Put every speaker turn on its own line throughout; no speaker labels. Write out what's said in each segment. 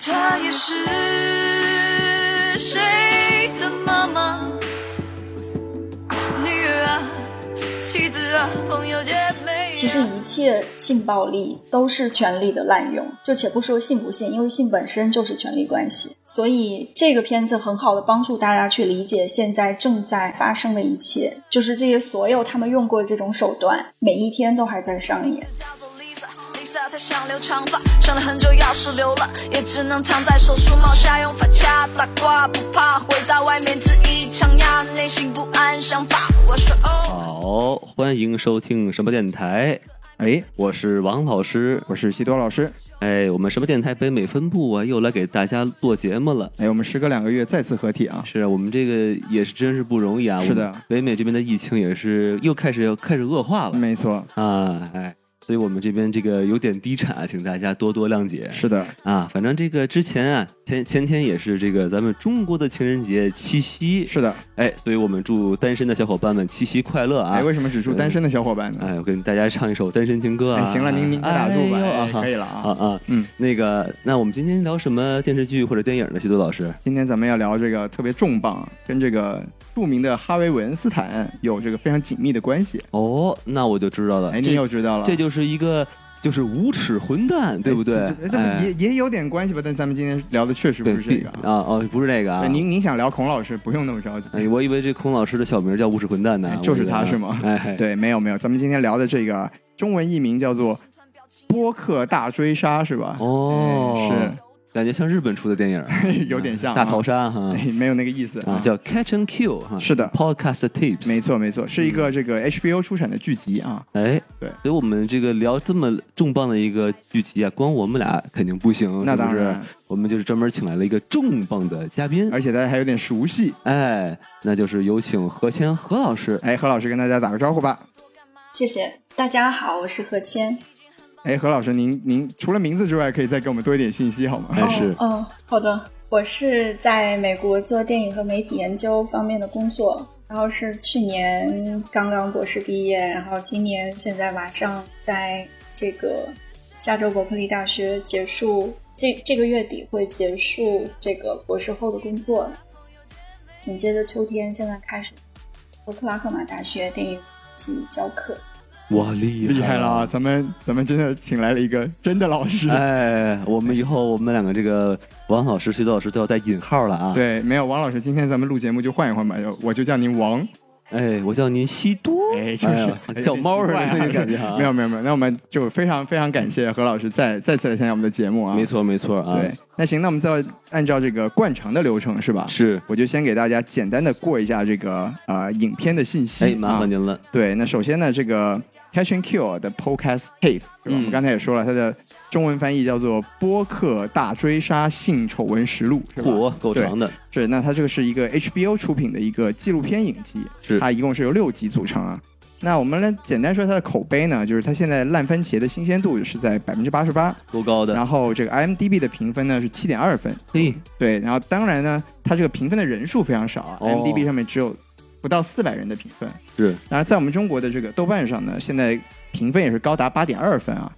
她也是谁的妈妈？女儿啊，妻子啊，朋友姐妹、啊。
其实一切性暴力都是权力的滥用，就且不说性不性，因为性本身就是权力关系。所以这个片子很好的帮助大家去理解现在正在发生的一切，就是这些所有他们用过的这种手段，每一天都还在上演。
她想留长发，想了很久，钥匙留了，也只能藏在手术帽下，用发卡打挂，不怕回到外面质疑强压，内心不安想法。我说哦，
好，欢迎收听什么电台？
哎，
我是王老师。
我是西多老师。
哎，我们什么电台北美分部啊，又来给大家做节目了。
哎，我们时隔两个月再次合体啊！
是啊，我们这个也是真是不容易啊。
是的
我们北美这边的疫情也是又开始开始恶化了
没错，
啊，哎，所以我们这边这个有点低产，请大家多多谅解。
是的，
啊，反正这个之前啊，前前天也是这个咱们中国的情人节七夕，
是的。
哎，所以我们祝单身的小伙伴们七夕快乐啊！
哎，为什么只住单身的小伙伴呢？
哎，我跟大家唱一首单身情歌啊！
哎，行了，您您打住吧，
哎
哎
呦
可以了啊。
啊啊，
嗯，
那个，那我们今天聊什么电视剧或者电影呢？西多老师，
今天咱们要聊这个特别重磅，跟这个著名的哈维·韦恩斯坦有这个非常紧密的关系。
哦，那我就知道了，
哎，你
这
又知道了，
这就是一个就是无耻混蛋，对不对
哎？这这
哎
这也也有点关系吧，但咱们今天聊的确实不
对
是这个啊。
啊哦，不是这个啊
对，，您您想聊孔老师，不用那么着急。
哎，我以为这孔老师的小名叫无耻混蛋呢
哎，就是
我以为啊
他是吗
哎，，
对，没有没有，咱们今天聊的这个中文译名叫做《播客大追杀》，是吧？
哦，
哎
是，感觉像日本出的电影，
是， 有点像啊
大逃杀哈
哎，没有那个意思
啊，叫 Catch and Kill 哈，
是的
，Podcast Tips，
没错没错，是一个
嗯
这个 HBO 出产的剧集啊。
哎，
对
所以我们这个聊这么重磅的一个剧集啊，光我们俩肯定不行，
那
是不
当
是
然，哎
我们就是专门请来了一个重磅的嘉宾，
而且大家还有点熟悉。
哎，那就是有请何谦何老师。
哎，何老师跟大家打个招呼吧。
谢谢大家好，我是何谦。
哎，何老师，您您除了名字之外，可以再给我们多一点信息好吗？
哎，是
哦，哦，好的，我是在美国做电影和媒体研究方面的工作，然后是去年刚刚博士毕业，然后今年现在马上在这个加州伯克利大学结束，这这个月底会结束这个博士后的工作，紧接着秋天现在开始俄克拉荷马大学电影系教课。
哇，厉
厉害了啊！！咱们咱们真的请来了一个真的老师。
哎，我们以后我们两个这个王老师、徐老师都要带引号了啊！，
对，没有王老师，今天咱们录节目就换一换吧，我就叫您王。
哎，我叫您西多，
哎，就是、
哎 呀叫猫似的那种感觉啊。
没有没有没有，那我们就非常非常感谢何老师再再次来参加我们的节目啊。
没，错没错啊，
对，那行，那我们再按照这个惯常的流程是吧？
是，
我就先给大家简单的过一下这个呃影片的信息。
哎，麻
啊
烦您了，
对，那首先呢，这个 Catch and Kill 的 Podcast Tape，是吧？
嗯
我们刚才也说了，它的中文翻译叫做《播客大追杀性丑闻实录》，是吧？
嚯，够长的，
是，那它这个是一个 HBO 出品的一个纪录片影集，啊
是
它一共是由六集组成啊。那我们来简单说它的口碑呢，就是它现在烂番茄的新鲜度是在百分之八十八，
够高的，
然后这个 IMDB 的评分呢是七点二分，
嘿，
对，然后当然呢，它这个评分的人数非常少、啊
哦
m d b 上面只有不到四百人的评分。
是，
然后在我们中国的这个豆瓣上呢，现在评分也是高达八点二分啊，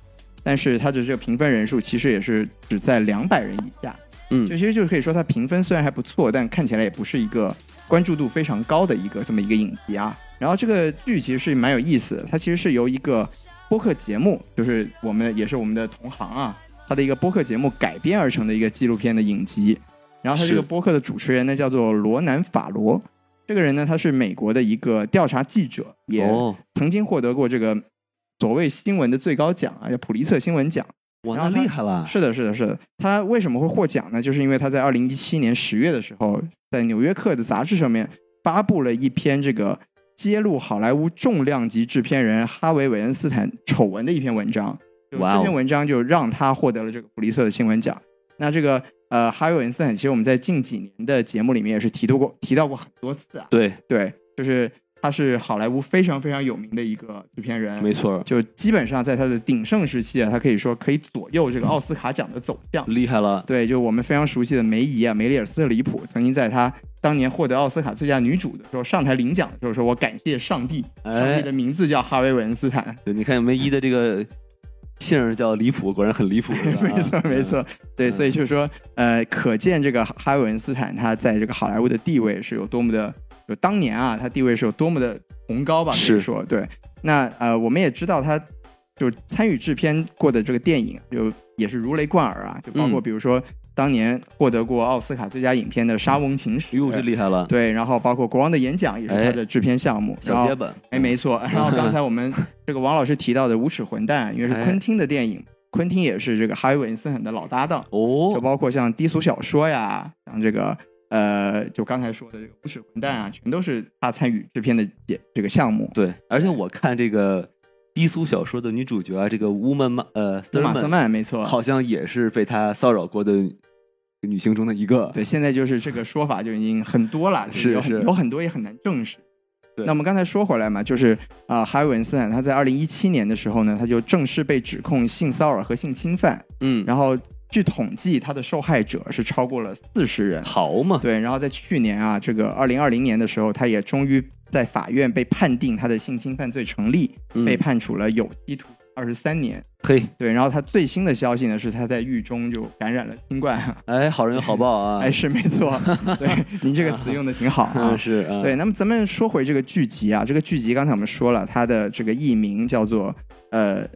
但是它的这个评分人数其实也是只在两百人以下。
嗯
这其实就是可以说它评分虽然还不错，但看起来也不是一个关注度非常高的一个这么一个影集啊。然后这个剧其实是蛮有意思的，它其实是由一个播客节目，就是我们也是我们的同行啊，它的一个播客节目改编而成的一个纪录片的影集。然后它这个
是
播客的主持人呢叫做罗南法罗，这个人呢他是美国的一个调查记者，也
哦，
曾经获得过这个所谓新闻的最高奖啊，叫普利策新闻奖。
哇，
然
那
后他
厉害了，
是的，是的，是的。他为什么会获奖呢？就是因为他在二零一七年十月的时候，在《纽约客》的杂志上面发布了一篇这个揭露好莱坞重量级制片人哈维·韦恩斯坦丑闻的一篇文章。就
哇哦
这篇文章就让他获得了这个普利策的新闻奖。那这个呃，哈维·韦恩斯坦，其实我们在近几年的节目里面也是提到过提到过很多次啊。
对，
对，就是他是好莱坞非常非常有名的一个制片人，
没错，
就基本上在他的鼎盛时期啊，他可以说可以左右这个奥斯卡奖的走向。
厉害了，
对，就我们非常熟悉的梅姨啊，梅丽尔·斯特里普，曾经在她当年获得奥斯卡最佳女主的时候，上台领奖的时候说：“我感谢上帝，上帝
哎
的，名字叫哈维·韦恩斯坦。
对你看梅姨的这个姓儿叫离谱，果然很离谱，是吧
没错，没错，对，
嗯
所以就是说，呃，可见这个哈维文斯坦他在这个好莱坞的地位是有多么的，就当年啊，他地位是有多么的崇高吧，可以
是
说，对。那呃，我们也知道他就参与制片过的这个电影，就也是如雷贯耳啊，就包括
嗯
比如说当年获得过奥斯卡最佳影片的《沙翁情史
哟，》，哎这厉害了，
对，然后包括《国王的演讲》也是他
哎
的制片项目，
小
然后
结本，
哎，没错。然后刚才我们这个王老师提到的《无耻混蛋》，因为是
哎
昆汀的电影，昆汀也是这个哈维·文斯坦的老搭档，就
哦，
包括像低俗小说呀，像这个呃，就刚才说的这个《无耻混蛋》啊，全都是他参与制片的这这个项目。
对，而且我看这个低俗小说的女主角啊，这个乌曼曼呃斯
马斯曼，没错。
好像也是被他骚扰过的女性中的一个。
对，现在就是这个说法就已经很多了，就是有很
是
有很多也很难证实。
对
那我们刚才说回来嘛，就是啊、哈维·文斯坦他在二零一七年的时候呢，他就正式被指控性骚扰和性侵犯。
嗯，
然后据统计，他的受害者是超过了四十人。
逃嘛，
对，然后在去年啊，这个二零二零年的时候，他也终于在法院被判定他的性侵犯罪成立，
嗯
被判处了有期徒二十三年。
嘿，
对，然后他最新的消息呢是他在狱中就感染了新冠。
哎，好人有好报啊，
哎，是没错，对，您这个词用的挺好啊
嗯，。是啊，
对，，那么咱们说回这个剧集啊，这个剧集刚才我们说了，它的这个译名叫做呃《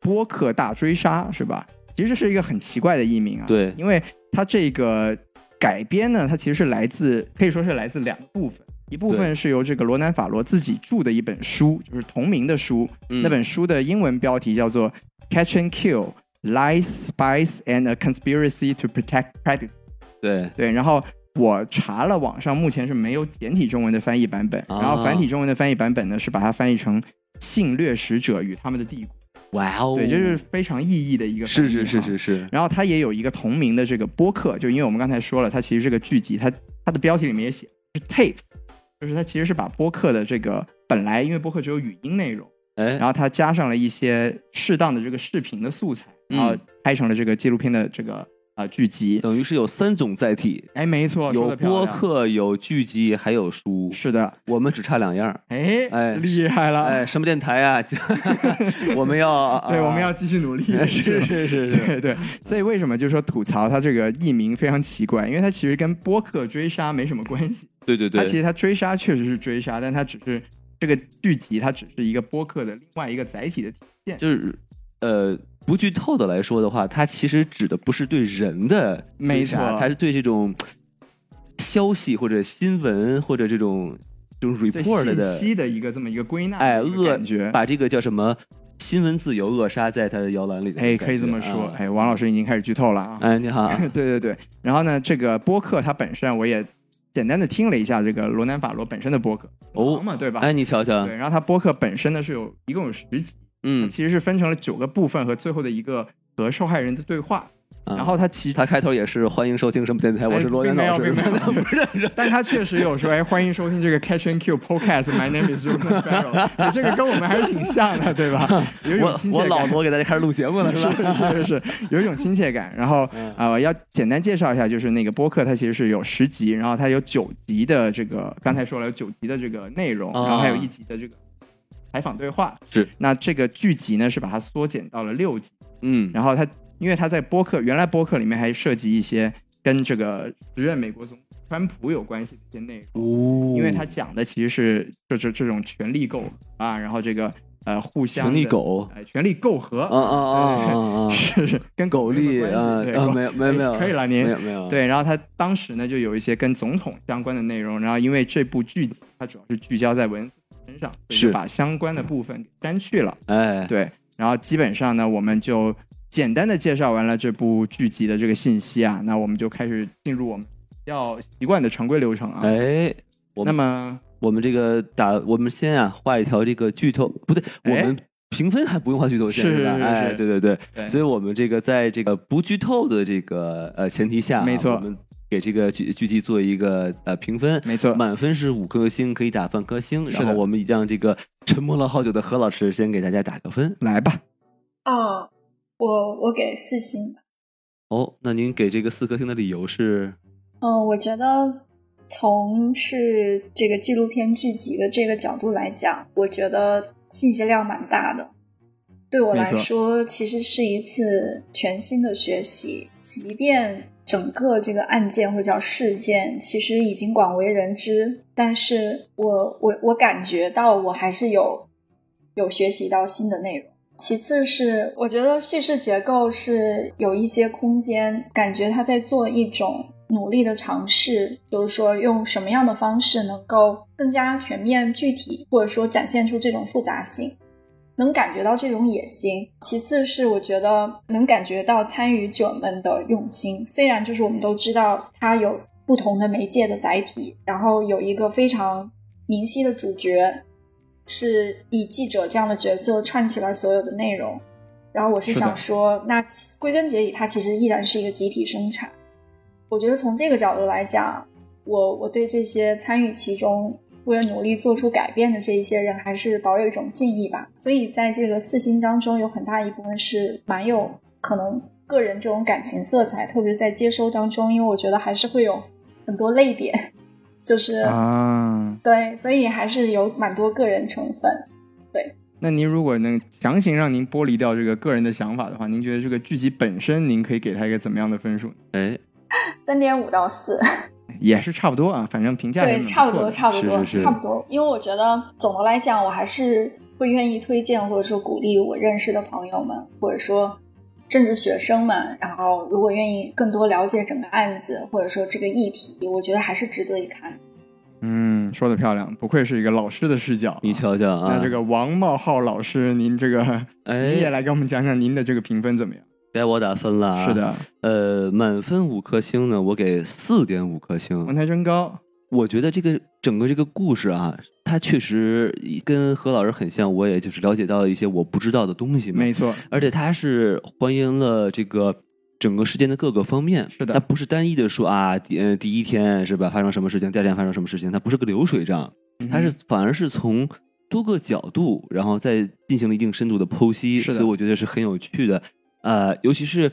播客大追杀》，是吧？其实这是一个很奇怪的译名啊，
对
因为它这个改编呢，它其实是来自可以说是来自两部分，一部分是由这个罗南法罗自己著的一本书，就是同名的书，
嗯
那本书的英文标题叫做《Catch and Kill: Lies, Spies, and a Conspiracy to Protect Predators》。
对，
对，然后我查了网上目前是没有简体中文的翻译版本，
啊
然后繁体中文的翻译版本呢是把它翻译成《性掠食者与他们的帝国
哇哦》，，
对，这是非常意义的一个翻
是
译
是是
哈
是是，
然后它也有一个同名的这个播客，就因为我们刚才说了，它其实这个剧集，它它的标题里面也写是 tapes，就是它其实是把播客的这个本来因为播客只有语音内容，
哎
然，后它加上了一些适当的这个视频的素材，然后
嗯
拍成了这个纪录片的这个呃剧集。
等于是有三种载体，
哎，没错，说
有
得漂
播
亮
客，有剧集，还有书，
是的，
我们只差两样儿。
哎
哎
厉害了，
哎，什么电台啊？ 就我们要，
对，
啊
我们要继续努力，
是
吧。
是是是，
对对，所以为什么就说吐槽它这个译名非常奇怪？因为它其实跟播客追杀没什么关系。
对对
它其
对，
实它追杀确实是追杀，但它只是这个剧集，它只是一个播客的另外一个载体的体现。
就是呃，不剧透的来说的话，它其实指的不是对人的追
没
杀
错
它是对这种消息或者新闻或者这种这种
对
report
信
的，
息的一个这么一个归纳，
哎，
一个
扼
感觉，
把这个叫什么新闻自由扼杀在它的摇篮里的感
哎，
觉。
可以这么说。
啊
哎，王老师已经开始剧透了啊。
哎，你好，
对对对，然后呢，这个播客它本身我也简单的听了一下这个罗南法罗本身的播客，
哦
嘛，对吧？
哎，你瞧瞧，
对，然后它播客本身呢是有一共有十集，它
嗯，
其实是分成了九个部分和最后的一个和受害人的对话。
啊
然后它其哎
他开头也是欢迎收听什么电台，我是罗源老师，
并没有 并没有
不是不是，
但它确实有说，哎，欢迎收听这个 Catch and Q Podcast，My name is Ruben Farrell，哎这个跟我们还是挺像的，对吧？有一种
我
亲切
我
感。
老罗给大家开始录节目了，是吧？
是是是，有一种亲切感。然后
嗯
啊、我要简单介绍一下，就是那个播客它其实是有十集，然后它有九集的这个，刚才说了有九集的这个内容，
啊
然后还有一集的这个采访对话。
是，
那这个剧集呢是把它缩减到了六集，
嗯，
然后它因为它在播客原来播客里面还涉及一些跟这个时任美国总统川普有关系的一些内容。
哦
因为他讲的其实是就是这种权力构啊，然后这个呃互相
权力
的
狗
哎、权力媾和
啊啊啊啊啊，
是是 跟呃
狗力
没什
啊
么关系对
啊，
狗
没有没有没有，
可以了您
没有没有，
对，然后他当时呢就有一些跟总统相关的内容，然后因为这部剧集它主要是聚焦在文身上，所以
是
就把相关的部分给删去了。
哎，
对，然后基本上呢我们就简单的介绍完了这部剧集的这个信息啊，那我们就开始进入我们要习惯的常规流程啊。
哎，我
那
们
么
我们这个打，我们先啊画一条这个剧透，不对，我
哎
们评分还不用画剧透线
是
吧？
是是
哎，
是
对对对，
对
所以我们这个在这个不剧透的这个呃前提下啊，
没错
我们给这个剧剧集做一个呃评分。
没错，
满分是五颗星，可以打半颗星。
是
然后
的
我们让这个沉默了好久的何老师先给大家打个分。
来吧。
哦，我我给四星吧。
哦，那您给这个四颗星的理由是？
嗯，我觉得从是这个纪录片剧集的这个角度来讲，我觉得信息量蛮大的。对我来
没错
说，其实是一次全新的学习。即便整个这个案件或者叫事件，其实已经广为人知，但是我我我感觉到我还是有有学习到新的内容。其次是，我觉得叙事结构是有一些空间，感觉他在做一种努力的尝试，就是说用什么样的方式能够更加全面、具体，或者说展现出这种复杂性。能感觉到这种野心。其次是我觉得能感觉到参与者们的用心，虽然就是我们都知道它有不同的媒介的载体，然后有一个非常明晰的主角，是以记者这样的角色串起来所有的内容。然后我是
是的
想说，那其归根结底，它其实依然是一个集体生产。我觉得从这个角度来讲，我我对这些参与其中为了努力做出改变的这一些人，还是保有一种敬意吧。所以在这个四星当中，有很大一部分是蛮有可能个人这种感情色彩，特别是在接收当中，因为我觉得还是会有很多泪点，就是、
啊。
对，所以还是有蛮多个人成分。
那您如果能强行让您剥离掉这个个人的想法的话，您觉得这个剧集本身，您可以给它一个怎么样的分数呢？
哎，
三点五到四，
也是差不多啊，反正评价也
对，
蛮
差不
错
多，
的
差不多，
是是是
差不多。因为我觉得总的来讲，我还是会愿意推荐或者说鼓励我认识的朋友们，或者说甚至学生们，然后如果愿意更多了解整个案子或者说这个议题，我觉得还是值得一看。
嗯，说的漂亮，不愧是一个老师的视角啊。
你瞧瞧啊，
那这个王茂浩老师，您这个您也
哎，
来给我们讲讲您的这个评分怎么样？
该我打分了啊。
是，的，
呃，满分五颗星呢，我给四点五颗星。
文台真高。
我觉得这个整个这个故事啊，它确实跟何老师很像，我也就是了解到了一些我不知道的东西嘛。
没错，
而且它是还原了这个整个事件的各个方面。
是的
它不是单一的说啊，第呃第一天是吧发生什么事情，第二天发生什么事情，它不是个流水账，
嗯
它是反而是从。多个角度，然后再进行了一定深度的剖析，
是
所
的
以我觉得是很有趣的。呃，尤其是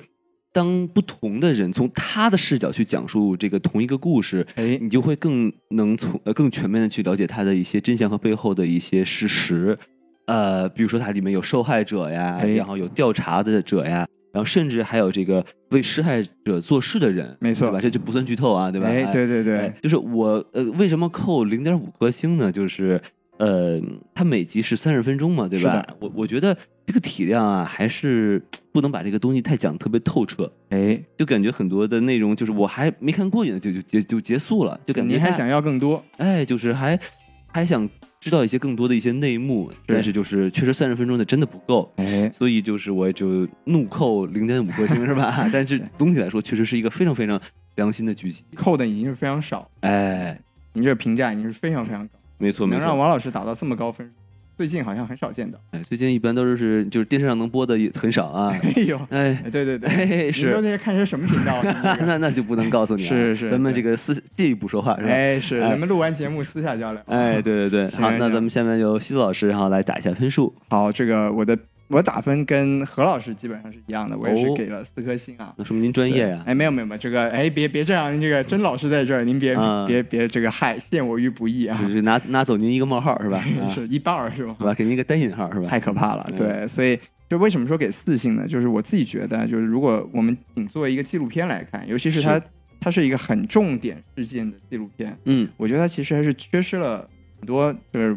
当不同的人从他的视角去讲述这个同一个故事，
哎，
你就会更能从呃更全面的去了解它的一些真相和背后的一些事实，呃，比如说它里面有受害者呀，
哎
然后有调查的者呀，然后甚至还有这个为施害者做事的人，
没错
对吧？这就不算剧透啊，对吧？
哎，对对
哎
对，
就是我呃，为什么扣零点五颗星呢？就是呃，它每集是三十分钟嘛，对
是
吧
的？
我我觉得这个体量啊，还是不能把这个东西太讲得特别透彻。
哎，
就感觉很多的内容就是我还没看过瘾就就结就结束了，就感觉
您还
大
想要更多？
哎，就是还还想知道一些更多的一些内幕，但是就是确实三十分钟的真的不够，
哎，
所以就是我也就怒扣零点五颗星是吧？ 但是总体来说确实是一个非常非常良心的剧集，
扣的已经是非常少，
哎，
您这评价已经是非常非常高，
没错没
能让
错，
王老师打到这么高分，最近好像很少见到。
哎，最近一般都是就是电视上能播的也很少啊，
哎呦，
哎
哎，对对对，
嘿嘿
你
是
说。这些看些什么频道啊？你这个
那那就不能告诉你了，
是是
咱们
对
这个私借一步说话是吧？
哎，是，
哎
咱们录完节目私下交流。
哎，对对对，
行
好，
行
那咱们下面由西子老师然后来打一下分数，
好，这个我的我打分跟何老师基本上是一样的，我也是
哦
给了四颗星啊。
那说明您专业
对
呀、
哎，没有没有没有，这个哎，别别这样，这个甄老师在这儿，您别、
啊
别别这个害陷我于不义啊
就！是拿拿走您一个冒号是吧？啊
是一半儿是吧
是？吧？给您一个单引号是吧？
太可怕了，
嗯
对，所以就为什么说给四星呢？就是我自己觉得，就是如果我们仅作为一个纪录片来看，尤其是它
是
它是一个很重点事件的纪录片，
嗯，
我觉得它其实还是缺失了很多，就是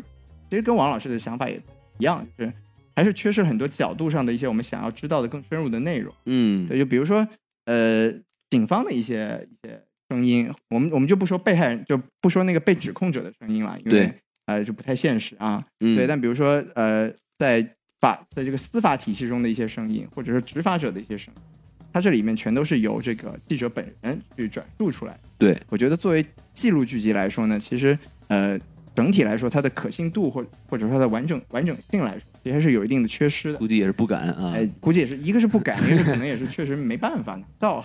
其实跟王老师的想法也一样，就是还是缺失了很多角度上的一些我们想要知道的更深入的内容。
嗯，
对，就比如说呃，警方的一些一些声音，我们我们就不说被害人，就不说那个被指控者的声音了，因为
对
呃就不太现实啊。
嗯
对，但比如说呃，在法在这个司法体系中的一些声音，或者说执法者的一些声音，它这里面全都是由这个记者本人去转述出来。
对，
我觉得作为记录剧集来说呢，其实呃整体来说它的可信度或或者说它的完整完整性来说，其实还是有一定的缺失的。
估计也是不敢啊，
哎，估计也是一个是不敢，一个是可能也是确实没办法拿到。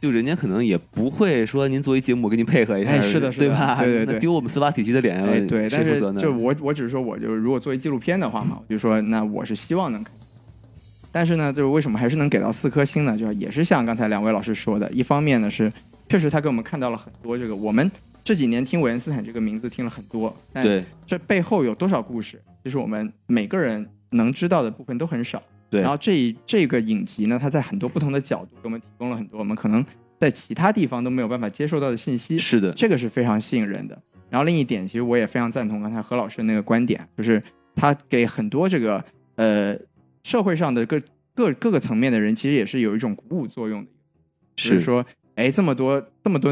就人家可能也不会说您作为节目我给您配合一下，
哎是的是的
对吧？
对对对
那丢我们司法体系的脸，啊
哎，对，但
谁负
是
责呢？
就我我只是说，我就是如果作为纪录片的话嘛，我就说那我是希望能看。但是呢，就是为什么还是能给到四颗星呢？就是也是像刚才两位老师说的，一方面呢是确实他给我们看到了很多这个我们这几年听韦恩斯坦这个名字听了很多，但
对
这背后有多少故事？其实我们每个人能知道的部分都很少。
对
然后这一这个影集呢，它在很多不同的角度给我们提供了很多我们可能在其他地方都没有办法接受到的信息，
是的，
这个是非常吸引人的。然后另一点，其实我也非常赞同刚才何老师的那个观点，就是他给很多这个呃社会上的各各各个层面的人，其实也是有一种鼓舞作用的。就是说，哎，这么多这么多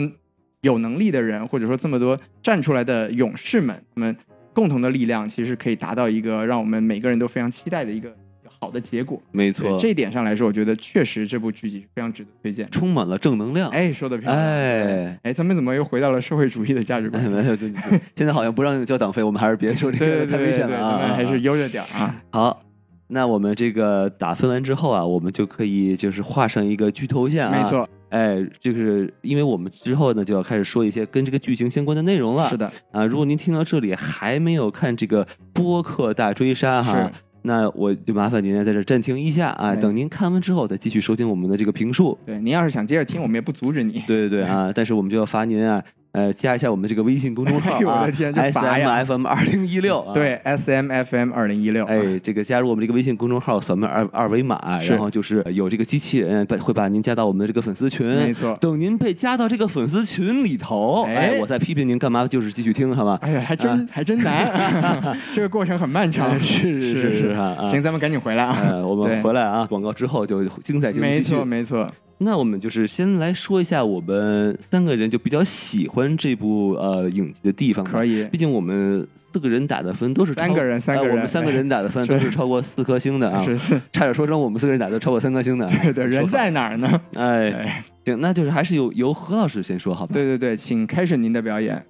有能力的人，或者说这么多站出来的勇士们，他们共同的力量，其实可以达到一个让我们每个人都非常期待的一个一个好的结果。
没
对
错，
这一点上来说，我觉得确实这部剧集是非常值得推荐的。
充满了正能量。
哎，说的漂亮！
哎
哎，咱们怎么又回到了社会主义的价值 观
哎，？没有，对对对现在好像不让交党费，我们还是别说这
对
个，
对
太
对
危
对
险
对，
了
咱
啊！
们还是悠着点儿啊。
好。那我们这个打分完之后啊，我们就可以就是画上一个剧透线啊。
没，错，
哎，就是因为我们之后呢就要开始说一些跟这个剧情相关的内容了。
是的，
啊，如果您听到这里还没有看这个播客大追杀哈
是，
那我就麻烦您在这儿暂停一下啊，
哎
等您看完之后再继续收听我们的这个评述。
对。您要是想接着听，我们也不阻止你。
对对对啊，但是我们就要罚您啊，呃，加一下我们这个微信公众号
哎呦
啊
我的天就
，S
罚
M
呀
F M 二零一六啊。。
对，S M F M 二零一六。啊
哎，这个加入我们这个微信公众号，扫描二二维码，
是
然后就是呃有这个机器人把会把您加到我们的这个粉丝群。
没错
等您被加到这个粉丝群里头，哎，
哎
我再批评您干嘛？就是继续听好 吗？
哎呀，还真还真难， 这个过程很漫长。
啊是是
是
是是啊啊
行，咱们赶紧回来啊。
呃，我们
对
回来啊，广告之后啊就精 彩节目
没
继续
错。没错，
那我们就是先来说一下我们三个人就比较喜欢这部呃影集的地方吧。
可以
毕竟我们四个人打的分都是超
三个人三个人
呃我们三个人打的分
是
都是超过四颗星的啊。
是是，
差点说成我们四个人打的超过三颗星的啊。
对对，人在哪儿呢？
哎
哎，
行，那就是还是由由何老师先说好吧？
对对对，请开始您的表演。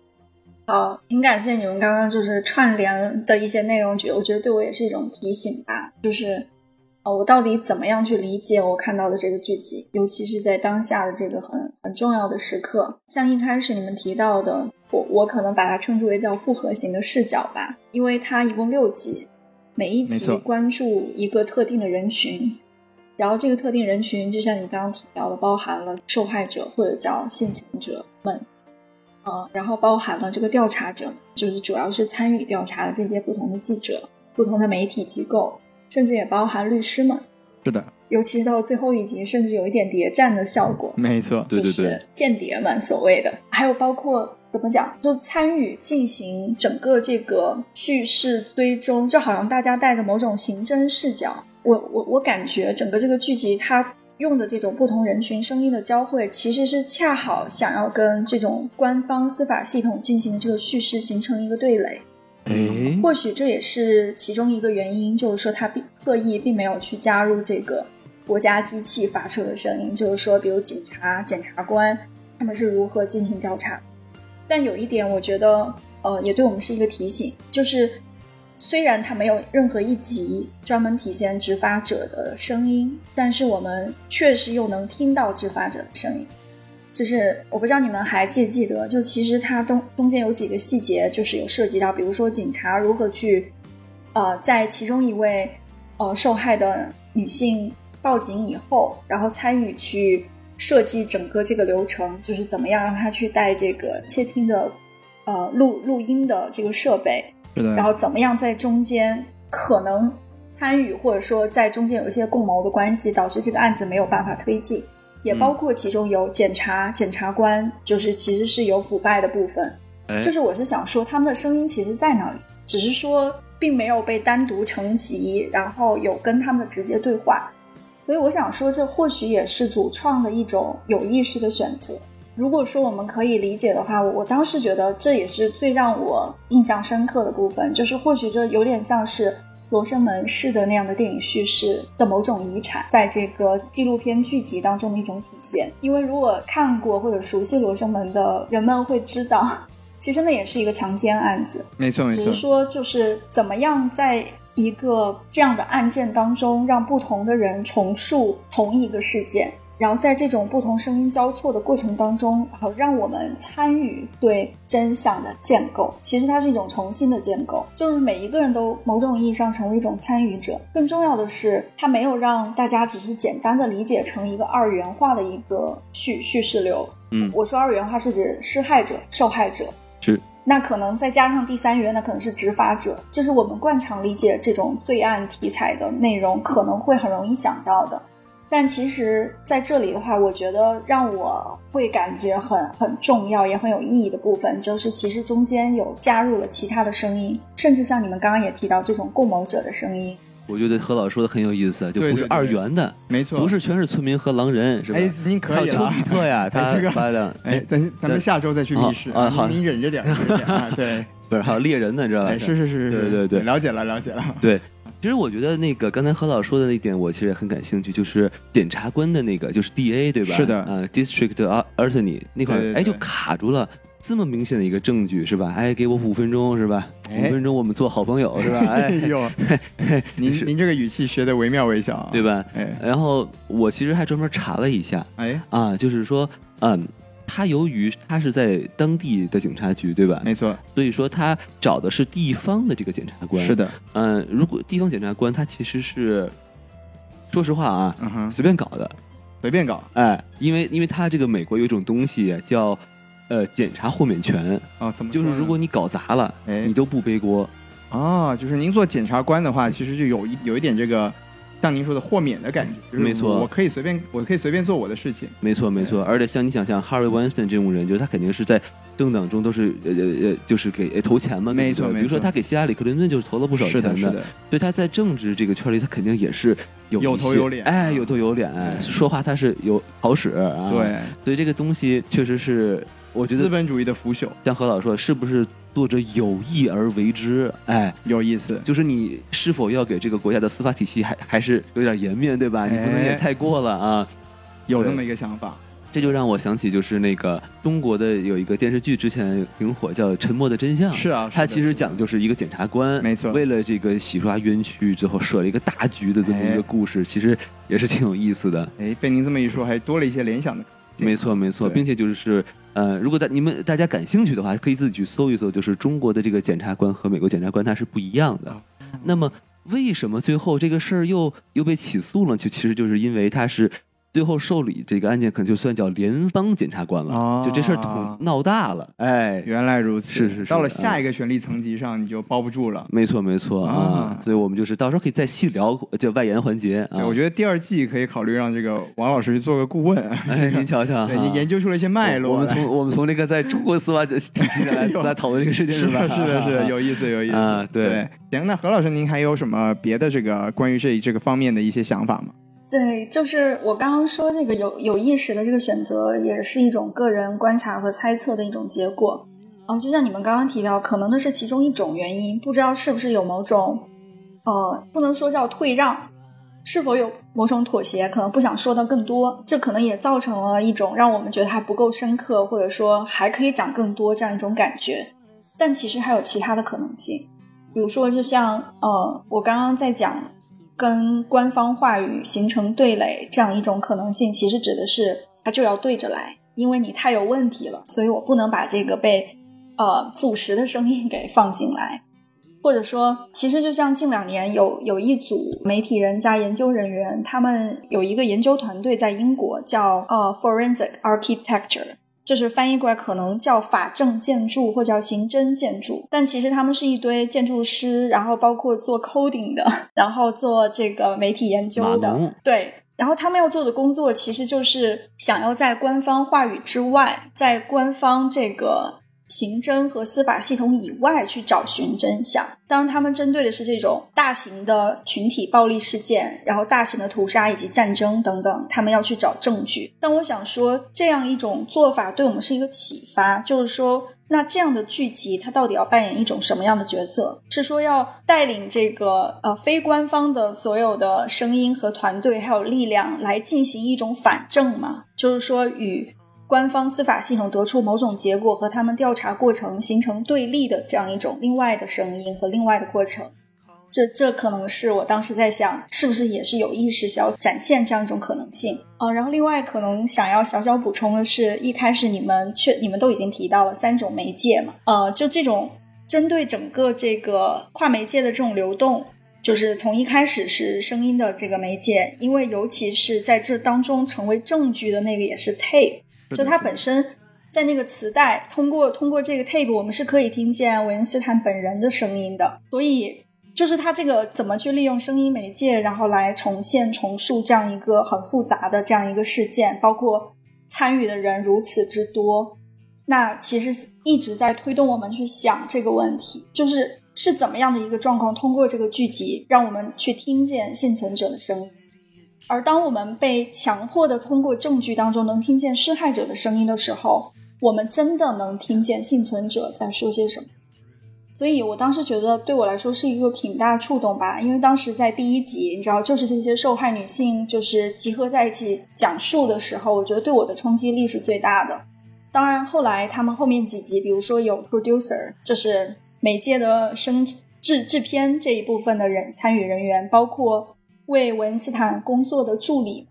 好，呃挺感谢你们刚刚就是串联的一些内容，觉我觉得对我也是一种提醒吧，就是呃，我到底怎么样去理解我看到的这个剧集，尤其是在当下的这个很很重要的时刻。像一开始你们提到的，我我可能把它称之为叫复合型的视角吧，因为它一共六集，每一
没
集
错
关注一个特定的人群。然后这个特定人群，就像你刚刚提到的，包含了受害者或者叫幸存者们，呃，然后包含了这个调查者，就是主要是参与调查的这些不同的记者、不同的媒体机构，甚至也包含律师们。
是的，
尤其到最后一集，甚至有一点谍战的效果，
没错，
对对
就
对
是，间谍们所谓的，还有包括怎么讲，就参与进行整个这个叙事追踪，就好像大家带着某种刑侦视角。我我我感觉整个这个剧集它用的这种不同人群声音的交汇，其实是恰好想要跟这种官方司法系统进行这个叙事形成一个对垒。
哎，
或许这也是其中一个原因，就是说他并刻意并没有去加入这个国家机器发出的声音，就是说，比如警察、检察官他们是如何进行调查。但有一点，我觉得呃，也对我们是一个提醒，就是虽然它没有任何一集专门体现执法者的声音，但是我们确实又能听到执法者的声音。就是我不知道你们还记不记得，就其实它中中间有几个细节，就是有涉及到，比如说警察如何去，呃，在其中一位呃受害的女性报警以后，然后参与去设计整个这个流程，就是怎么样让她去带这个窃听的呃录录音的这个设备，
是的，
然后怎么样在中间可能参与，或者说在中间有一些共谋的关系，导致这个案子没有办法推进，也包括其中有检察、检察官，就是其实是有腐败的部分。
哎
就是我是想说，他们的声音其实在那里，只是说并没有被单独成集，然后有跟他们的直接对话。所以我想说，这或许也是主创的一种有意识的选择。如果说我们可以理解的话，我我当时觉得这也是最让我印象深刻的部分，就是或许这有点像是罗生门式的那样的电影叙事的某种遗产，在这个纪录片剧集当中的一种体现。因为如果看过或者熟悉罗生门的人们会知道，其实那也是一个强奸案子，
没错没
只是
错，
说就是怎么样在一个这样的案件当中，让不同的人重述同一个事件，然后在这种不同声音交错的过程当中，好让我们参与对真相的建构。其实它是一种重新的建构，就是每一个人都某种意义上成为一种参与者。更重要的是，它没有让大家只是简单的理解成一个二元化的一个叙叙事流。
嗯
我说二元化是指施害者、受害者，
是
那可能再加上第三人，那可能是执法者，就是我们惯常理解这种罪案题材的内容，可能会很容易想到的。但其实在这里的话，我觉得让我会感觉很很重要，也很有意义的部分，就是其实中间有加入了其他的声音，甚至像你们刚刚也提到这种共谋者的声音。
我觉得何老师说的很有意思，就
对
不是
对对
二元的，
没错，
不是全是村民和狼人，是吧？
哎，
还
你可以
有丘
了
比。特 呀，他
这个
发的，
哎，咱咱们下周再去密室
啊啊好
你你忍 着点，忍着点啊！对，
不是还有猎人呢，你知道吧？
哎，是是是是，
对对对
了解了了解了，
对，其实我觉得那个刚才何老师说的那一点，我其实也很感兴趣，就是检察官的那个，就是 D A 对吧？
是的
呃，District Attorney 那块
对对
儿，
对
哎，就卡住了。这么明显的一个证据是吧？哎，给我五分钟是吧？
嗯哎
五分钟我们做好朋友是 吧？
哎
哎，
呦，您
是
您这个语气学的惟妙惟肖啊，
对吧？
哎
然后我其实还专门查了一下
哎，
啊，就是说，嗯，他由于他是在当地的警察局对吧？
没错，
所以说他找的是地方的这个检察官。
是，的，
嗯，如果地方检察官他其实是，说实话啊，
嗯哼，
随便搞的。
随便搞
哎，因为因为他这个美国有一种东西叫，呃，检察豁免权，
啊，怎么
就是
说呢
如果你搞砸了，
哎
你都不背锅。
啊，就是您做检察官的话，其实就有一有一点这个。像您说的豁免的感觉，就是
没错
我我可以随便，我可以随便做我的事情，
没错没错，
哎
而且像你想像 Harry Weinstein 这种人，就是他肯定是在政党中都是呃呃呃，就是给呃投钱嘛，
没错
对不对
没错
比如说他给希拉里克林顿就是投了不少
是
钱
的，是的，
所以他在政治这个圈里，他肯定也是有
有
一些
头有脸嗯
哎，有头有脸，哎说话他是有好使啊。，
对，
所以这个东西确实是，我觉
资
得
本主义的腐朽
像何老说，是不是作者有意而为之？哎。
有意思，
就是你是否要给这个国家的司法体系还还是有点颜面，对
哎
吧？你不能也太过了啊！
有这么一个想法，
这就让我想起，就是那个中国的有一个电视剧，之前挺火，叫《沉默的真相》。
是啊，
它
是的
嗯其实讲的就是一个检察官，
没错
为了这个洗刷冤屈，最后设了一个大局的这么一
哎
个故事，其实也是挺有意思的。
哎，被您这么一说，还多了一些联想的。
没错，没错，
对
并且就是呃，如果大你们大家感兴趣的话，可以自己去搜一搜，就是中国的这个检察官和美国检察官他是不一样的
啊。
那么为什么最后这个事儿又又被起诉了？就其实就是因为他是最后受理这个案件，可能就算叫联邦检察官了，
哦
就这事儿捅闹大了，哎。
原来如此，
是是是啊
到了下一个权力层级上，你就包不住了。
没错，没错啊
啊
所以我们就是到时候可以再细聊这外延环节
对，
啊。
我觉得第二季可以考虑让这个王老师去做个顾问，啊
哎，您瞧瞧，
对你
哈
研究出了一些脉络来。
我们从我们从这个在中国司法体系上来
哎呦
来讨论这个事情
是
吧？
的，是的，是 的，有意思，有意思。
啊对
对，行，那何老师，您还有什么别的这个关于这这个方面的一些想法吗？
对，就是我刚刚说这个有有意识的这个选择，也是一种个人观察和猜测的一种结果。嗯，就像你们刚刚提到，可能那是其中一种原因，不知道是不是有某种，呃，不能说叫退让，是否有某种妥协，可能不想说的更多，这可能也造成了一种让我们觉得还不够深刻，或者说还可以讲更多这样一种感觉。但其实还有其他的可能性，比如说，就像呃，我刚刚在讲跟官方话语形成对垒这样一种可能性，其实指的是它就要对着来，因为你太有问题了，所以我不能把这个被呃腐蚀的声音给放进来。或者说，其实就像近两年有有一组媒体人加研究人员，他们有一个研究团队在英国叫呃 Forensic Architecture，就是翻译过来可能叫法政建筑或叫刑侦建筑，但其实他们是一堆建筑师，然后包括做 coding 的，然后做这个媒体研
马
究的，
龙，
对，然后他们要做的工作其实就是想要在官方话语之外，在官方这个刑侦和司法系统以外去找寻真相。当然，他们针对的是这种大型的群体暴力事件，然后大型的屠杀以及战争等等，他们要去找证据。但我想说，这样一种做法对我们是一个启发，就是说。那这样的剧集，它到底要扮演一种什么样的角色？是说要带领这个呃非官方的所有的声音和团队还有力量来进行一种反证吗？就是说与官方司法系统得出某种结果和他们调查过程形成对立的这样一种另外的声音和另外的过程。这这可能是我当时在想，是不是也是有意识想要展现这样一种可能性啊、呃然后另外可能想要小小补充的是，一开始你们确你们都已经提到了三种媒介嘛，呃，就这种针对整个这个跨媒介的这种流动，就是从一开始是声音的这个媒介，因为尤其是在这当中成为证据的那个也是 tape，
是
就
的
它本身在那个磁带通过通过这个 tape，我们是可以听见维恩斯坦本人的声音的，所以。就是他这个怎么去利用声音媒介，然后来重现、重塑这样一个很复杂的这样一个事件，包括参与的人如此之多，那其实一直在推动我们去想这个问题，就是是怎么样的一个状况，通过这个剧集让我们去听见幸存者的声音，而当我们被强迫的通过证据当中能听见施害者的声音的时候，我们真的能听见幸存者在说些什么。所以我当时觉得对我来说是一个挺大触动吧，因为当时在第一集，你知道，就是这些受害女性就是集合在一起讲述的时候，我觉得对我的冲击力是最大的。当然，后来他们后面几集，比如说有 producer，就是媒介的生制制片这一部分的人参与人员，包括为维恩斯坦工作的助理，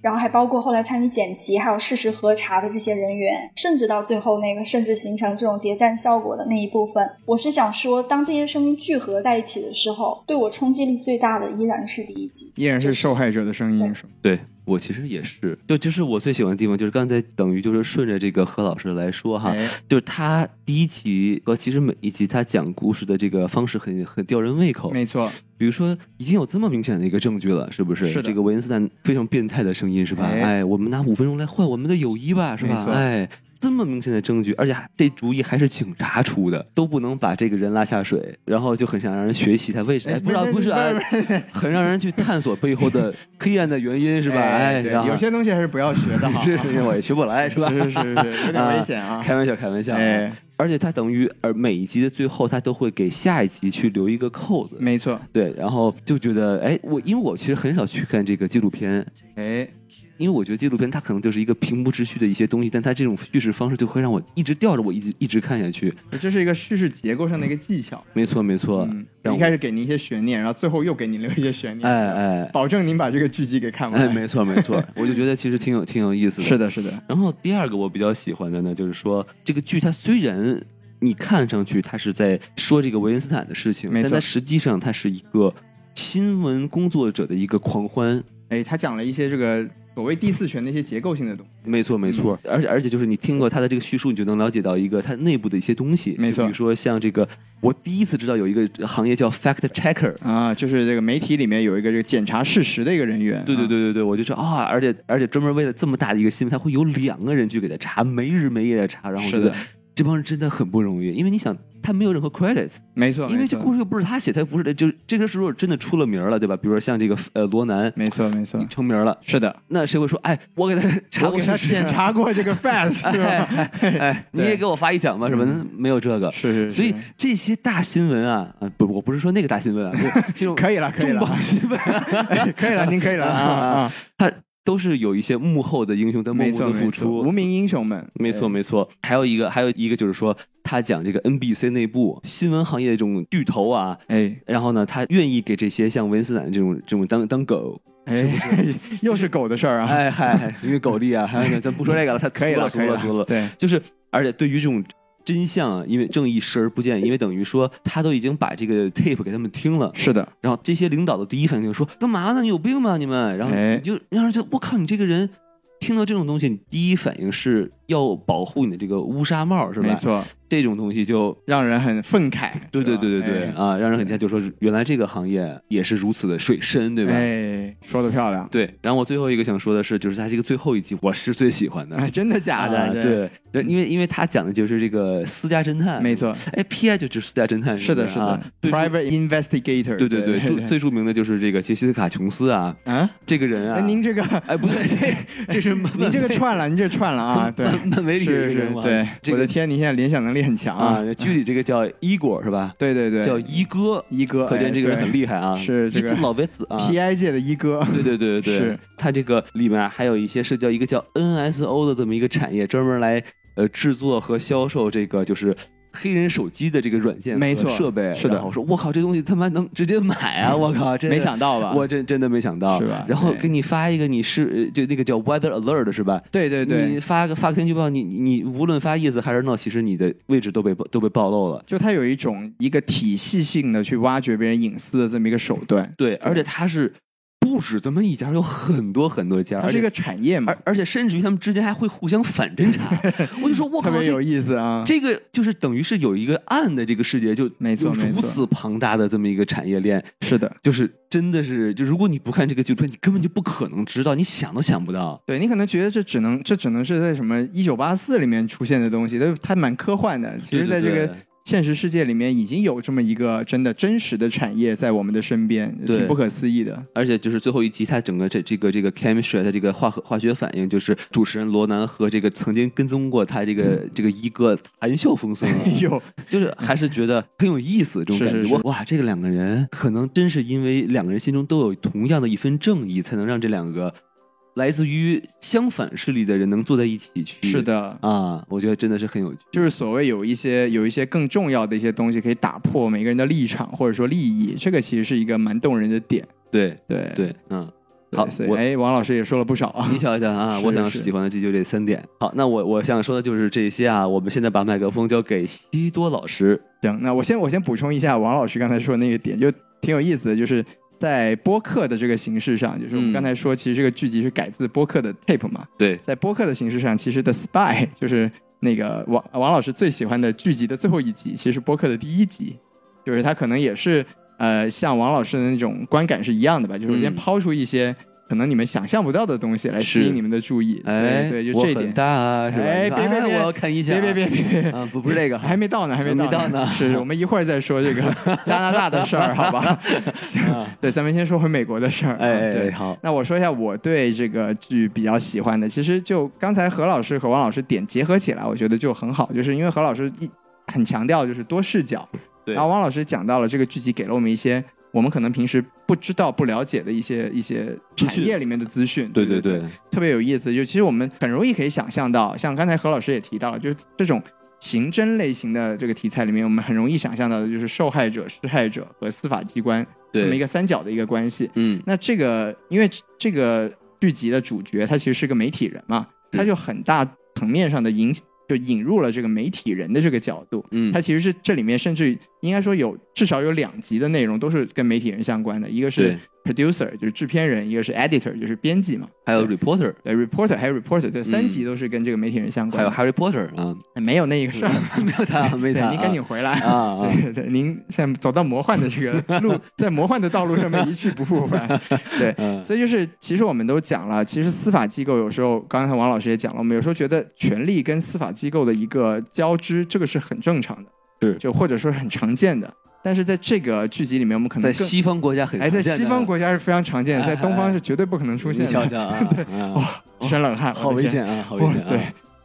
然后还包括后来参与剪辑还有事实核查的这些人员，甚至到最后那个甚至形成这种谍战效果的那一部分，我是想说，当这些声音聚合在一起的时候，对我冲击力最大的依然是第一集。
依然是受害者的声音，是吗？
对我其实也是，就其实我最喜欢的地方就是刚才等于就是顺着这个何老师来说哈，
哎，
就是他第一集和其实每一集他讲故事的这个方式很很吊人胃口。
没错，
比如说已经有这么明显的一个证据了，是不是？
是的
这个维恩斯坦非常变态的声音是吧？
哎
哎，我们拿五分钟来换我们的友谊吧，是
没
吧？
错
哎。这么明显的证据，而且还这主意还是警察出的，都不能把这个人拉下水，然后就很想让人学习他为啥、哎、不知道不是、哎，
是
很让人去探索背后的黑暗的原 因，是吧？ 哎，
对
然后
有些东西还是不要学的好，哎
是是是，我也学不来，是吧？
是是是，有点危险啊。
开玩笑，开玩笑。
哎，
而且它等于，而每一集的最后，它都会给下一集去留一个扣子。
没错，
对，然后就觉得，哎，我因为我其实很少去看这个纪录片，
哎，
因为我觉得纪录片它可能就是一个平铺直叙的一些东西，但它这种叙事方式就会让我一直吊着我，一直一直看下去。
这是一个叙事结构上的一个技巧。
没错，没错。
嗯，
让
一
我
开始给您一些悬念，然后最后又给您留一些悬念，
哎哎
保证您把这个剧集给看
哎，
完。
没错没错，我就觉得其实挺有挺有意思的。
是的，是的，
然后第二个我比较喜欢的呢，就是说这个剧它虽然你看上去它是在说这个维恩斯坦的事情，
没错
但它实际上它是一个新闻工作者的一个狂欢。
哎，他讲了一些这个所谓第四权的一些结构性的东西。
没错，没错，
嗯
而且而且就是你听过他的这个叙述，你就能了解到一个它内部的一些东西。
没错
就比如说像这个，我第一次知道有一个行业叫 fact checker。
啊，就是这个媒体里面有一个这个检查事实的一个人员，
对对
啊，
对对对，我就说啊，而且而且专门为了这么大的一个新闻，他会有两个人去给他查，没日没夜的查，然后我觉
是的
得，这帮人真的很不容易，因为你想他没有任何 credits，
啊没错，
因为
没
这
错
故事又不是他写，他不是就是这个时候真的出了名儿了，对吧？比如说像这个呃罗南，
没错，没错
你，成名儿了，
是的，
那谁会说哎，我给他查
我
过
给他
事实
检，查过 这个 fact，是
哎
吧？
哎哎，你
对嗯
也给我发一奖吧，什么的没有这个，
是是是
所以这些大新闻啊，啊不，我不是说那个大新 闻啊，就是这种
可以了，可以
重
了，
磅新闻 啊，
哎可以了，您可以了啊啊！ 啊
他都是有一些幕后的英雄在默
没
默
错，
的
没
付
错，哎
出，
无名英雄们，
没错，没错。还有一个，还有一个就是说，他讲这个 NBC 内部新闻行业的这种巨头啊，
哎
然后呢，他愿意给这些像文斯坦这种这种当当狗，
哎， 又是狗的事儿啊，
哎嗨， 因为狗力 啊，还有咱不说这个了，他
可以
了，
了，
俗
可以
了，俗了。
对，
就是，而且对于这种真相，啊，因为正义视而不见，因为等于说他都已经把这个 tape 给他们听了，
是的，
然后这些领导的第一反应就是说干嘛呢？你有病吧你们？然后
哎
你就让人觉得我靠，你这个人听到这种东西，你第一反应是要保护你的这个乌纱帽是吧？
没，错，
这种东西就。
让人很愤慨，
对对
是吧
对对对、
哎
啊，让人很惊讶，就说原来这个行业也是如此的水深，对吧？
哎，说的漂亮，
对，然后我最后一个想说的是，就是它这个最后一集，我是最喜欢的。
哎，真的假
啊
的？，
对，对因为因为他讲的就是这个私家侦探，
没。错，
哎，P.I. 就是私家侦探，
是的，
不
是
啊
的
最著
，private investigator，
对对对，
对
最最著名的就是这个杰西斯卡·琼斯啊，
啊，
这个人
哎
啊，
您这个，
哎不对，这这是漫
您这个
漫威
串了，您这串了啊，对，
漫漫威里的
是
一个
是
人，嘛
对，
这
我
个
的天，您现在联想能力很强啊，
啊，剧里这个叫伊果是吧？
对对对，
叫一哥，
一哥，
可见这个人很
害
厉害啊，
是这
一
个
只老维子啊。
，PI 界的一哥，
对对对对对
是，
它这个里面还有一些涉及到一个叫 NSO 的这么一个产业，专门来呃制作和销售这个就是黑人手机的这个软件和
没错
设备。
是的
然后我说我靠，这东西他妈能直接买 啊！我靠，真的
没想到吧？
我真真的没想到，
是吧
然后
对
给你发一个，你是呃就那个叫 Weather Alert 是吧？
对对
你
对，
发个发个天气预报，你你你无论发 yes 还是 no，其实你的位置都被都被暴露了。
就他有一种一个体系性的去挖掘别人隐私的这么一个手段，
对，而且它是不止这么一家，有很多很多家，
它
而
是
且
一个产业嘛
而，而且甚至于他们之间还会互相反侦查。 我就说，我
特
靠，
别有
这
意思啊。
这个就是等于是有一个暗的这个世界，就
没错
有
没
如
错
此庞大的这么一个产业链，
是的，
就是真的是，就如果你不看这个纪录片，你根本就不可能知道，你想都想不到。
对你可能觉得这只能这只能是在什么一九八四里面出现的东西，但是它蛮科幻的。其实，在这
对对
个
对
现实世界里面，已经有这么一个真的真实的产业在我们的身边，
对
挺不可思议的。
而且就是最后一集，它整个这这个这个 chemistry 它这个化合化学反应，就是主持人罗南和这个曾经跟踪过他这个这个一哥含笑风生、啊，
嗯 有
就是还是觉得很有意思这种
是
感觉。
是是
哇哇，这个两个人可能真是因为两个人心中都有同样的一份正义，才能让这两个来自于相反势力的人能坐在一起去。
是的，
啊，我觉得真的是很有趣。
就是所谓有一些有一些更重要的一些东西可以打破每个人的立场或者说利益，这个其实是一个蛮动人的点。
对
对
对，嗯，
对
好，
所以
我
哎，王老师也说了不少啊
你。想一想啊，
是
我想
是
喜欢的这就这三点。好，那我我想说的就是这些啊。我们现在把麦克风交给西多老师。
行，那我先我先补充一下王老师刚才说的那个点，就挺有意思的，就是在播客的这个形式上，就是
嗯
我们刚才说，其实这个剧集是改自播客的 tape 嘛，
对，
在播客的形式上，其实 The Spy 就是那个王王老师最喜欢的剧集的最后一集，其实是播客的第一集，就是他可能也是呃像王老师的那种观感是一样的吧，就是我先
嗯
抛出一些。可能你们想象不到的东西来吸
是
引你们的注意，所以
哎，
对，就
我
这一
很
点，
大啊，是吧？
哎
你说
别别别
我要看一下啊，
别别别别别，
啊，不不是这个哈，
还没到呢，还
没
到
到呢
是我们一会儿再说这 个加拿大的事儿，好吧？
啊
对，咱们先说回美国的事儿。啊
哎哎哎
对。
好，
那我说一下我对这个剧比较喜欢的，其实就刚才何老师和王老师点结合起来，我觉得就很好，就是因为何老师一很强调就是多视角，
对
然后王老师讲到了这个剧集给了我们一些我们可能平时不知道、不了解的一些一些
资
产
讯
业里面的资讯。
对
对
对对，
特别有意思，就其实我们很容易可以想象到，像刚才何老师也提到了，就是这种刑侦类型的这个题材里面，我们很容易想象到的就是受害者、施害者和司法机关
对
这么一个三角的一个关系。
嗯，
那这个因为这个剧集的主角他其实是个媒体人嘛，
是
他就很大层面上的引就引入了这个媒体人的这个角度。
嗯
它其实是这里面甚至应该说有至少有两集的内容都是跟媒体人相关的，一个是
对，
producer 就是制片人，一个是 editor 就是编辑嘛。
还有 reporter，
对，reporter 还有 reporter，对，三
嗯
集都是跟这个媒体人相
还
关
有
的。
Harry Potter 啊，
有没有那一个事儿？
没有他，没
对，
他，
您赶紧回来。
啊啊，啊
对对，您现在走到魔幻的这 个路，在魔幻的道路上面一去不复返。对，
嗯，
所以就是，其实我们都讲了，其实司法机构有时候，刚才王老师也讲了，我们有时候觉得权力跟司法机构的一个交织，这个是很正常的，
是
就或者说是很常见的。但是在这个剧集里面，我们可能
在
更
西方国家很
哎，在
常见
西
的
方国家是非常常见的，在东
哎哎
方
哎
是绝对不可能出现
你
的。
瞧瞧 啊，对，啊
生冷汗，
好
我的
危
天
险啊，好危
哇
险啊，
对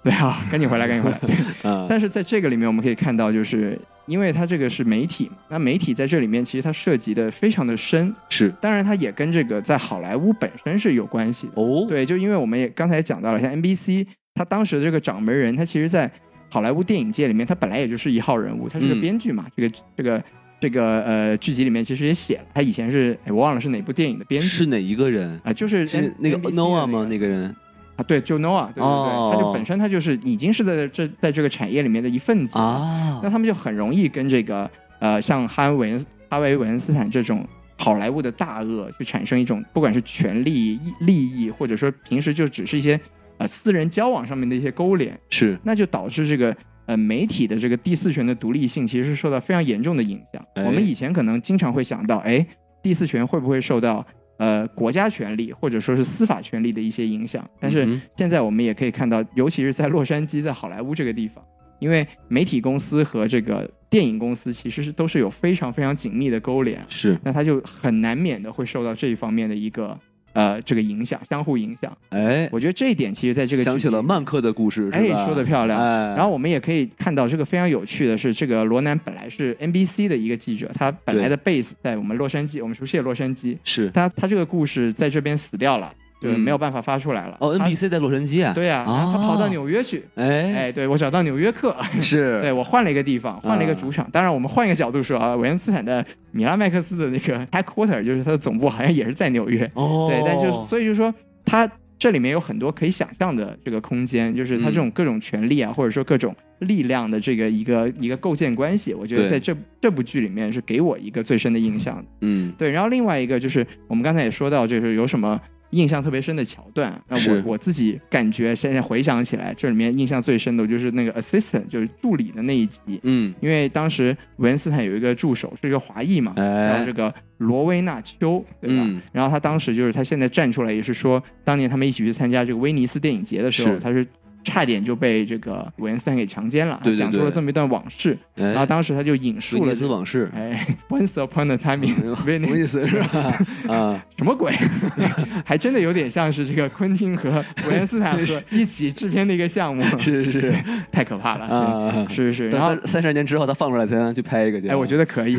对啊，赶紧回来，赶 紧回来。对
啊，
但是在这个里面，我们可以看到，就是因为它这个是媒体嘛，那媒体在这里面其实它涉及的非常的深，
是
当然它也跟这个在好莱坞本身是有关系的。
哦，
对，就因为我们也刚才也讲到了，像 NBC，他当时的这个掌门人，他其实在好莱坞电影界里面，他本来也就是一号人物，他是个
嗯
编剧嘛，这个这个。这个呃，剧集里面其实也写了，他以前是哎我忘了是哪部电影的编剧
是哪一个人？
啊、就是
是那个
NBC 的
Noah 吗？
个
那个人
啊，对，就 Noah，对对对，
哦
他就本身他就是已经是在这在这个产业里面的一份子，
啊
那，他们就很容易跟这个呃像哈维文哈维文斯坦这种好莱坞的大鳄去产生一种不管是权利利益，或者说平时就只是一些呃私人交往上面的一些勾连，
是
那就导致这个呃媒体的这个第四权的独立性其实是受到非常严重的影响。
哎
我们以前可能经常会想到，哎，第四权会不会受到呃国家权力或者说是司法权力的一些影响？但
嗯
是
哼
现在我们也可以看到，尤其是在洛杉矶，在好莱坞这个地方，因为媒体公司和这个电影公司其实是都是有非常非常紧密的勾连，
是，
那它就很难免的会受到这一方面的一个。呃，这个影响相互影响，
哎，
我觉得这一点其实在这个
想
剧
起
集
了曼克的故事，
哎
是吧？
说得漂亮
哎，
然后我们也可以看到，这个非常有趣的是，这个罗南本来是 NBC 的一个记者，他本来的 base 在我们洛杉矶，我们熟悉的洛杉矶。
是
他他这个故事在这边死掉了，就是
嗯
没有办法发出来了。
哦
他
，NBC 在洛杉矶啊，
对呀，然后他跑到，纽约去。
哎
哎，对我找到纽约客，
是，嗯
对我换了一个地方，换了一个主场。当然，我们换一个角度说啊，韦恩斯坦的米拉麦克斯的那个 headquarter，就是他的总部，好像也是在纽约。
哦，
对，但就是所以就说他这里面有很多可以想象的这个空间，就是
嗯
它这种各种权利啊，或者说各种力量的这个一个一个构建关系，我觉得
对
在这这部剧里面是给我一个最深的印象的。
嗯
对，然后另外一个就是我们刚才也说到，就是有什么印象特别深的桥段。那
是
我我自己感觉现在回想起来，这里面印象最深的就是那个 assistant，就是助理的那一集。
嗯，
因为当时维恩斯坦有一个助手是一个华裔嘛，
哎
叫这个罗威纳丘，对吧？
嗯
然后他当时就是他现在站出来也是说，当年他们一起去参加这个威尼斯电影节的时候，
是
他是差点就被这个维恩斯坦给强奸了，
对对
他讲出了
对
这么一段往事。
然
然后当时他就引
哎威
述了
尼斯
这
往事，
哎，Once upon a time in
威
Venice，
尼斯是 吧？啊，
什么鬼？ 还真的有点像是这个昆汀和维恩斯坦和一起制片的一个项目，
是是是
太可怕了。 对
啊，
是是是，
等
然后
三三十年之后，他放出来，咱去拍一个去。
哎，我觉
得
得可 以。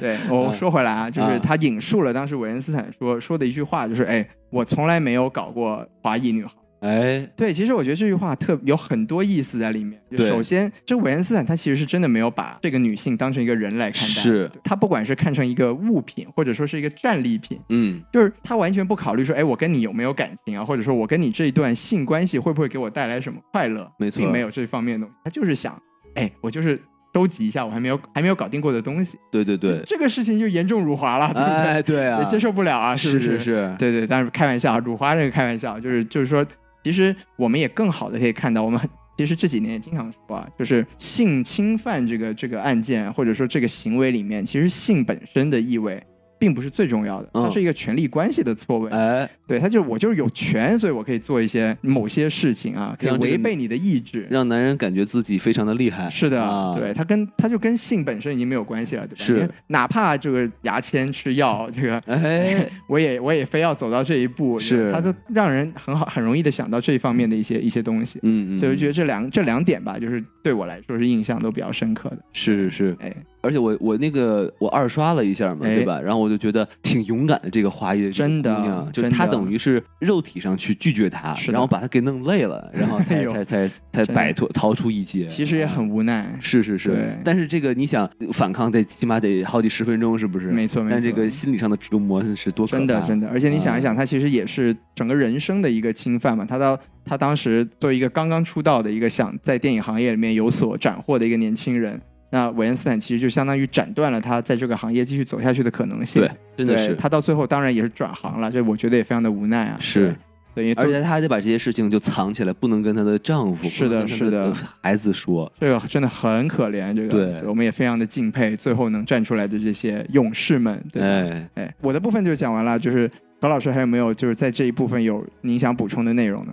对，我说回来啊，就是
啊
他引述了当时维恩斯坦说说的一句话，就是哎，我从来没有搞过华裔女孩。
哎，
对，其实我觉得这句话特有很多意思在里面。就
对
首先，这韦恩斯坦他其实是真的没有把这个女性当成一个人来看待，
是
他不管是看成一个物品，或者说是一个战利品，
嗯，
就是他完全不考虑说，哎，我跟你有没有感情啊，或者说我跟你这一段性关系会不会给我带来什么快乐，
没错
并没有这方面的东西，他就是想，哎，我就是收集一下我还没有还没有搞定过的东西，
对对对，
这个事情就严重辱华了，对不对？
哎，对啊，
也接受不了啊，是不
是是是，
对对，但是开玩笑，啊辱华这个开玩笑，就是就是说，其实我们也更好的可以看到，我们很其实这几年也经常说啊，就是性侵犯这个这个案件或者说这个行为里面，其实性本身的意味。并不是最重要的，它
嗯
是一个权力关系的错位。
哎，
对，它就是我就是有权，所以我可以做一些某些事情啊，可以
让这个
违背你的意志。
让男人感觉自己非常的厉害。
是的，
啊
对，它跟它就跟性本身已经没有关系了，对吧？
是
因为哪怕这个牙签吃药，这个
哎，
我也我也非要走到这一步，
是
它都让人很好很容易的想到这一方面的一些一些东西，
嗯，嗯
所以我觉
得
得这两这两点吧，就是对我来说是印象都比较深刻的。
是是是，
哎，
而且我我那个我二刷了一下嘛，
哎
对吧？然后我就觉得挺勇敢的，这个华裔的这个
真的
姑娘，就
真
是
的
她等于是肉体上去拒绝他
是，的
然后把他给弄累了，然 后
哎
才
呦
才才才
真的
摆脱逃出一劫。
其实也
啊
很无奈，
是是是
对，
但是这个你想反抗得起码得好几十分钟，是不是？
没错没错
但这个心理上的折磨是多可怕啊嗯
真的真
的，
的，而且你想一想，他其实也是整个人生的一个侵犯嘛。他到他当时作为一个刚刚出道的一个想在电影行业里面有所斩获的一个年轻人，那韦恩斯坦其实就相当于斩断了他在这个行业继续走下去的可能性。
对，真的
对
是。
他到最后当然也是转行了，这我觉得也非常的无奈啊。
是
对，对，因为
而且她还得把这些事情就藏起来，不能跟她的丈夫、
是的
不能跟
是的
她孩子说。
这个真的很可怜，这个
对
我们也非常的敬佩最后能站出来的这些勇士们。对吧，
哎，
哎，我的部分就讲完了，就是何老师还有没有就是在这一部分有您想补充的内容呢？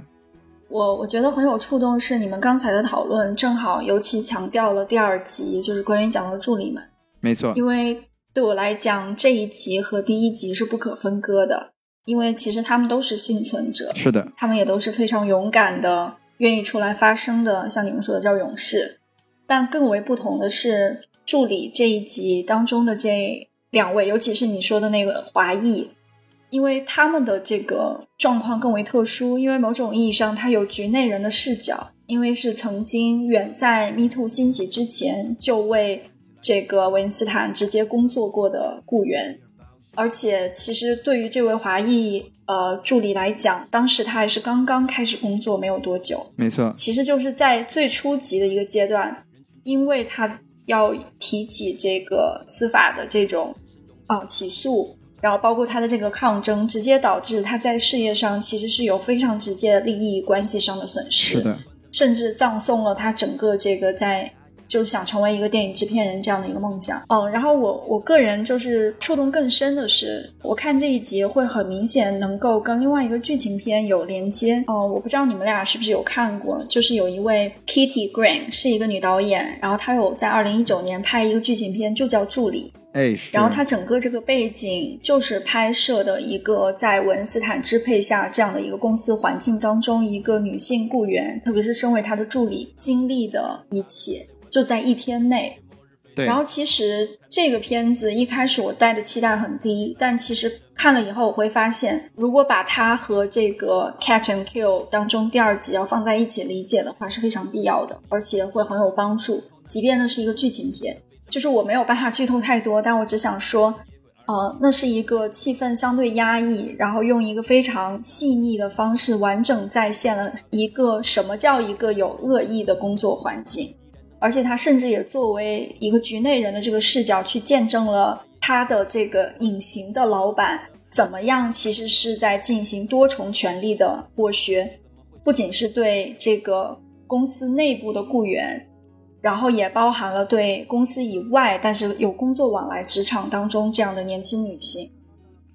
我我觉得很有触动，是你们刚才的讨论，正好尤其强调了第二集，就是关于讲到助理们，
没错，
因为对我来讲，这一集和第一集是不可分割的，因为其实他们都是幸存者，
是的，
他们也都是非常勇敢的，愿意出来发声的，像你们说的叫勇士。但更为不同的是，助理这一集当中的这两位，尤其是你说的那个华裔，因为他们的这个状况更为特殊，因为某种意义上，他有局内人的视角，因为是曾经远在 Me Too 兴起之前就为这个维恩斯坦直接工作过的雇员，而且其实对于这位华裔呃助理来讲，当时他还是刚刚开始工作没有多久，
没错，
其实就是在最初级的一个阶段，因为他要提起这个司法的这种啊、起诉，然后包括他的这个抗争，直接导致他在事业上其实是有非常直接的利益关系上的损失，
是的，
甚至葬送了他整个这个在就是想成为一个电影制片人这样的一个梦想。嗯，然后我我个人就是触动更深的是，我看这一集会很明显能够跟另外一个剧情片有连接。哦、我不知道你们俩是不是有看过，就是有一位 Kitty Green 是一个女导演，然后她有在二零一九年拍一个剧情片，就叫《助理》。
哎，是
然后它整个这个背景就是拍摄的一个在文斯坦支配下这样的一个公司环境当中，一个女性雇员，特别是身为她的助理经历的一切，就在一天内。
对，
然后其实这个片子一开始我带的期待很低，但其实看了以后我会发现，如果把它和这个《Catch and Kill》当中第二集要放在一起理解的话，是非常必要的，而且会很有帮助。即便那是一个剧情片，就是我没有办法剧透太多，但我只想说，呃，那是一个气氛相对压抑，然后用一个非常细腻的方式完整再现了一个什么叫一个有恶意的工作环境，而且他甚至也作为一个局内人的这个视角去见证了他的这个隐形的老板怎么样，其实是在进行多重权力的剥削，不仅是对这个公司内部的雇员，然后也包含了对公司以外，但是有工作往来职场当中这样的年轻女性，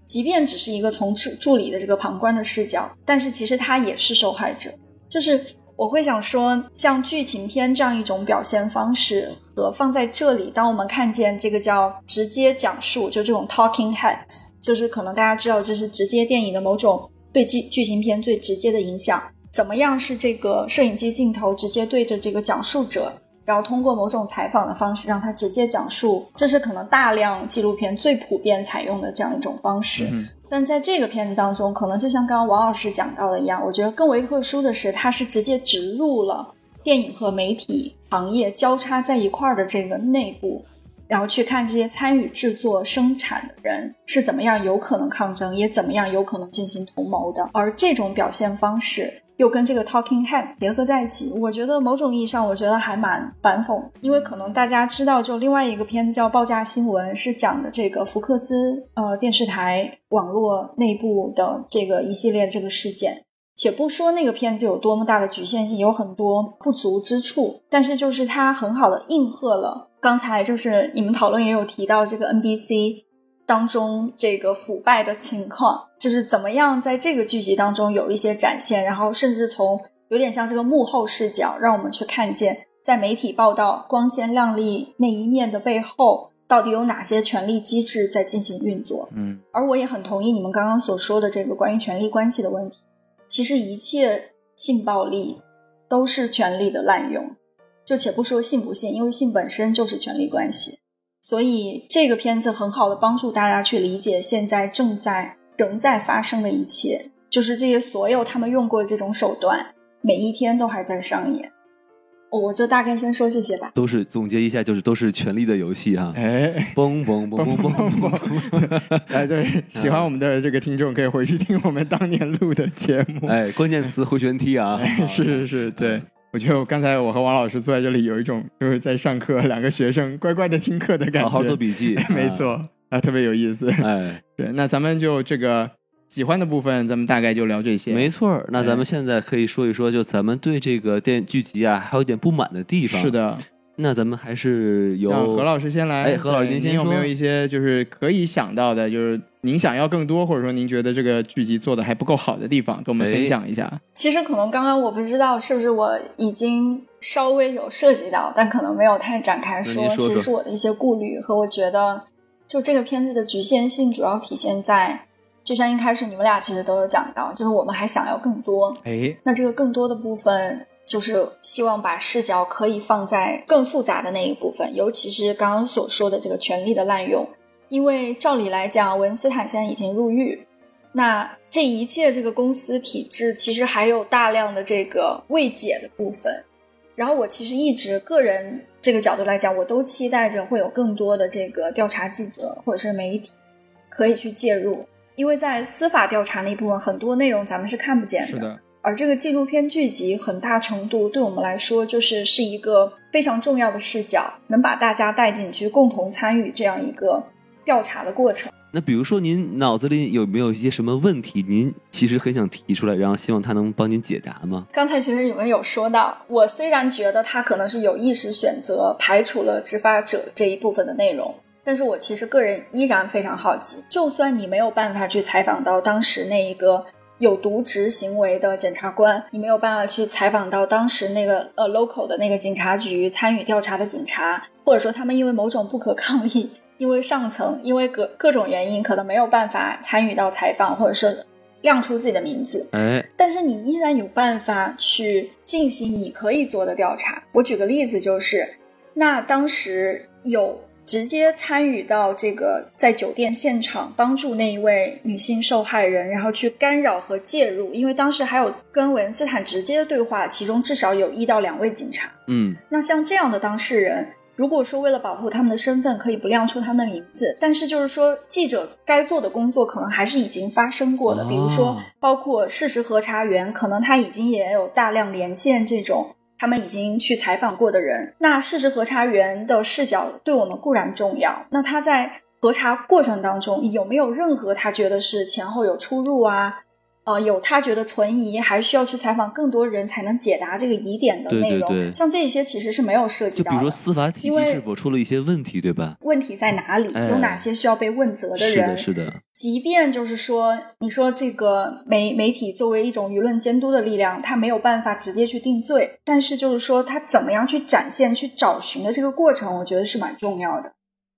即便只是一个从助助理的这个旁观的视角，但是其实她也是受害者。就是我会想说，像剧情片这样一种表现方式和放在这里，当我们看见这个叫直接讲述，就这种 talking heads，就是可能大家知道这是直接电影的某种对剧剧情片最直接的影响。怎么样是这个摄影机镜头直接对着这个讲述者，然后通过某种采访的方式让他直接讲述，这是可能大量纪录片最普遍采用的这样一种方式。
嗯
但在这个片子当中，可能就像刚刚王老师讲到的一样，我觉得更为特殊的是，它是直接植入了电影和媒体行业交叉在一块儿的这个内部，然后去看这些参与制作、生产的人是怎么样有可能抗争，也怎么样有可能进行同谋的。而这种表现方式又跟这个 Talking Heads 结合在一起，我觉得某种意义上，我觉得还蛮反讽，因为可能大家知道，就另外一个片子叫《爆炸新闻》，是讲的这个福克斯呃电视台网络内部的这个一系列这个事件。且不说那个片子有多么大的局限性，有很多不足之处，但是就是它很好的应和了刚才就是你们讨论也有提到这个 NBC 当中这个腐败的情况，就是怎么样在这个剧集当中有一些展现，然后甚至从有点像这个幕后视角，让我们去看见在媒体报道光鲜亮丽那一面的背后，到底有哪些权力机制在进行运作。
嗯
而我也很同意你们刚刚所说的这个关于权力关系的问题。其实一切性暴力都是权力的滥用，就且不说性不性，因为性本身就是权力关系。所以这个片子很好的帮助大家去理解现在正在仍在发生的一切，就是这些所有他们用过的这种手段，每一天都还在上演。哦我就大概先说这些吧。
都是总结一下，就是都是权力的游戏啊！
哎，
嘣嘣嘣嘣嘣嘣！
哎，对，喜欢我们的这个听众可以回去听我们当年录的节目。
哎，关键词回旋踢啊！
哎，是是是，对。我觉得我刚才我和王老师坐在这里，有一种就是在上课，两个学生乖乖的听课的感觉。，
好好做笔记
没错啊，特别有意思。
啊。哎，
对，那咱们就这个喜欢的部分，咱们大概就聊这些。
没错儿。那咱们现在可以说一说，就咱们对这个电剧集啊，还有一点不满的地方。
是，的，
那咱们还是由
让何老师先来。
哎何老师
对
您先
有没有
说
一些就是可以想到的，就是您想要更多，或者说您觉得这个剧集做的还不够好的地方，跟我们
哎
分享一下？
其实可能刚刚我不知道是不是我已经稍微有涉及到，但可能没有太展开说。
那您说说
其实是我的一些顾虑和我觉得，就这个片子的局限性主要体现在，就像一开始你们俩其实都有讲到，就是我们还想要更多。
哎，
那这个更多的部分，就是希望把视角可以放在更复杂的那一部分，尤其是刚刚所说的这个权力的滥用。因为照理来讲，文斯坦现在已经入狱，那这一切这个公司体制其实还有大量的这个未解的部分。然后我其实一直个人这个角度来讲，我都期待着会有更多的这个调查记者或者是媒体可以去介入，因为在司法调查那一部分很多内容咱们是看不见
是的，
而这个纪录片剧集很大程度对我们来说，就是是一个非常重要的视角，能把大家带进去，共同参与这样一个调查的过程。
那比如说，您脑子里有没有一些什么问题？您其实很想提出来，然后希望他能帮您解答吗？
刚才其实你们有说到，我虽然觉得他可能是有意识选择排除了执法者这一部分的内容，但是我其实个人依然非常好奇，就算你没有办法去采访到当时那一个有渎职行为的检察官，你没有办法去采访到当时那个呃 local 的那个警察局参与调查的警察，或者说他们因为某种不可抗力，因为上层，因为各各种原因，可能没有办法参与到采访，或者是亮出自己的名字。
哎，
但是你依然有办法去进行你可以做的调查。我举个例子，就是那当时有直接参与到这个在酒店现场帮助那一位女性受害人，然后去干扰和介入，因为当时还有跟文斯坦直接对话，其中至少有一到两位警察。
嗯，
那像这样的当事人，如果说为了保护他们的身份，可以不亮出他们的名字，但是就是说记者该做的工作可能还是已经发生过的，比如说
哦
包括事实核查员，可能他已经也有大量连线这种。他们已经去采访过的人，那事实核查员的视角对我们固然重要。那他在核查过程当中有没有任何他觉得是前后有出入啊？呃，有他觉得存疑，还需要去采访更多人才能解答这个疑点的
对
内
对
容。
对
像这一些其实是没有涉及
就
到
比
的。
如说司法体
因
系
为
是否出了一些问题，对吧？
问题在哪里，
哎
有哪些需要被问责
是
人。
的，是的，
即便就是说，你说这个媒媒体作为一种舆论监督的力量，它没有办法直接去定罪，但是就是说，它怎么样去展现、去找寻的这个过程，我觉得是蛮重要的。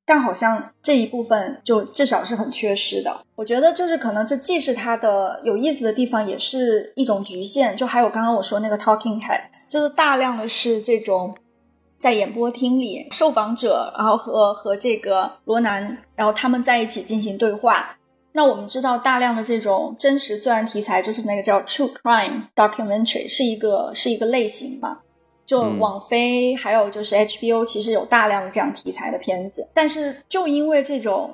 但好像这一部分就至少是很缺失的。我觉得就是可能这既是它的有意思的地方，也是一种局限。就还有刚刚我说那个 Talking Heads，就是大量的是这种在演播厅里受访者，然后和和这个罗南，然后他们在一起进行对话。那我们知道，大量的这种真实罪案题材，就是那个叫 true crime documentary，是一个是一个类型嘛。就
嗯
网飞还有就是 HBO，其实有大量的这样题材的片子，但是就因为这种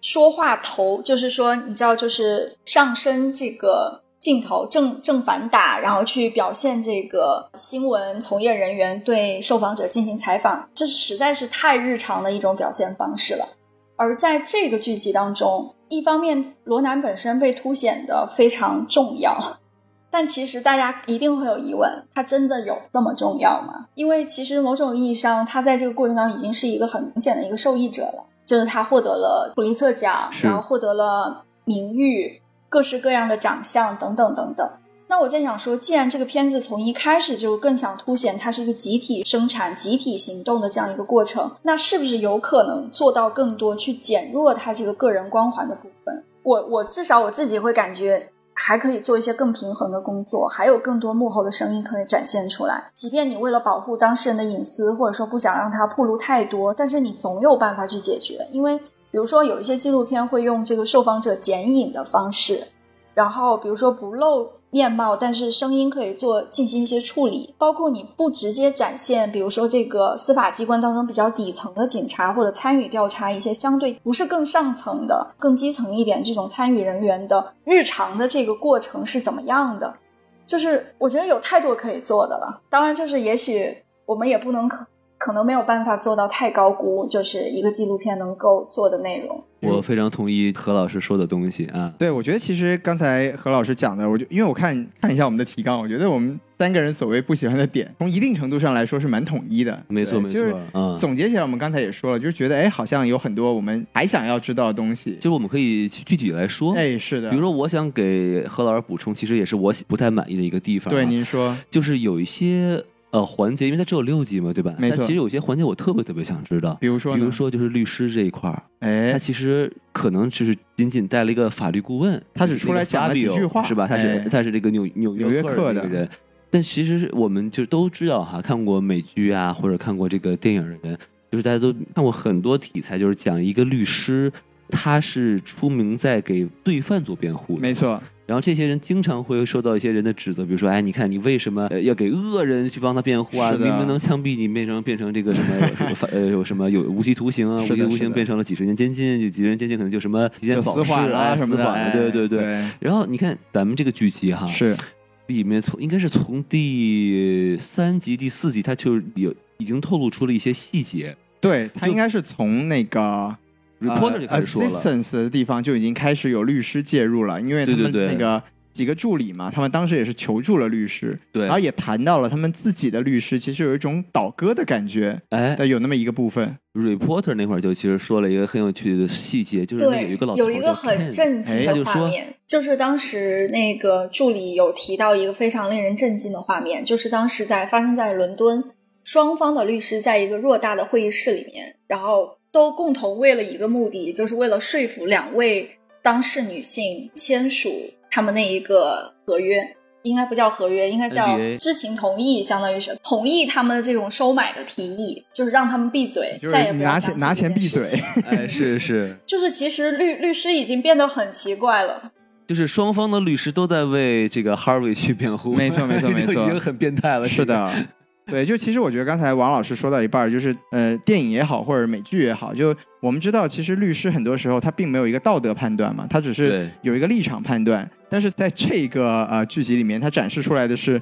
说话头，就是说你知道，就是上升这个镜头正正反打，然后去表现这个新闻从业人员对受访者进行采访，这实在是太日常的一种表现方式了。而在这个剧集当中，一方面罗南本身被凸显的非常重要，但其实大家一定会有疑问，他真的有这么重要吗？因为其实某种意义上，他在这个过程当中已经是一个很明显的一个受益者了，就是他获得了普利策奖，
是
然后获得了名誉、各式各样的奖项等等等等。那我在想说，既然这个片子从一开始就更想凸显它是一个集体生产、集体行动的这样一个过程，那是不是有可能做到更多去减弱它这个个人光环的部分？我我至少我自己会感觉还可以做一些更平衡的工作，还有更多幕后的声音可以展现出来。即便你为了保护当事人的隐私，或者说不想让他暴露太多，但是你总有办法去解决。因为比如说有一些纪录片会用这个受访者剪影的方式，然后比如说不露面貌，但是声音可以做进行一些处理，包括你不直接展现，比如说这个司法机关当中比较底层的警察或者参与调查一些相对不是更上层的、更基层一点这种参与人员的日常的这个过程是怎么样的，就是我觉得有太多可以做的了。当然，就是也许我们也不能可可能没有办法做到太高估，就是一个纪录片能够做的内容。
我非常同意何老师说的东西啊。
对，我觉得其实刚才何老师讲的，我就因为我看看一下我们的提纲，我觉得我们三个人所谓不喜欢的点，从一定程度上来说是蛮统一的。
没错
对
没
就是
错，嗯，
总结起来，我们刚才也说了，就是觉得哎，好像有很多我们还想要知道的东西
就。是我们可以去具体来说，
哎，是的，
比如说我想给何老师补充，其实也是我不太满意的一个地方啊。
对您说，
就是有一些呃环节，因为它只有六集嘛，对吧？
没错
但其实有些环节我特别特别想知道，
比如说，
比如，说就是律师这一块儿，
哎
他，其实可能只是仅仅带了一个法律顾问，
他只
就是
出
那
来
个
讲了几
Fabio，
句话
是吧？他是、
哎
他是这个纽纽
纽约
克
客
的这
的
个人，但其实是我们就都知道哈，看过美剧啊，或者看过这个电影的人，就是大家都看过很多题材，就是讲一个律师。他是出名在给罪犯做辩护的，
没错，
然后这些人经常会受到一些人的指责，比如说，哎，你看你为什么呃要给恶人去帮他辩护啊？
是的
明明能枪毙你，变成变成这个什么什 么呃有什么有无期徒刑啊？
是
无期
的
徒
是
刑
的
变成了几十年监禁，就几十年监禁可能就什么提前
就
保
死
释
缓
啊
了什
死
么的，
缓了
哎
对对对。
对，
然后你看咱们这个剧集哈，
是
里面从应该是从第三集、第四集，它就有已经透露出了一些细节。
对，他
就
应该是从那个呃
reporter 就开始说了，
assistance 的地方就已经开始有律师介入了，因为他
对对
们
对
那个几个助理嘛，他们当时也是求助了律师，
对
然后也谈到了他们自己的律师其实有一种倒戈的感觉，
哎
但有那么一个部分，
，reporter 那会儿就其实说了一个很有趣的细节，就是那
对，
有一个老头
有一
叫
个很
Ken
震惊
哎他
的
就
画
说
面，就是当时那个助理有提到一个非常令人震惊的画面，就是当时在发生在伦敦，双方的律师在一个偌大的会议室里面，然后都共同为了一个目的，就是为了说服两位当事女性签署他们那一个合约。应该不叫合约，应该叫
NDA
知情同意，相当于是同意他们的这种收买的提议，就是让他们闭嘴，
就
再
是
也不要
拿
讲
钱
起
拿
这
钱
件
闭
事
嘴，
情
哎， 是是，
就是其实律律师已经变得很奇怪了。
就是双方的律师都在为这个 Harvey 去辩护，
没错没错没错
就已经很变态了。
是
这个，
的，对，就其实我觉得刚才王老师说到一半儿，就是呃，电影也好，或者美剧也好，就我们知道，其实律师很多时候他并没有一个道德判断嘛，他只是
对
有一个立场判断。但是在这个呃剧集里面，他展示出来的是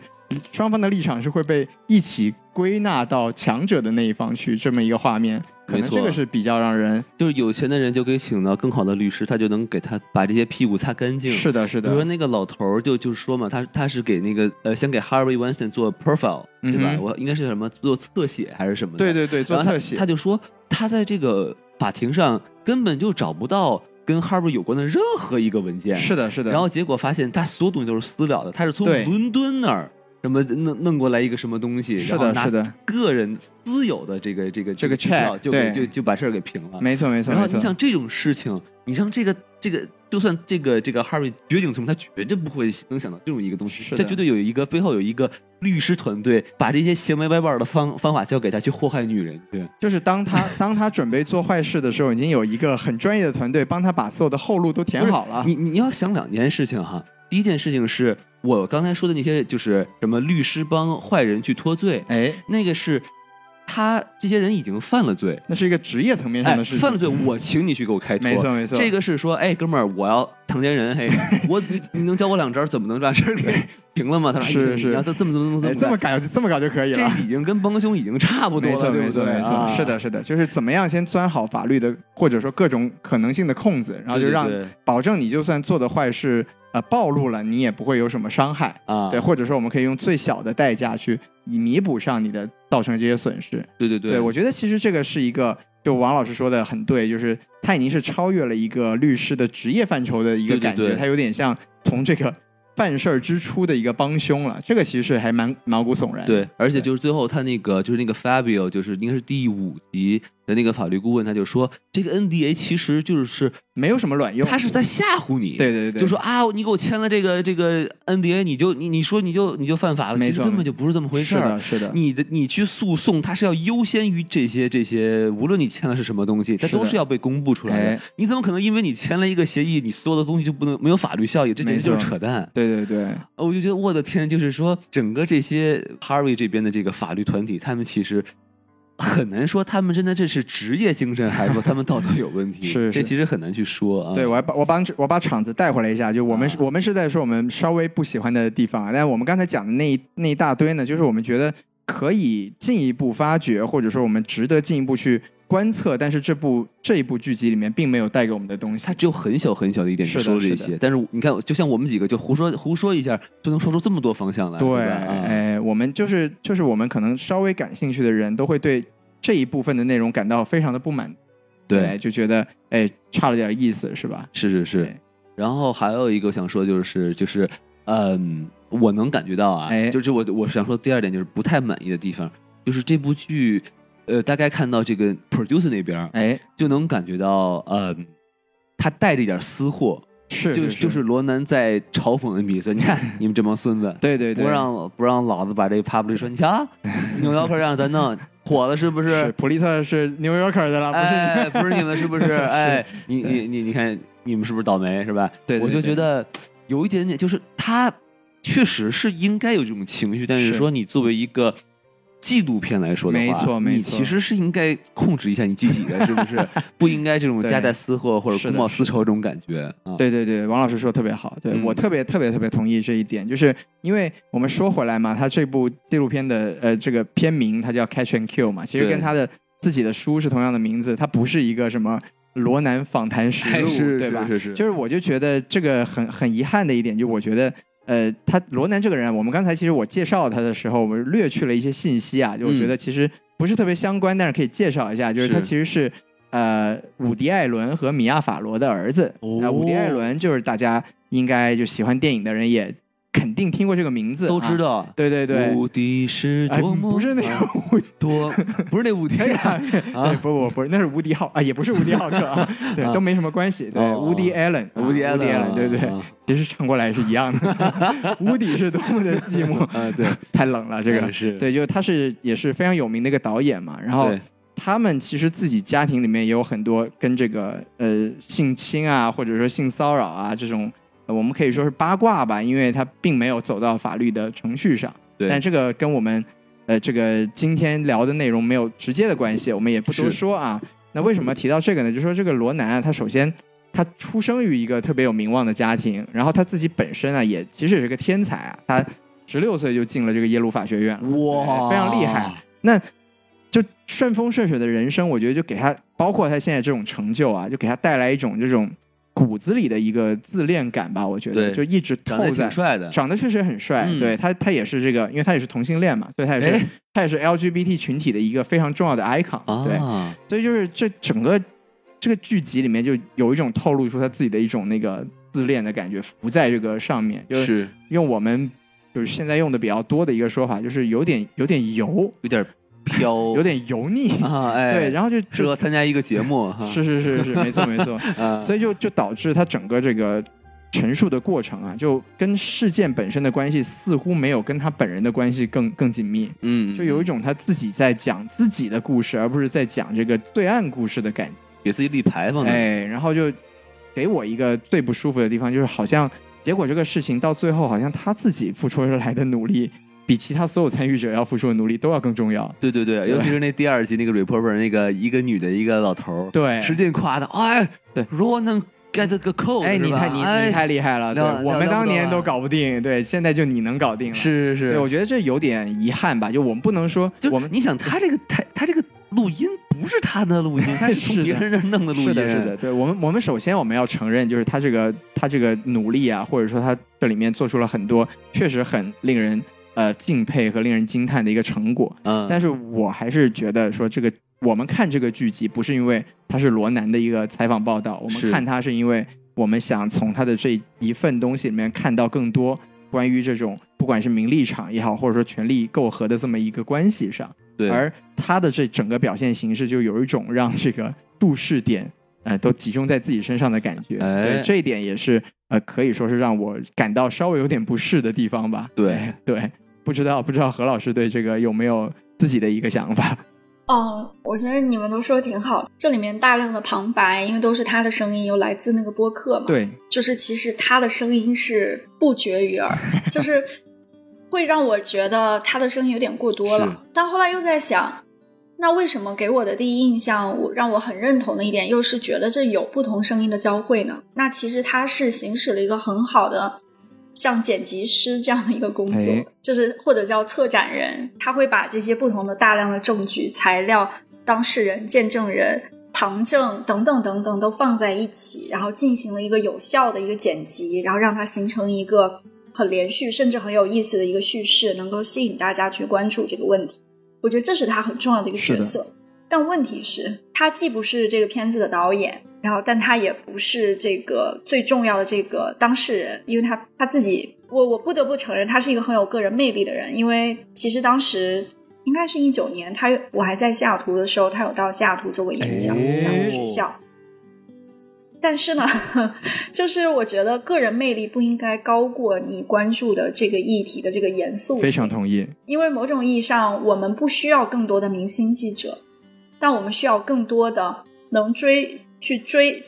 双方的立场是会被一起归纳到强者的那一方去，这么一个画面，可
没
能
错
这个是比较让人
就是有钱的人就可以请到更好的律师，他就能给他把这些屁股擦干净。
是的，是
比如说
的，
那个老头儿就就是说嘛，他他是给那个呃，先给 Harvey Weinstein 做 profile，对吧？
嗯哼
我应该是什么做侧写还是什么的？
对对对，做
然后他
侧写
他，就说他在这个法庭上根本就找不到跟 Harvey 有关的任何一个文件。
是的，是的，
然后结果发现他所有东西都是私了的，他是从
对
伦敦那儿什么弄弄过来一个什么东西，
是
然后
的，
拿
是的，
个人私有的这个这个
这个
支票
check，
就给
对
就就把事儿给平了。
没错，没错，
然后
没错
你想这种事情，你让这个这个，就算这个这个 Harvey 绝顶聪明，他绝对不会能想到这种一个东西
是，
他
的
绝对有一个背后有一个律师团队，把这些邪门歪道的方方法交给他去祸害女人去。
就是当 他当他准备做坏事的时候，已经有一个很专业的团队帮他把所有的后路都填好了。
你你要想两件事情哈，第一件事情是我刚才说的那些，就是什么律师帮坏人去脱罪，
哎，
那个是他这些人已经犯了罪，
那是一个职业层面上
哎，
的事情。
犯了罪，我请你去给我开脱。
嗯没错没错
这个是说，哎，哥们儿，我要强奸人，嘿，我你你能教我两招，怎么能把事儿 给平了吗？他说，哎
是
你
是
你要这这么这么这
哎
么
这么
干
搞就这么搞就可以了。
这已经跟帮凶已经差不多
没
了，
错，
对
没
不
错，
对
没错，
啊
是的，是的，就是怎么样先钻好法律的，或者说各种可能性的空子，然后就
对对
让
对
保证你就算做的坏事呃暴露了，你也不会有什么伤害，
啊，
对，或者说我们可以用最小的代价去以弥补上你的造成这些损失。
对对
对，我觉得其实这个是一个，就王老师说的很对，就是他已经是超越了一个律师的职业范畴的一个
对对
感觉，
对
他有点像从这个办事儿之初的一个帮凶了，这个其实还蛮毛骨悚然。
对，而且就是最后他那个就是那个 Fabio，就是应该是第五集的那个法律顾问，他就说这个 NDA 其实就是
没有什么卵用。
他是在吓唬你，
对对对，
就说啊，你给我签了这个这个 NDA，你就你你说你就你就犯法了，
没
其实
错
根本就不是这么回事
是
儿
的，。是的，
你的你去诉讼，它是要优先于这些这些，无论你签的是什么东西，它
是的
都是要被公布出来的。
哎
你怎么可能因为你签了一个协议，你所有的东西就不能没有法律效益？这简直就是
没错
扯淡！
对对对，
呃我就觉得我的天，就是说整个这些 Harvey 这边的这个法律团体，他们其实。很难说他们真的这是职业精神，还是说他们道德有问题？
是
这
是
其实很难去说啊。
对我还把我帮我把场子带回来一下，就我们是、
啊
我们是在说我们稍微不喜欢的地方啊，但我们刚才讲的那一那一大堆呢，就是我们觉得可以进一步发掘，或者说我们值得进一步去观测，但是这部这一部剧集里面并没有带给我们的东西
他。只有很小很小的一点
是
就
的
说了这
是的
些，但是你看，就像我们几个就胡说胡说一下，就能说出这么多方向来，
对，
吧？啊
哎，我们就是就是我们可能稍微感兴趣的人都会对这一部分的内容感到非常的不满，哎
对，
就觉得哎差了点意思，是吧？
是是是
对。
然后还有一个想说就是就是，嗯，我能感觉到啊，
哎
就是我我想说第二点就是不太满意的地方，就是这部剧，呃，大概看到这个 producer 那边儿
哎，
就能感觉到，嗯，他带着一点私货，
是
就是就是罗南在嘲讽 NBA 说，你 看你们这帮孙子，
对对对，
不让不让老子把这个 public 说，你 瞧，扭腰块让咱弄火了是不是？
是普利特是 New Yorker 的了，不是你
哎，不是你们是不是？哎，你你你你看你们是不是倒霉是吧？
对对
我就
对
觉得有一点点，就是他确实是应该有这种情绪，但是
是
说你作为一个。纪录片来说的话，
没错没
你
错
其实是应该控制一下你自己的，是不 是？不应该这种夹带私货或者
是
公
的
报
是
私仇这种感觉啊。
对对对，王老师说得特别好，对、
嗯
我特别特别特别同意这一点，就是因为我们说回来嘛，他这部纪录片的呃这个片名它叫《Catch and Kill》嘛，其实
对
跟他的自己的书是同样的名字，它不是一个什么罗南访谈实
哎
录，
是
对吧？
是是是
就是我就觉得这个很很遗憾的一点，就我觉得。呃，他罗南这个人啊，我们刚才其实我介绍他的时候，我们略去了一些信息啊，就我
嗯
觉得其实不是特别相关，但是可以介绍一下，就是他
是
其实是呃伍迪·艾伦和米娅·法罗的儿子。
哦
那伍迪·艾伦就是大家应该就喜欢电影的人也肯定听过这个名字，
都知
啊。
道。
对对对，
无敌是
哎，
多么
不是那
啊
个伍迪，
多，不是那无敌
哎呀
啊，
对，不不不是，那是伍迪浩啊，也不是伍迪浩克 啊，对
啊，
都没什么关系。对，
哦
伍迪·艾伦，
无敌
艾伦，啊对
啊
对，其实唱过来是一样 的。无底是多么的寂寞，
啊，对，
太冷了，这个
嗯是
对，就他是也是非常有名的一个导演嘛，然后
对
他们其实自己家庭里面也有很多跟这个呃性侵啊，或者说性骚扰啊这种、呃我们可以说是八卦吧，因为他并没有走到法律的程序上。
对
但这个跟我们呃这个今天聊的内容没有直接的关系，我们也不多
是
说啊。那为什么提到这个呢？就说这个罗南啊，他首先他出生于一个特别有名望的家庭，然后他自己本身啊也其实也是个天才啊，他十六岁就进了这个耶鲁法学院了，对非常厉害。那就顺风顺水的人生，我觉得就给他，包括他现在这种成就啊，就给他带来一种这种骨子里的一个自恋感吧。我觉得
对
就一直
长得
透
也
在
挺。帅的，
长得确实很帅，
嗯
对他，他也是这个，因为他也是同性恋嘛，所以他也是、
哎
他也是 LGBT 群体的一个非常重要的 icon，、对，
啊，
所以就是这整个这个剧集里面就有一种透露出他自己的一种那个自恋的感觉，浮在这个上面，就是
是
用我们就是现在用的比较多的一个说法，就是有点有点油，
有点飘，
有点油腻，
啊，哎，
对，然后就
适
就
合参加一个节目，哈
是是是是，没错没错，
啊，
所以就就导致他整个这个陈述的过程啊，就跟事件本身的关系似乎没有跟他本人的关系更更紧密，
嗯，
就有一种他自己在讲自己的故事，而不是在讲这个对岸故事的感觉。
给自己立牌坊的，
哎，然后就给我一个最不舒服的地方，就是好像结果这个事情到最后，好像他自己付出来的努力，比其他所有参与者要付出的努力都要更重要。
对对对，
对
尤其是那第二集那个 reporter 那个一个女的，一个老头儿，
对，
使劲夸他，哎，
对
如果能 get 个 code，
哎，你
是吧
看你
哎
你太厉害了，对
了，了
我们
了
当
不得
年
了
都搞不定，对，现在就你能搞定了。，
是是是，
对，我觉得这有点遗憾吧，就我们不能说
就
我们
你想他这个他他这个录音不是他的录音，他是
是
从
的
别人那儿弄的录音，
是的，是的，，对我们，我们首先我们要承认，就是他这个他这个努力啊，或者说他这里面做出了很多确实很令人呃敬佩和令人惊叹的一个成果。
嗯，
但是我还是觉得说这个我们看这个剧集不是因为它是罗南的一个采访报道，我们
是
看它是因为我们想从他的这一份东西里面看到更多关于这种不管是名利场也好，或者说权力媾和的这么一个关系上，
对，
而他的这整个表现形式就有一种让这个注视点。呃，都集中在自己身上的感觉，
哎
对这一点也是呃，可以说是让我感到稍微有点不适的地方吧。
对
哎 对，不知道不知道何老师对这个有没有自己的一个想法？
嗯，我觉得你们都说的挺好。这里面大量的旁白，因为都是他的声音，又来自那个播客嘛，
对，
就是其实他的声音是不绝于耳，就是 会让我觉得他的声音有点过多
是
了。但后来又在想，那为什么给我的第一印象，我让我很认同的一点，又是觉得这有不同声音的交汇呢？那其实他是行使了一个很好的。像剪辑师这样的一个工作，
哎
就是或者叫策展人，他会把这些不同的大量的证据、材料、当事人、见证人、旁证等等等等都放在一起，然后进行了一个有效的一个剪辑，然后让它形成一个很连续甚至很有意思的一个叙事，能够吸引大家去关注这个问题。我觉得这是他很重要的一个
是的
角色。但问题是，他既不是这个片子的导演，然后但他也不是这个最重要的这个当事人，因为他他自己，我我不得不承认，他是一个很有个人魅力的人。因为其实当时应该是一九年，他我还在西雅图的时候，他有到西雅图做过演讲，
哎
在我们学校。但是呢， 就是我觉得个人魅力不应该高过你关注的这个议题的这个严肃性。
非常同意。
因为某种意义上，我们不需要更多的明星记者，但我们需要更多的能追去追，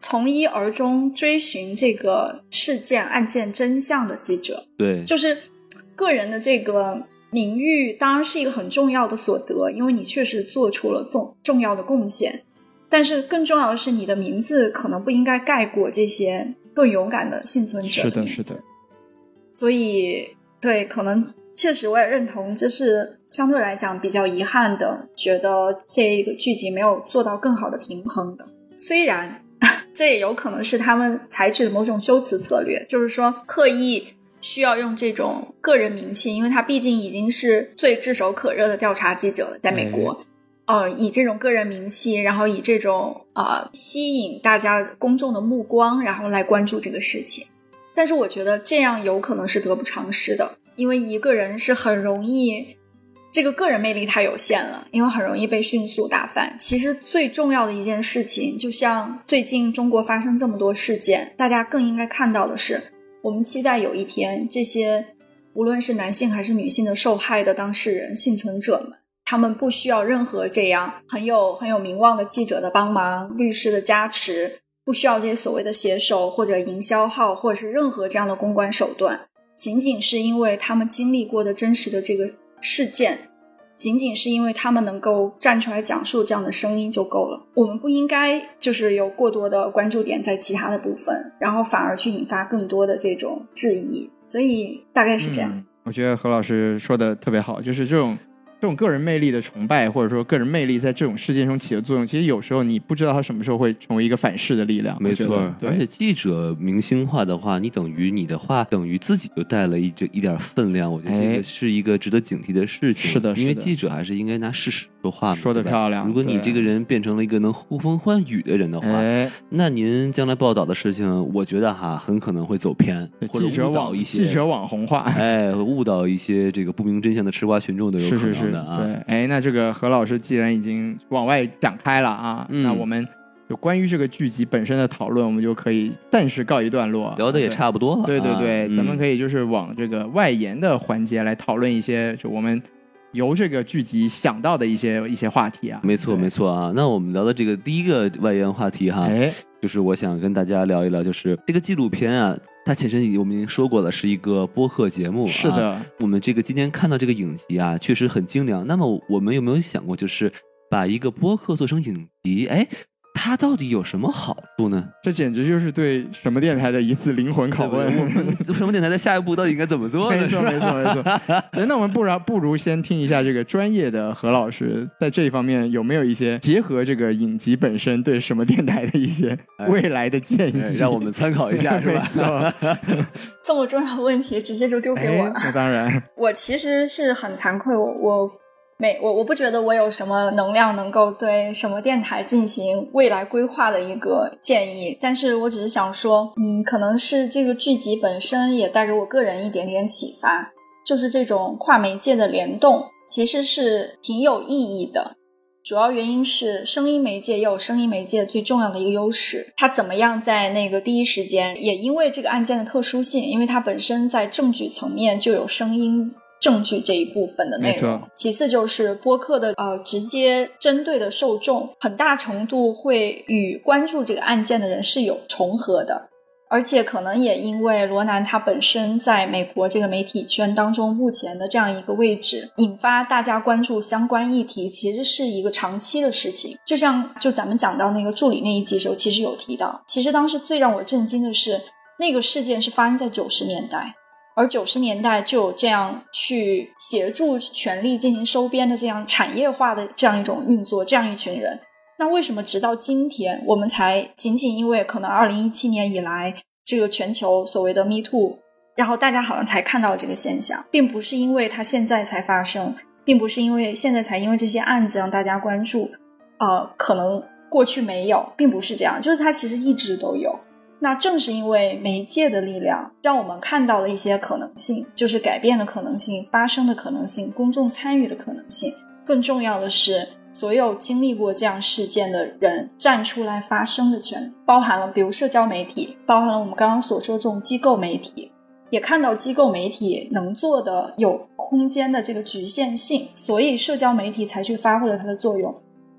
从一而终追寻这个事件案件真相的记者。
对，
就是个人的这个名誉，当然是一个很重要的所得，因为你确实做出了重重要的贡献。但是更重要的是，你的名字可能不应该盖过这些更勇敢的嗯幸存者
是的
名字
是的。
所以，对，可能确实我也认同，这是相对来讲比较遗憾的，觉得这个剧集没有做到更好的平衡的。虽然这也有可能是他们采取的某种修辞策略，就是说刻意需要用这种个人名气，因为他毕竟已经是最炙手可热的调查记者了，在美国。呃，以这种个人名气，然后以这种呃吸引大家公众的目光，然后来关注这个事情。但是我觉得这样有可能是得不偿失的，因为一个人是很容易，这个个人魅力太有限了，因为很容易被迅速打翻。其实最重要的一件事情，就像最近中国发生这么多事件，大家更应该看到的是，我们期待有一天这些无论是男性还是女性的受害的当事人、幸存者们。他们不需要任何这样很有很有名望的记者的帮忙、律师的加持，不需要这些所谓的写手或者营销号，或者是任何这样的公关手段，仅仅是因为他们经历过的真实的这个事件，仅仅是因为他们能够站出来讲述这样的声音就够了。我们不应该就是有过多的关注点在其他的部分，然后反而去引发更多的这种质疑。所以大概是这样。
嗯我觉得何老师说的特别好，就是这种这种个人魅力的崇拜，或者说个人魅力在这种事件中起的作用，其实有时候你不知道它什么时候会成为一个反噬的力量。
没
我觉得
错，而且
对，
记者明星化的话，你等于你的话等于自己就带了一这一点分量，我觉得这
哎
个是一个值得警惕的事情。
是的是
因为
的
记者还是应该拿事实说话嘛。
说得
对吧
漂亮
如果你
对
这个人变成了一个能呼风唤雨的人的话，
哎，
那您将来报道的事情，我觉得哈很可能会走偏，或者
呃记者
误导
网
一些
记者网红化，
哎，误导一些这个不明真相的吃瓜群众都有
是
可
是是
能的啊。
对，哎，那这个何老师既然已经往外展开了啊，
嗯
那我们就关于这个剧集本身的讨论，我们就可以暂时告一段落，
聊的也
对。
差不多了啊、
对对对，咱们可
以
以就是往这个外延的环节来讨论一些，就我们由这个剧集想到的一些一些话题啊。
没错啊
对
没。错啊。那我们聊的这个第一个外延话题哈，
哎，
就是我想跟大家聊一聊，就是这个纪录片啊，它前身已我们已经说过了，是一个播客节目、啊。
是，的，
我们这个今天看到这个影集啊，确实很精良。那么我们有没有想过，就是把一个播客做成影集？哎，它到底有什么好处呢？
这简直就是对什么电台的一次灵魂拷问。
我们什么电台的下一步到底应该怎么做呢？
没错，
是吧
没错，没 错。对那我们不然不如先听一下这个专业的何老师在这一方面有没有一些结合这个影集本身对什么电台的一些
哎
未来的建议，
哎让我们参考一 下，是
没
吧？
错，
这么重要的问题直接就丢给我
哎
了。，
那当然，
我其实是很惭愧，我我没我我不觉得我有什么能量能够对什么电台进行未来规划的一个建议，但是我只是想说，嗯，可能是这个剧集本身也带给我个人一点点启发，就是这种跨媒介的联动其实是挺有意义的。主要原因是声音媒介也有声音媒介最重要的一个优势，它怎么样在那个第一时间，也因为这个案件的特殊性，因为它本身在证据层面就有声音证据这一部分的内
没
容
错。
其次就是播客的呃直接针对的受众，很大程度会与关注这个案件的人是有重合的。而且可能也因为罗南他本身在美国这个媒体圈当中目前的这样一个位置，引发大家关注相关议题，其实是一个长期的事情。就像就咱们讲到那个助理那一集的时候，其实有提到，其实当时最让我震惊的是，那个事件是发生在九十年代，而九十年代就有这样去协助权力进行收编的这样产业化的这样一种运作，这样一群人。那为什么直到今天，我们才仅仅因为可能二零一七年以来这个全球所谓的 Me Too，然后大家好像才看到这个现象，并不是因为它现在才发生，并不是因为现在才因为这些案子让大家关注，呃，可能过去没有，并不是这样，就是它其实一直都有。那正是因为媒介的力量，让我们看到了一些可能性，就是改变的可能性、发生的可能性、公众参与的可能性。更重要的是，所有经历过这样事件的人站出来发声的权利，包含了比如社交媒体，包含了我们刚刚所说这种机构媒体，也看到机构媒体能做的有空间的这个局限性，所以社交媒体才去发挥了它的作用。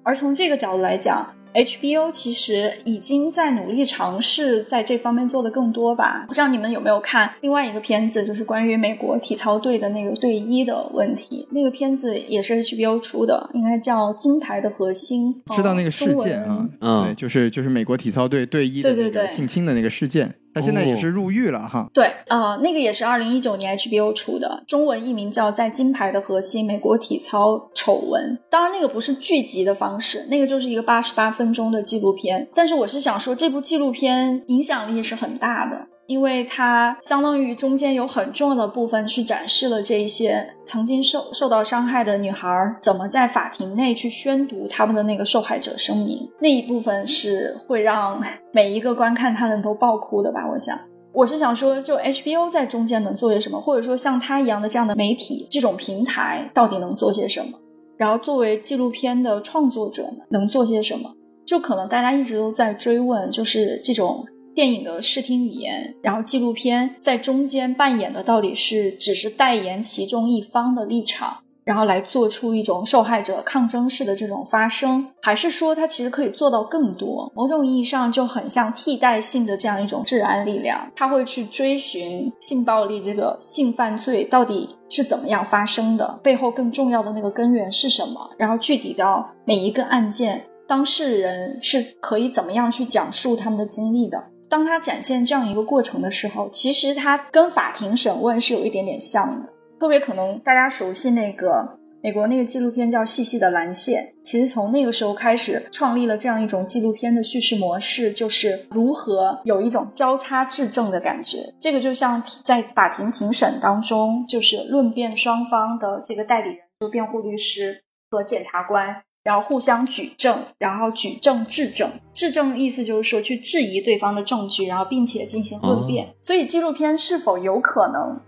而从这个角度来讲，HBO 其实已经在努力尝试在这方面做的更多吧。不知道你们有没有看另外一个片子，就是关于美国体操队的那个队医的问题。那个片子也是 HBO 出的，应该叫《金牌的核心》。
知道
呃
那个事件啊，
中文
对，
嗯
就是就是美国体操队队医的
对
那
对
个
对
性侵的那个事件，他现在
哦
也是入狱了哈。
对，呃，那个也是二零一九年 HBO 出的，中文译名叫《在金牌的核心：美国体操丑闻》。当然，那个不是剧集的方式，那个就是一个八十八分钟的纪录片。但是我是想说，这部纪录片影响力是很大的。因为它相当于中间有很重要的部分去展示了这一些曾经受受到伤害的女孩儿怎么在法庭内去宣读他们的那个受害者声明，那一部分是会让每一个观看它的人都爆哭的吧？我想。我是想说，就 HBO 在中间能做些什么，或者说像它一样的这样的媒体这种平台到底能做些什么？然后作为纪录片的创作者们能做些什么？就可能大家一直都在追问，就是这种电影的视听语言，然后纪录片在中间扮演的到底是只是代言其中一方的立场，然后来做出一种受害者抗争式的这种发声，还是说它其实可以做到更多？某种意义上就很像替代性的这样一种治安力量，它会去追寻性暴力这个性犯罪到底是怎么样发生的，背后更重要的那个根源是什么，然后具体到每一个案件，当事人是可以怎么样去讲述他们的经历的。当他展现这样一个过程的时候，其实他跟法庭审问是有一点点像的。特别可能大家熟悉那个美国那个纪录片叫《细细的蓝线》，其实从那个时候开始创立了这样一种纪录片的叙事模式，就是如何有一种交叉质证的感觉。这个就像在法庭庭审当中，就是论辩双方的这个代理人，就辩护律师和检察官。然后互相举证，然后举证质证。质证意思就是说去质疑对方的证据，然后并且进行论辩。
哦
所以纪录片是否有可能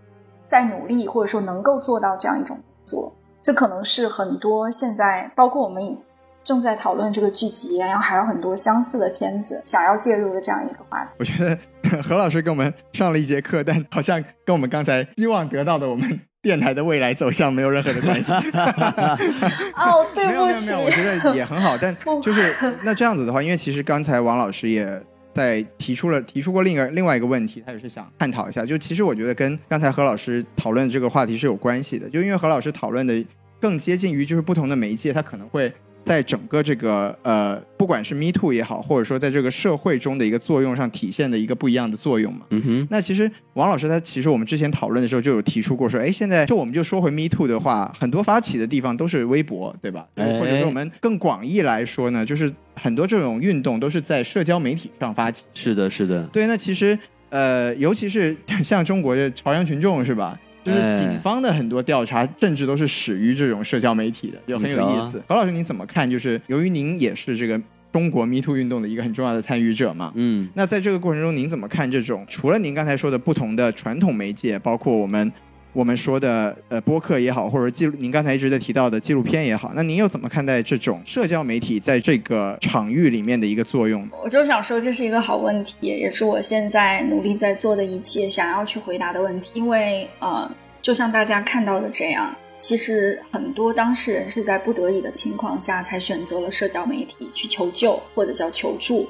在努力，或者说能够做到这样一种工作，这可能是很多现在包括我们已正在讨论这个剧集，然后还有很多相似的片子想要介入的这样一个话题。
我觉得 何老师给我们上了一节课，但好像跟我们刚才希望得到的我们电台的未来走向没有任何的关系。
哦， 对
没有没
不
有
起
没有，，我觉得也很好， 但
不
就是那这样子的话，因为其实刚才王老师也在提出了提出过另一个另外一个问题，他也是想探讨一下，就其实我觉得跟刚才何老师讨论这个话题是有关系的，就因为何老师讨论的更接近于就是不同的媒介，它可能会。在整个这个呃，不管是 Me Too 也好，或者说在这个社会中的一个作用上体现的一个不一样的作用嘛。
嗯哼，
那其实王老师他其实我们之前讨论的时候就有提出过说，哎，现在就我们就说回 Me Too 的话，很多发起的地方都是微博，对吧？
哎
或者说我们更广义来说呢，就是很多这种运动都是在社交媒体上发起。
是的，是的，
对，那其实呃，尤其是 像中国的朝阳群众是吧？就是警方的很多调查，甚至都是始于这种社交媒体的，就很有
没
意
错
思。何老师，您怎么看？就是由于您也是这个中国 Me Too 运动的一个很重要的参与者嘛，
嗯。
那在这个过程中，您怎么看这种除了您刚才说的不同的传统媒介，包括我们我们说的呃播客也好，或者记录您刚才一直在提到的纪录片也好，那您又怎么看待这种社交媒体在这个场域里面的一个作用？
我就想说，这是一个好问题，也是我现在努力在做的一切想要去回答的问题。因为呃，就像大家看到的这样，其实很多当事人是在不得已的情况下才选择了社交媒体去求救或者叫求助。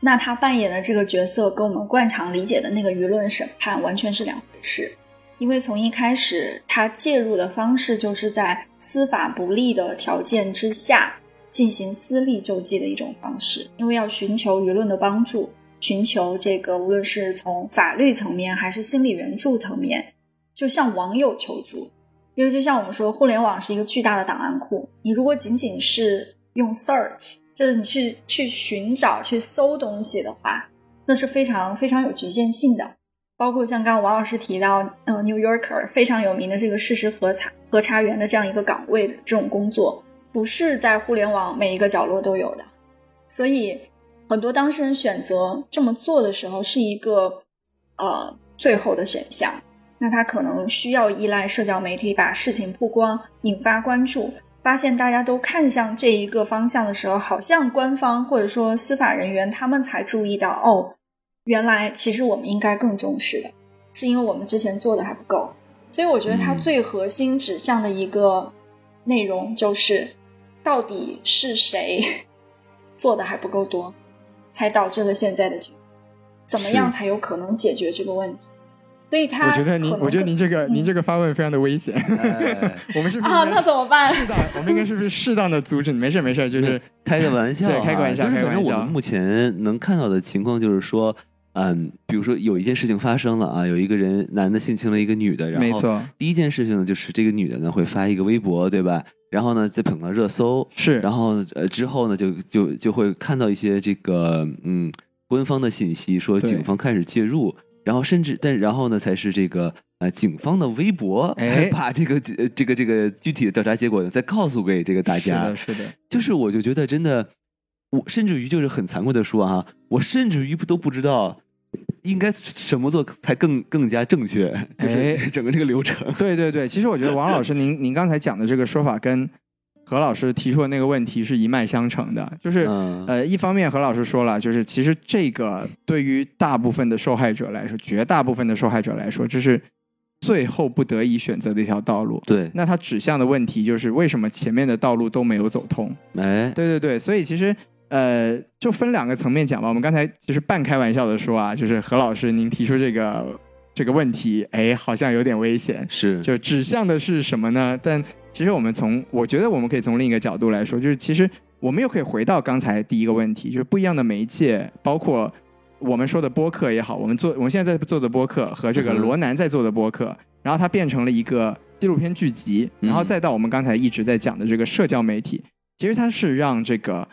那他扮演的这个角色跟我们惯常理解的那个舆论审判完全是两回事，因为从一开始他介入的方式就是在司法不利的条件之下，进行私力救济的一种方式，因为要寻求舆论的帮助，寻求这个无论是从法律层面还是心理援助层面，就向网友求助。因为就像我们说，互联网是一个巨大的档案库，你如果仅仅是用 search，就是你去去寻找、去搜东西的话，那是非常非常有局限性的。包括像刚刚王老师提到，呃，New Yorker 非常有名的这个事实核查核查员的这样一个岗位的这种工作，不是在互联网每一个角落都有的，所以很多当事人选择这么做的时候是一个呃最后的选项。那他可能需要依赖社交媒体把事情曝光，引发关注。发现大家都看向这一个方向的时候，好像官方或者说司法人员他们才注意到，哦，原来其实我们应该更重视的，是因为我们之前做的还不够。所以我觉得它
嗯
最核心指向的一个内容就是，到底是谁做的还不够多，才导致了现在的局，怎么样
是
才有可能解决这个问题？所以他
我觉得您
可，能
我觉得
更
您这个、您这个发问非常的危险，
哎
我们是不是
啊，
应该
那怎么办？
适当？我们应该是不是适当的阻止你？没事没事，就是
开个玩笑、啊，
对开个玩笑
就是
开个
反
玩
正我
笑
们目前能看到的情况就是说，嗯，比如说有一件事情发生了啊，有一个人男的性侵了一个女的，然后
没错，
第一件事情呢就是这个女的呢会发一个微博，对吧？然后呢再捧到热搜，
是，
然后呃之后呢就就就会看到一些这个嗯官方的信息，说
对
警方开始介入，然后甚至但然后呢才是这个呃警方的微博，
哎
把这个呃这个这个具体的调查结果呢再告诉给这个大家，
是的，是的，
就是我就觉得真的，我甚至于就是很残酷的说啊，我甚至于都不知道应该什么做才更更加正确，就是
哎
整个这个流 程。
对对对，其实我觉得王老师您您刚才讲的这个说法跟何老师提出的那个问题是一脉相承的，就是、
嗯
呃，一方面何老师说了，就是其实这个对于大部分的受害者来说，绝大部分的受害者来说，这是最后不得已选择的一条道路。
对，
那它指向的问题就是为什么前面的道路都没有走通？
哎，
对对对，所以其实呃，就分两个层面讲吧。我们刚才其实半开玩笑的说啊，就是何老师您提出这个这个问题，哎，好像有点危险。
是，
就指向的是什么呢？但其实我们从，我觉得我们可以从另一个角度来说，就是其实我们又可以回到刚才第一个问题，就是不一样的媒介，包括我们说的播客也好，我们做我们现在在做的播客和这个
嗯哼
罗南在做的播客，然后它变成了一个纪录片剧集，然后
嗯
再到我们刚才一直在讲的这个社交媒体，其实它是让这个。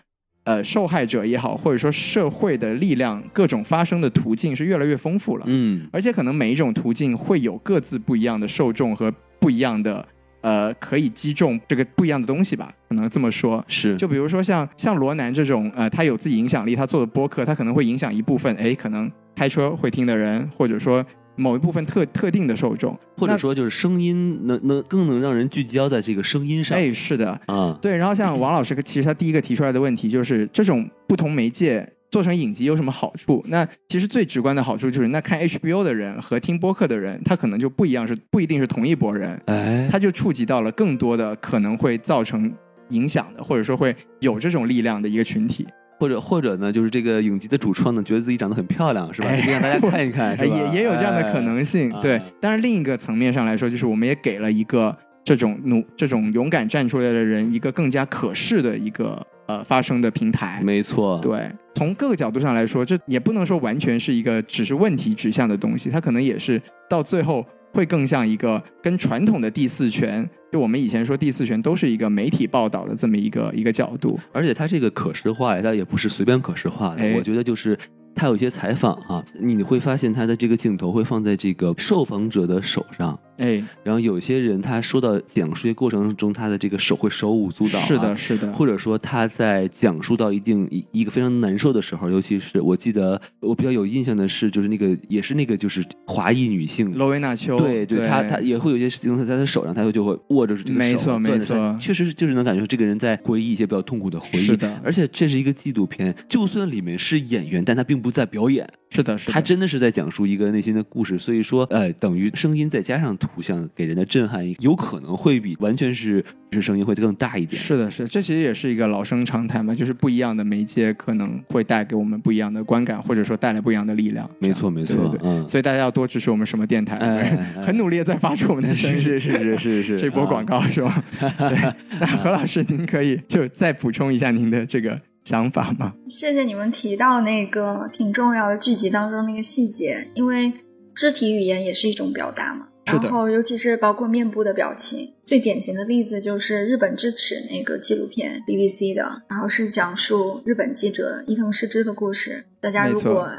呃，受害者也好，或者说社会的力量，各种发生的途径是越来越丰富了。
嗯，
而且可能每一种途径会有各自不一样的受众和不一样的呃可以击中这个不一样的东西吧，可能这么说。
是，
就比如说像像罗南这种，呃，他有自己影响力，他做的播客，他可能会影响一部分，哎，可能开车会听的人，或者说某一部分特特定的受众，
或者
那
说就是声音能能更能让人聚焦在这个声音上
哎，是的，
啊，
对。然后像王老师，其实他第一个提出来的问题就是，这种不同媒介做成影集有什么好处？那其实最直观的好处就是，那看 HBO 的人和听播客的人，他可能就不一样，是不一定是同一拨人，
哎，
他就触及到了更多的可能会造成影响的，或者说会有这种力量的一个群体。
或者或者呢，就是这个影集的主创呢，觉得自己长得很漂亮，是吧？
哎
就让大家看一看，
哎，
是吧？
也也有这样的可能性。
哎
对
啊，
当然另一个层面上来说，就是我们也给了一个这种努、这种勇敢站出来的人一个更加可视的一个呃发声的平
哎，
台。
没错，
对，从各个角度上来说，这也不能说完全是一个只是问题指向的东西，它可能也是到最后会更像一个跟传统的第四权，就我们以前说第四权都是一个媒体报道的这么一个一个角度。
而且它这个可视化呀，它也不是随便可视化的。
哎
我觉得就是它有一些采访啊，你会发现它的这个镜头会放在这个受访者的手上，
哎，
然后有些人他说到讲述的过程中，他的这个手会手舞足蹈、啊
是的，。是的，
或者说他在讲述到一定一一个非常难受的时候，尤其是我记得我比较有印象的是，就是那个也是那个就是华裔女性，
罗维纳丘，
对对，他他也会有一些事情在他手上，他就会握着这个手，
没错
攥着
没错
它确实是就是能感觉这个人在回忆一些比较痛苦的回忆。
是的
而且这是一个纪录片，就算里面是演员，但他并不在表演，
是的，是的，
他真的是在讲述一个内心的故事。所以说，呃，等于声音再加上图像给人的震撼，有可能会比完全是只是声音会更大一点。
是的，是的，这其实也是一个老生常谈吧，就是不一样的媒介可能会带给我们不一样的观感，或者说带来不一样的力量。
没错，没
这
错，
样，对对对
嗯，
所以大家要多支持我们什么电台，
哎哎哎
很努力的在发出我们的声音。
是是是是是，
这波
啊
广告是 吧？对， 那何老师，您可以就再补充一下您的这个想法吗？
谢谢你们提到那个挺重要的剧集当中那个细节，因为肢体语言也是一种表达嘛。
是的
然后尤其是包括面部的表情，最典型的例子就是日本智齿那个纪录片 BBC 的，然后是讲述日本记者伊藤诗织的故事。大家如
没错
果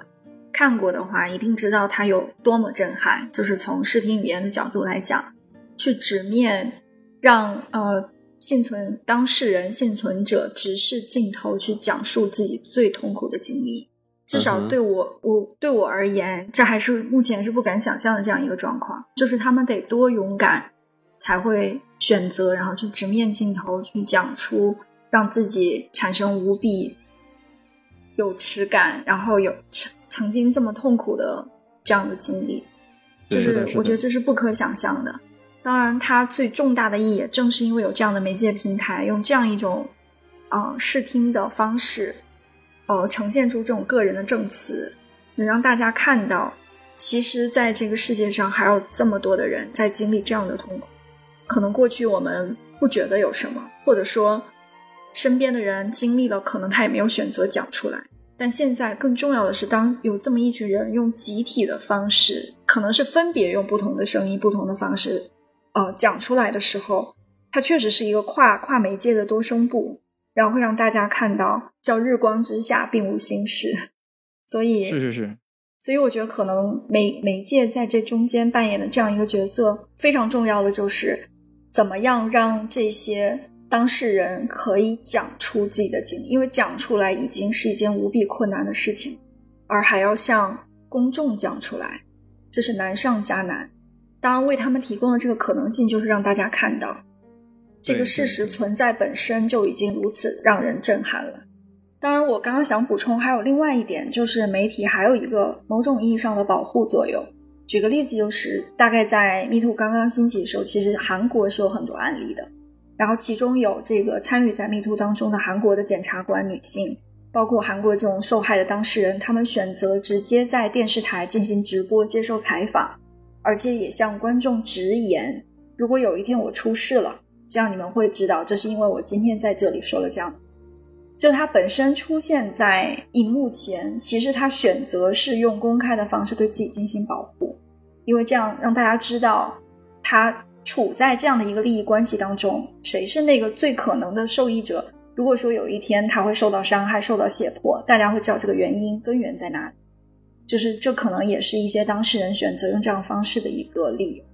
看过的话，一定知道它有多么震撼。就是从视听语言的角度来讲，去直面让呃幸存当事人、幸存者直视镜头去讲述自己最痛苦的经历。至
嗯
少
哼
对我，我对我而言，这还是目前是不敢想象的这样一个状况。就是他们得多勇敢，才会选择然后去直面镜头，去讲出让自己产生无比有耻感，然后有曾曾经这么痛苦的这样的经历。
对
就是
的
是
是的
我觉得这是不可想象的。当然，它最重大的意义也正是因为有这样的媒介平台，用这样一种呃视听的方式，呃呈现出这种个人的证词，能让大家看到，其实在这个世界上还有这么多的人在经历这样的痛苦。可能过去我们不觉得有什么，或者说身边的人经历了，可能他也没有选择讲出来。但现在更重要的是，当有这么一群人用集体的方式，可能是分别用不同的声音、不同的方式，呃，讲出来的时候，它确实是一个跨跨媒介的多声部，然后会让大家看到叫日光之下并无新事。所以
是是是，
所以我觉得可能媒媒介在这中间扮演的这样一个角色非常重要的就是，怎么样让这些当事人可以讲出自己的经历，因为讲出来已经是一件无比困难的事情，而还要向公众讲出来，这是难上加难。当然，为他们提供的这个可能性就是让大家看到，这
对
个事实
对对
存在本身就已经如此让人震撼了。当然，我刚刚想补充还有另外一点，就是媒体还有一个某种意义上的保护作用，举个例子，就是大概在 Me Too 刚刚兴起的时候，其实韩国是有很多案例的，然后其中有这个参与在 Me Too 当中的韩国的检察官女性，包括韩国这种受害的当事人，他们选择直接在电视台进行直播接受采访，而且也向观众直言，如果有一天我出事了，这样你们会知道，这是因为我今天在这里说了这样的就它本身出现在荧幕前，其实它选择是用公开的方式对自己进行保护，因为这样让大家知道他处在这样的一个利益关系当中，谁是那个最可能的受益者。如果说有一天他会受到伤害、受到胁迫，大家会知道这个原因根源在哪里。就是这可能也是一些当事人选择用这样方式的一个理由。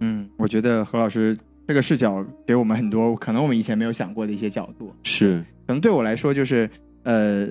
嗯，我觉得何老师这个视角给我们很多可能我们以前没有想过的一些角度。
是
可能对我来说就是，呃，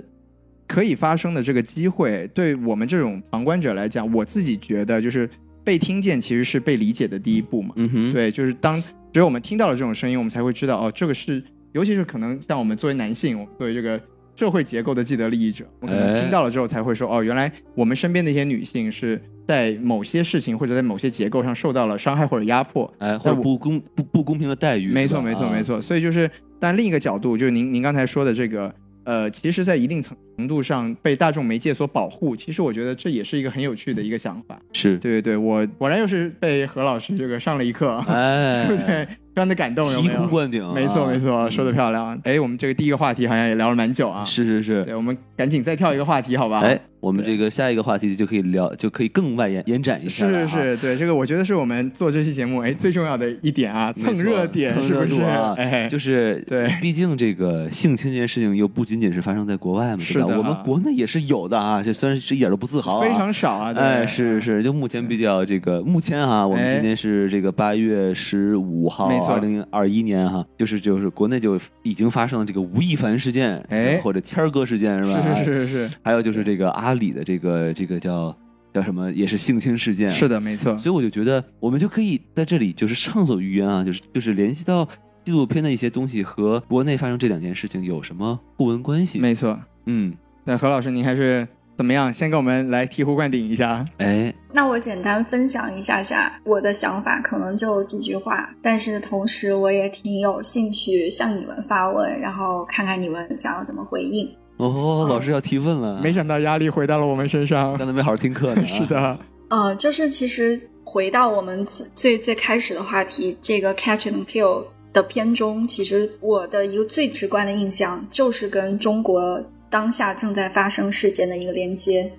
可以发生的这个机会，对我们这种旁观者来讲，我自己觉得就是被听见其实是被理解的第一步嘛。
嗯哼，
对，就是当只有我们听到了这种声音，我们才会知道哦，这个是，尤其是可能像我们作为男性，我们作为这个社会结构的既得利益者，我们可
哎
能听到了之后才会说，哦，原来我们身边的一些女性是在某些事情或者在某些结构上受到了伤害或者压迫。
哎，或者
我
不公不不公平的待遇，
没
是
错，
吧
没错，
啊
没错。所以就是，但另一个角度就是您您刚才说的这个，呃，其实，在一定程程度上被大众媒介所保护，其实我觉得这也是一个很有趣的一个想法。
是，
对对对，我果然又是被何老师这个上了一课。啊
哎，
对不对？非常的感动，有
醍
没有？
醐灌顶啊，
没错没错，说的漂亮。哎，我们这个第一个话题好像也聊了蛮久啊。
是是是，
对，我们赶紧再跳一个话题，好吧？
哎，，我们
对
这个下一个话题就可以聊，就可以更外延延展一下了
是
啊，
是，对，这个我觉得是我们做这期节目哎最重要的一点啊，
没
蹭
错
热点
蹭
是
热
不
度
是？
啊
哎，
就是
对
毕竟这个性侵这件事情又不仅仅是发生在国外嘛，
是
对吧？
的
我们国内也是有的啊，这虽然是一点都不自豪、啊，
非常少啊。对
哎，是是，就目前比较这个，目前哈、我们
哎
今天是这个八月十五号，
没错
二零二一年哈、就是就是国内就已经发生了这个吴亦凡事件，
哎
或者谦儿哥事件是吧？
是是是是
还有就是这个阿里的这个这个叫叫什么，也是性侵事件，
是，是的，没错。
所以我就觉得我们就可以在这里就是畅所欲言啊，就是就是联系到纪录片的一些东西和国内发生这两件事情有什么互文关系？
没错。
嗯，
那何老师，您还是怎么样？先给我们来醍醐灌顶一下。
哎，
那我简单分享一下下我的想法，可能就几句话，但是同时我也挺有兴趣向你们发问，然后看看你们想要怎么回应。
哦，老师要提问了，
嗯没，想到压力回到了我们身上
刚。才没好好听课呢、啊
是，的，
呃，就是其实回到我们最最最开始的话题，这个 Catch and Kill 的片中，其实我的一个最直观的印象就是跟中国当下正在发生事件的一个连接。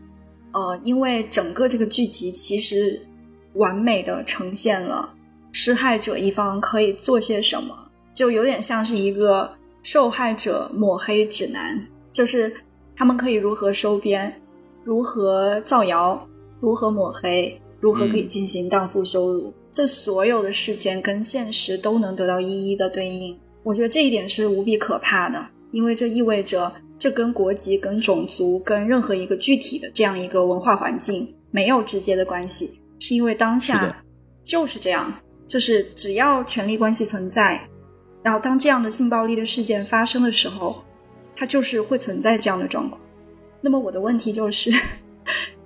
呃，因为整个这个剧集其实完美的呈现了施害者一方可以做些什么，就有点像是一个受害者抹黑指南，就是他们可以如何收编，如何造谣，如何抹黑，如何可以
嗯
进行荡妇羞辱，这所有的事件跟现实都能得到一一的对应。我觉得这一点是无比可怕的，因为这意味着这跟国籍、跟种族、跟任何一个具体的这样一个文化环境没有直接的关系，是因为当
是的
下就是这样，就是只要权力关系存在，然后当这样的性暴力的事件发生的时候，它就是会存在这样的状况。那么我的问题就是，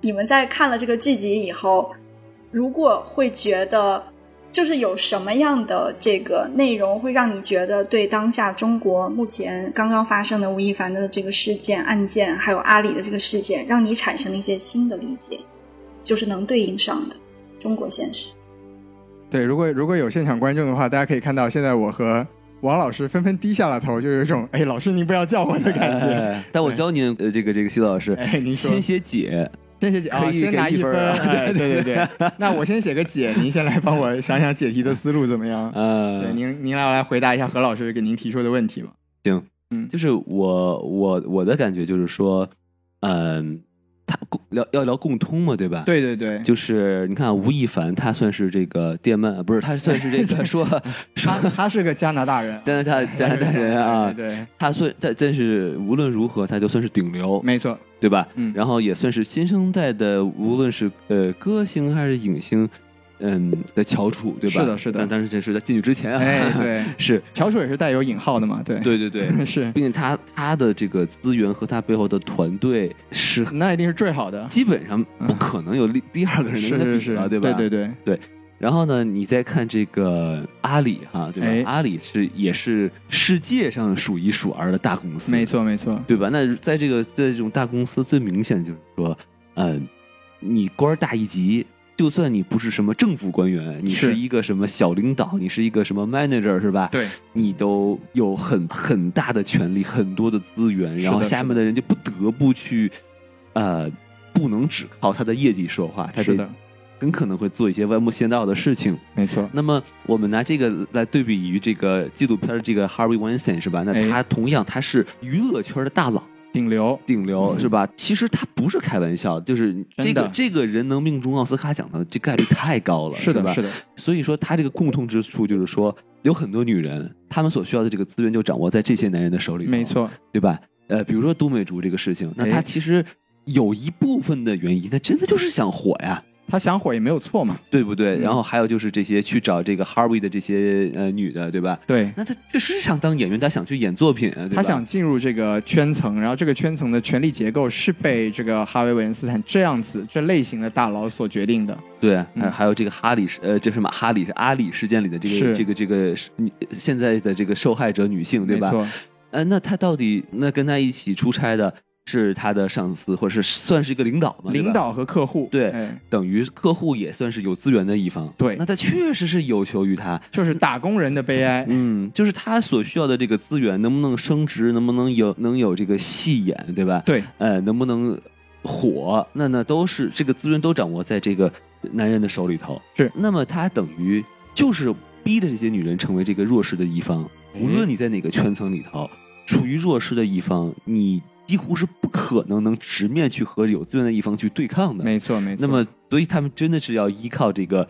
你们在看了这个剧集以后，如果会觉得，就是有什么样的这个内容会让你觉得对当下中国目前刚刚发生的吴亦凡的这个事件案件，还有阿里的这个事件，让你产生了一些新的理解，就是能对应上的中国现实。
对，如果如果有现场观众的话，大家可以看到，现在我和王老师纷纷低下了头，就有一种哎，老师您不要叫我的感觉。
哎但我教您，呃，这个这个徐老师，
哎，您说
先，写解，
先写解
可
啊，
以
先
给
拿
一
一
分
分。
儿啊
哎，
对
对
对
对 对，那我先写个解，您先来帮我想想解题的思路怎么样？对，
嗯，
您您来来回答一下何老师给您提出的问题吧。
就是我我我的感觉就是说，嗯，他共聊要聊共通嘛，对吧？。
对对对，
就是你看吴亦凡，他算是这个电鳗，不是他算是这个 说说
他他是个加拿大 人，啊
加拿大加拿大人啊，
对对对，
他算但但是无论如何，他就算是顶流，
没错，
对吧？
嗯
然后也算是新生代的，无论是呃歌星还是影星，嗯的翘楚，对吧？
是的是的
但但是这是在进去之前啊，
哎，对，
是，
翘楚也是带有引号的嘛，对，
对对 对，
是，
并且他他的这个资源和他背后的团队是
那一定是最好的，
基本上不可能有第第二个人能
是
跟他
是
比
是
了，，吧？
对对对，
然后呢，你再看这个阿里哈，对吧？
哎
阿里是也是世界上数一数二的大公司，
没，错没错，
对吧？那在这个在这种大公司，最明显的就是说，嗯、你官儿大一级，就算你不是什么政府官员，你
是
是一个什么小领导，你是一个什么 manager 是吧？
对，
你都有很很大的权利，很多的资源，
是的
然后下面的人就不得不去，呃，不能只靠他的业绩说话，他
是
得
的，
很可能会做一些歪莫先道的事情。
没错，
那么我们拿这个来对比于这个纪录片儿这个 Harvey Weinstein 是吧？那
哎
他同样他是娱乐圈的大佬。
顶流，
顶流是吧？其实他不是开玩笑，就是这
嗯真的
个这个人能命中奥斯卡奖的这概率太高了，
是的
吧？
是的，
所以说他这个共通之处就是说，有很多女人，她们所需要的这个资源就掌握在这些男人的手里，
没，错，
对吧？呃，比如说都美竹这个事情，那她
哎
其实有一部分的原因，她真的就是想火呀，
他想火也没有错嘛，
对不对？
嗯
然后还有就是这些去找这个 Harvey 的这些呃女的，对吧？
对。
那她确实是想当演员，她想去演作品，啊，对吧？
他想进入这个圈层，然后这个圈层的权力结构是被这个哈维·韦恩斯坦这样子这类型的大佬所决定的。
对，还、
嗯
还有这个哈里呃，这什么哈里是阿里事件里的这个
是
这个这个是女现在的这个受害者女性，对
没
吧？
错，
呃，那她到底那跟她一起出差的是她的上司，或者是算是一个领导嘛？对吧
领导和客户，
对
哎
等于客户也算是有资源的一方，
对
那他确实是有求于他，
就是打工人的悲哀。
嗯，就是他所需要的这个资源能不能升职，能不能有能有这个戏演， 对吧？
对，
呃，能不能火，那那都是这个资源都掌握在这个男人的手里头。
是
那么他等于就是逼着这些女人成为这个弱势的一方，无
哎
论你在哪个圈层里头，处于弱势的一方，你几乎是不可能能直面去和有资源的一方去对抗的。
没错，没错。
那么，所以他们真的是要依靠这个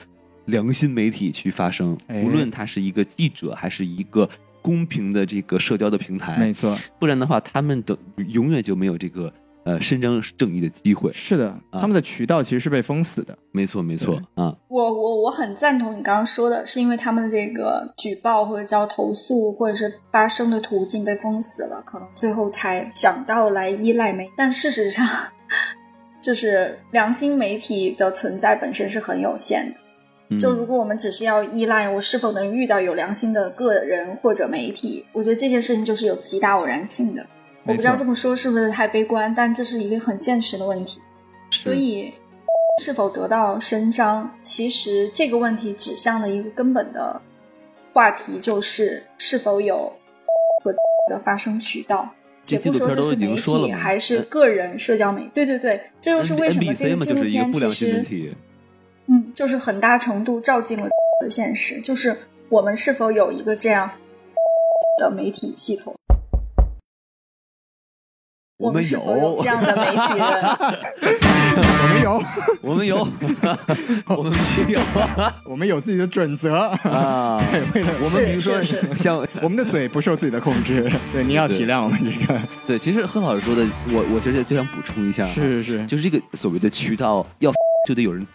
良心媒体去发声，
哎
无论他是一个记者还是一个公平的这个社交的平台，
没错，
不然的话，他们等永远就没有这个呃伸张正义的机会。
是的，
啊
他们的渠道其实是被封死的。
没错，没错啊，
我我我很赞同你刚刚说的，是因为他们这个举报或者叫投诉或者是发声的途径被封死了，可能最后才想到来依赖媒，但事实上，就是良心媒体的存在本身是很有限的。
嗯
就如果我们只是要依赖我是否能遇到有良心的个人或者媒体，我觉得这件事情就是有极大偶然性的。我不知道
没错
这么说是不是太悲观，但这是一个很现实的问题。
是
所以，是否得到伸张，其实这个问题指向的一个根本的话题就是是否有和的发声渠道。
这
且
纪
不
录
说
片
这
都
是
已经
媒
说了
体
嘛，哎
还是个人社交媒，对对对，这
呃
就是为什么这
NBC
个
嘛，
纪
就
录
是一个
片
不
其
良新
实
闻体，
嗯，就是很大程度照进了的现实，就是我们是否有一个这样的媒体系统，我
们
是
有，
否有这样的媒体人？
我们有，
我们有， 我们必须有
我们有自己的准 则。
啊。
对，为了
我 们比如说
是是
像
我们的嘴不受自己的控制。对，您要体谅我们这个。
对，其实贺老师说的，我我其实就想补充一下，啊
是是是，
就是这个所谓的渠道 要就得有人。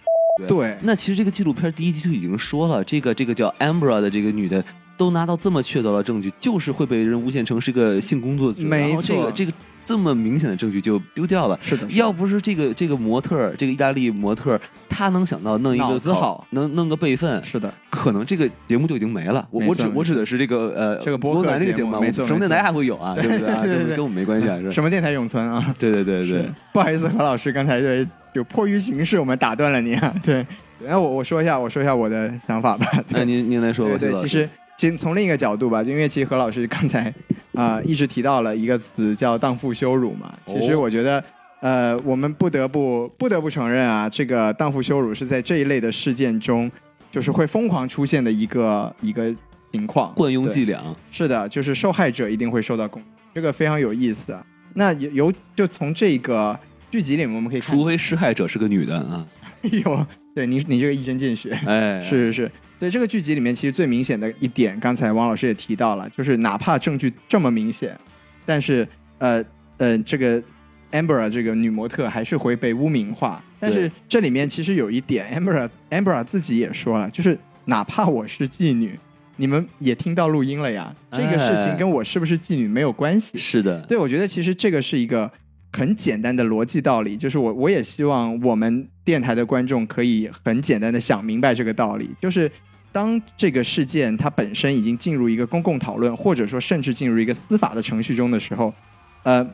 对，
那其实这个纪录片第一集就已经说了，这个这个叫 Ambra 的这个女的。都拿到这么确凿的证据，就是会被人诬陷成是个性工作者，
没
然后这个
错
这个这么明显的证据就丢掉了。
是的，是的
要不是这个这个模特儿，这个意大利模特儿，他能想到弄一个
脑子
考
好，
能弄个备份，
是的，
可能这个节目就已经没了。我
没
我
错
指
没
我
错
指的是这个呃
这个播
波
客
兰这个
节
节
目
目啊，
没
我
错
什么
没
电台
错
还会有啊，对不对 啊？
对
跟
对
跟我们没关系啊，是
什
吧？
么电台永存啊？
对对对对
是，，不好意思，何老师，刚才对就迫于形势，我们打断了你啊。 对，那我我说一下，我说一下我的想法吧。
那您您来说吧，
对
谢
对，
老
其
师
实其实从另一个角度吧，就因为其实何老师刚才 啊、一直提到了一个词叫“荡妇羞辱”嘛，其实
哦
我觉得。呃，我们不得不不得不承认啊，这个荡妇羞辱是在这一类的事件中，就是会疯狂出现的一个一个情况。
惯用
对
伎俩，
是的，就是受害者一定会受到攻击，这个非常有意思啊。那由由就从这个剧集里面我们可以看
除非施害者是个女的啊，
有对你你这个一针见血。
哎，
嗯是是是，对这个剧集里面，其实最明显的一点，刚才王老师也提到了，就是哪怕证据这么明显，但是呃呃，这个 Amber 这个女模特还是会被污名化。但是
对
这里面其实有一点，Amber Amber 自己也说了，就是哪怕我是妓女，你们也听到录音了呀，这个事
哎
情跟我是不是妓女没有关系。
是的，
对，我觉得其实这个是一个很简单的逻辑道理，就是我我也希望我们电台的观众可以很简单的想明白这个道理，就是当这个事件它本身已经进入一个公共讨论，或者说甚至进入一个司法的程序中的时候，呃。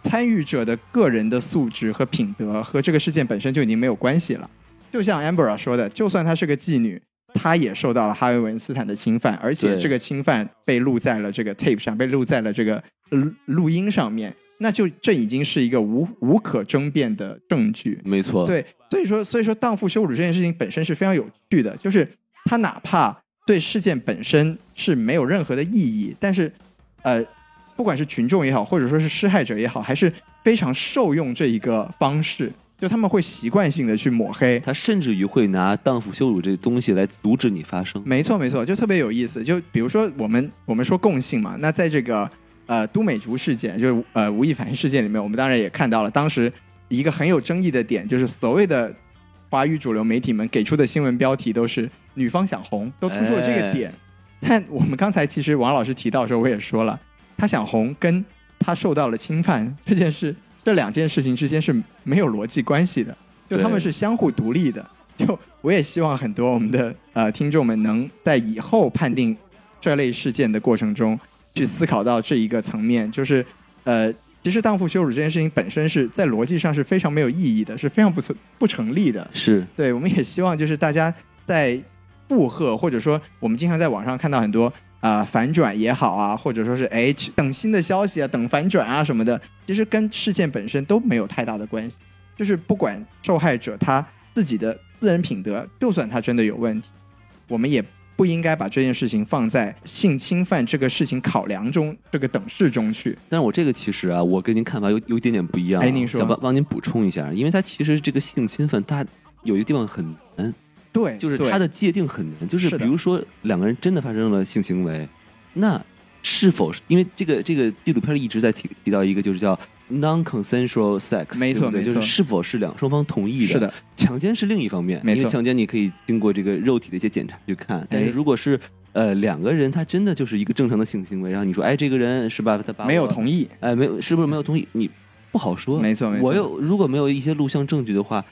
参与者的个人的素质和品德和这个事件本身就已经没有关系了。就像 Amber 说的，就算她是个妓女，她也受到了哈维·文斯坦的侵犯，而且
对
这个侵犯被录在了这个 tape 上，被录在了这个录录音上面，那就这已经是一个无无可争辩的证据。
没错，
对，所以说所以说荡妇羞辱这件事情本身是非常有趣的，就是它哪怕对事件本身是没有任何的意义，但是呃，不管是群众也好，或者说是施害者也好，还是非常受用这一个方式，就他们会习惯性的去抹黑。
他甚至于会拿荡妇羞辱这东西来阻止你发声。
没错，没错，就特别有意思。就比如说我们我们说共性嘛，那在这个呃都美竹事件，就是呃吴亦凡事件里面，我们当然也看到了，当时一个很有争议的点，就是所谓的华语主流媒体们给出的新闻标题都是“女方想红”，都突出了这个点。但我们刚才其实王老师提到的时候，我也说了，她想红跟她受到了侵犯 这件事，这两件事情之间是没有逻辑关系的，就他们
对
是相互独立的。就我也希望很多我们的呃听众们能在以后判定这类事件的过程中，去思考到这一个层面，就是呃，其实荡妇羞辱这件事情本身是在逻辑上是非常没有意义的，是非常不存不成立的。
是，
对，我们也希望就是大家在附和，或者说我们经常在网上看到很多啊、呃反转也好啊，或者说是哎去等新的消息啊，等反转啊什么的，其实跟事件本身都没有太大的关系。就是不管受害者他自己的私人品德，就算他真的有问题，我们也不应该把这件事情放在性侵犯这个事情考量中这个等式中去。
但是我这个其实啊，我跟您看法有有一点点不一样啊、
哎您说
想帮帮您补充一下，因为它其实这个性侵犯，它有一个地方很难，
对，
就是
对
它的界定很难，就是
是
比
的
如说两个人真的发生了性行为，那是否是因为这个这个纪录片里一直在提提到一个就是叫 non-consensual sex，
没错
对不对
没错
就是是否是两双方同意的？
是的，
强奸是另一方面，
没错哎
因为强奸你可以经过这个肉体的一些检查去看，但是如果是呃两个人他真的就是一个正常的性行为，然后你说哎这个人是吧，他把我
没有同意。
哎没有是不是没有同意你不好说，
没错没错
我有如果没有一些录像证据的话。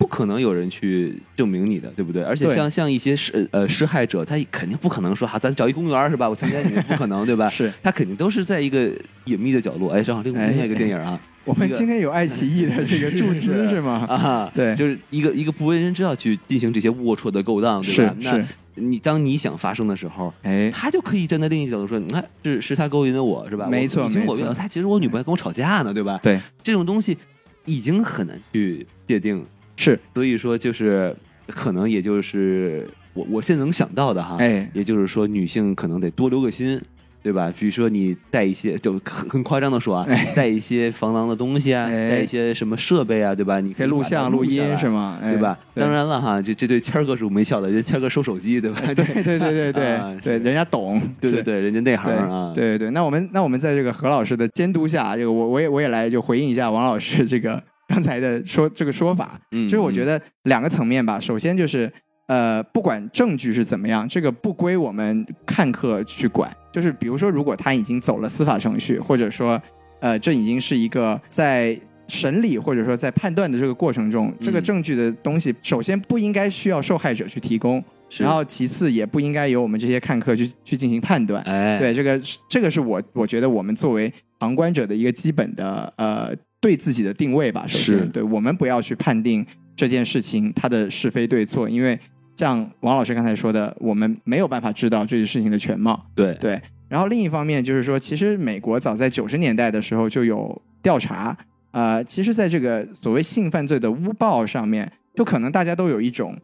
不可能有人去证明你的，对不对？而且
对
像像一些施呃施害者，他肯定不可能说哈、咱找一公园儿是吧？我强奸你，不可能对吧？
是
他肯定都是在一个隐秘的角落。哎，正好另
哎
另外一个电影啊，
我们
一个
今天有爱奇艺的这个注 资是 吗？
啊，
对
就是一个一个不为人知道去进行这些龌龊的勾当，对吧？
是
那
是，
你当你想发生的时候，
哎，
他就可以站在另一个角度说，你看是是他勾引的我，是吧？
没错
我你情我
没
愿。
错
他其实我女朋友跟我吵架呢，对吧？
对，
这种东西已经很难去界定，
是，
所以说就是可能也就是我我现在能想到的哈，
哎，
也就是说，女性可能得多留个心，对吧？比如说你带一些，就很很夸张的说啊，带一些防狼的东西啊，
哎
带一些什么设备啊，对吧？你
可
可
以
以
录
把它
像、录
下
音
来
是？吗？哎
对吧？当，然了哈，这这对谦儿哥是没效的，人谦儿哥收手机，对吧？
对 对对对对
啊
对
是
对，人家懂，
对对
是。
对，人家内行
对
啊，
对对对，那我们那我们在这个何老师的监督下，这个我我也我也来就回应一下王老师这个刚才的说这个说法，
嗯，
就是我觉
得
得两个层面吧，首先就是呃，不管证据是怎么样，这个不归我们看客去管。就是比如说，如果他已经走了司法程序，或者说呃，这已经是一个在审理或者说在判断的这个过程中，这个
嗯
证据的东西，首先不应该需要受害者去提供，
是
然后其次也不应该由我们这些看客去去进行判断。
哎，
对，这个是这个是我我觉得我们作为旁观者的一个基本的呃对自己的定位吧。首
是
先，对我们不要去判定这件事情它的是非对错，因为像王老师刚才说的，我们没有办法知道这件事情的全貌。
对对
对，然后另一方面就是说，其实美国早在九十年代的时候就有调查，呃，其实在这个所谓性犯罪的诬报上面，就可能大家都有一种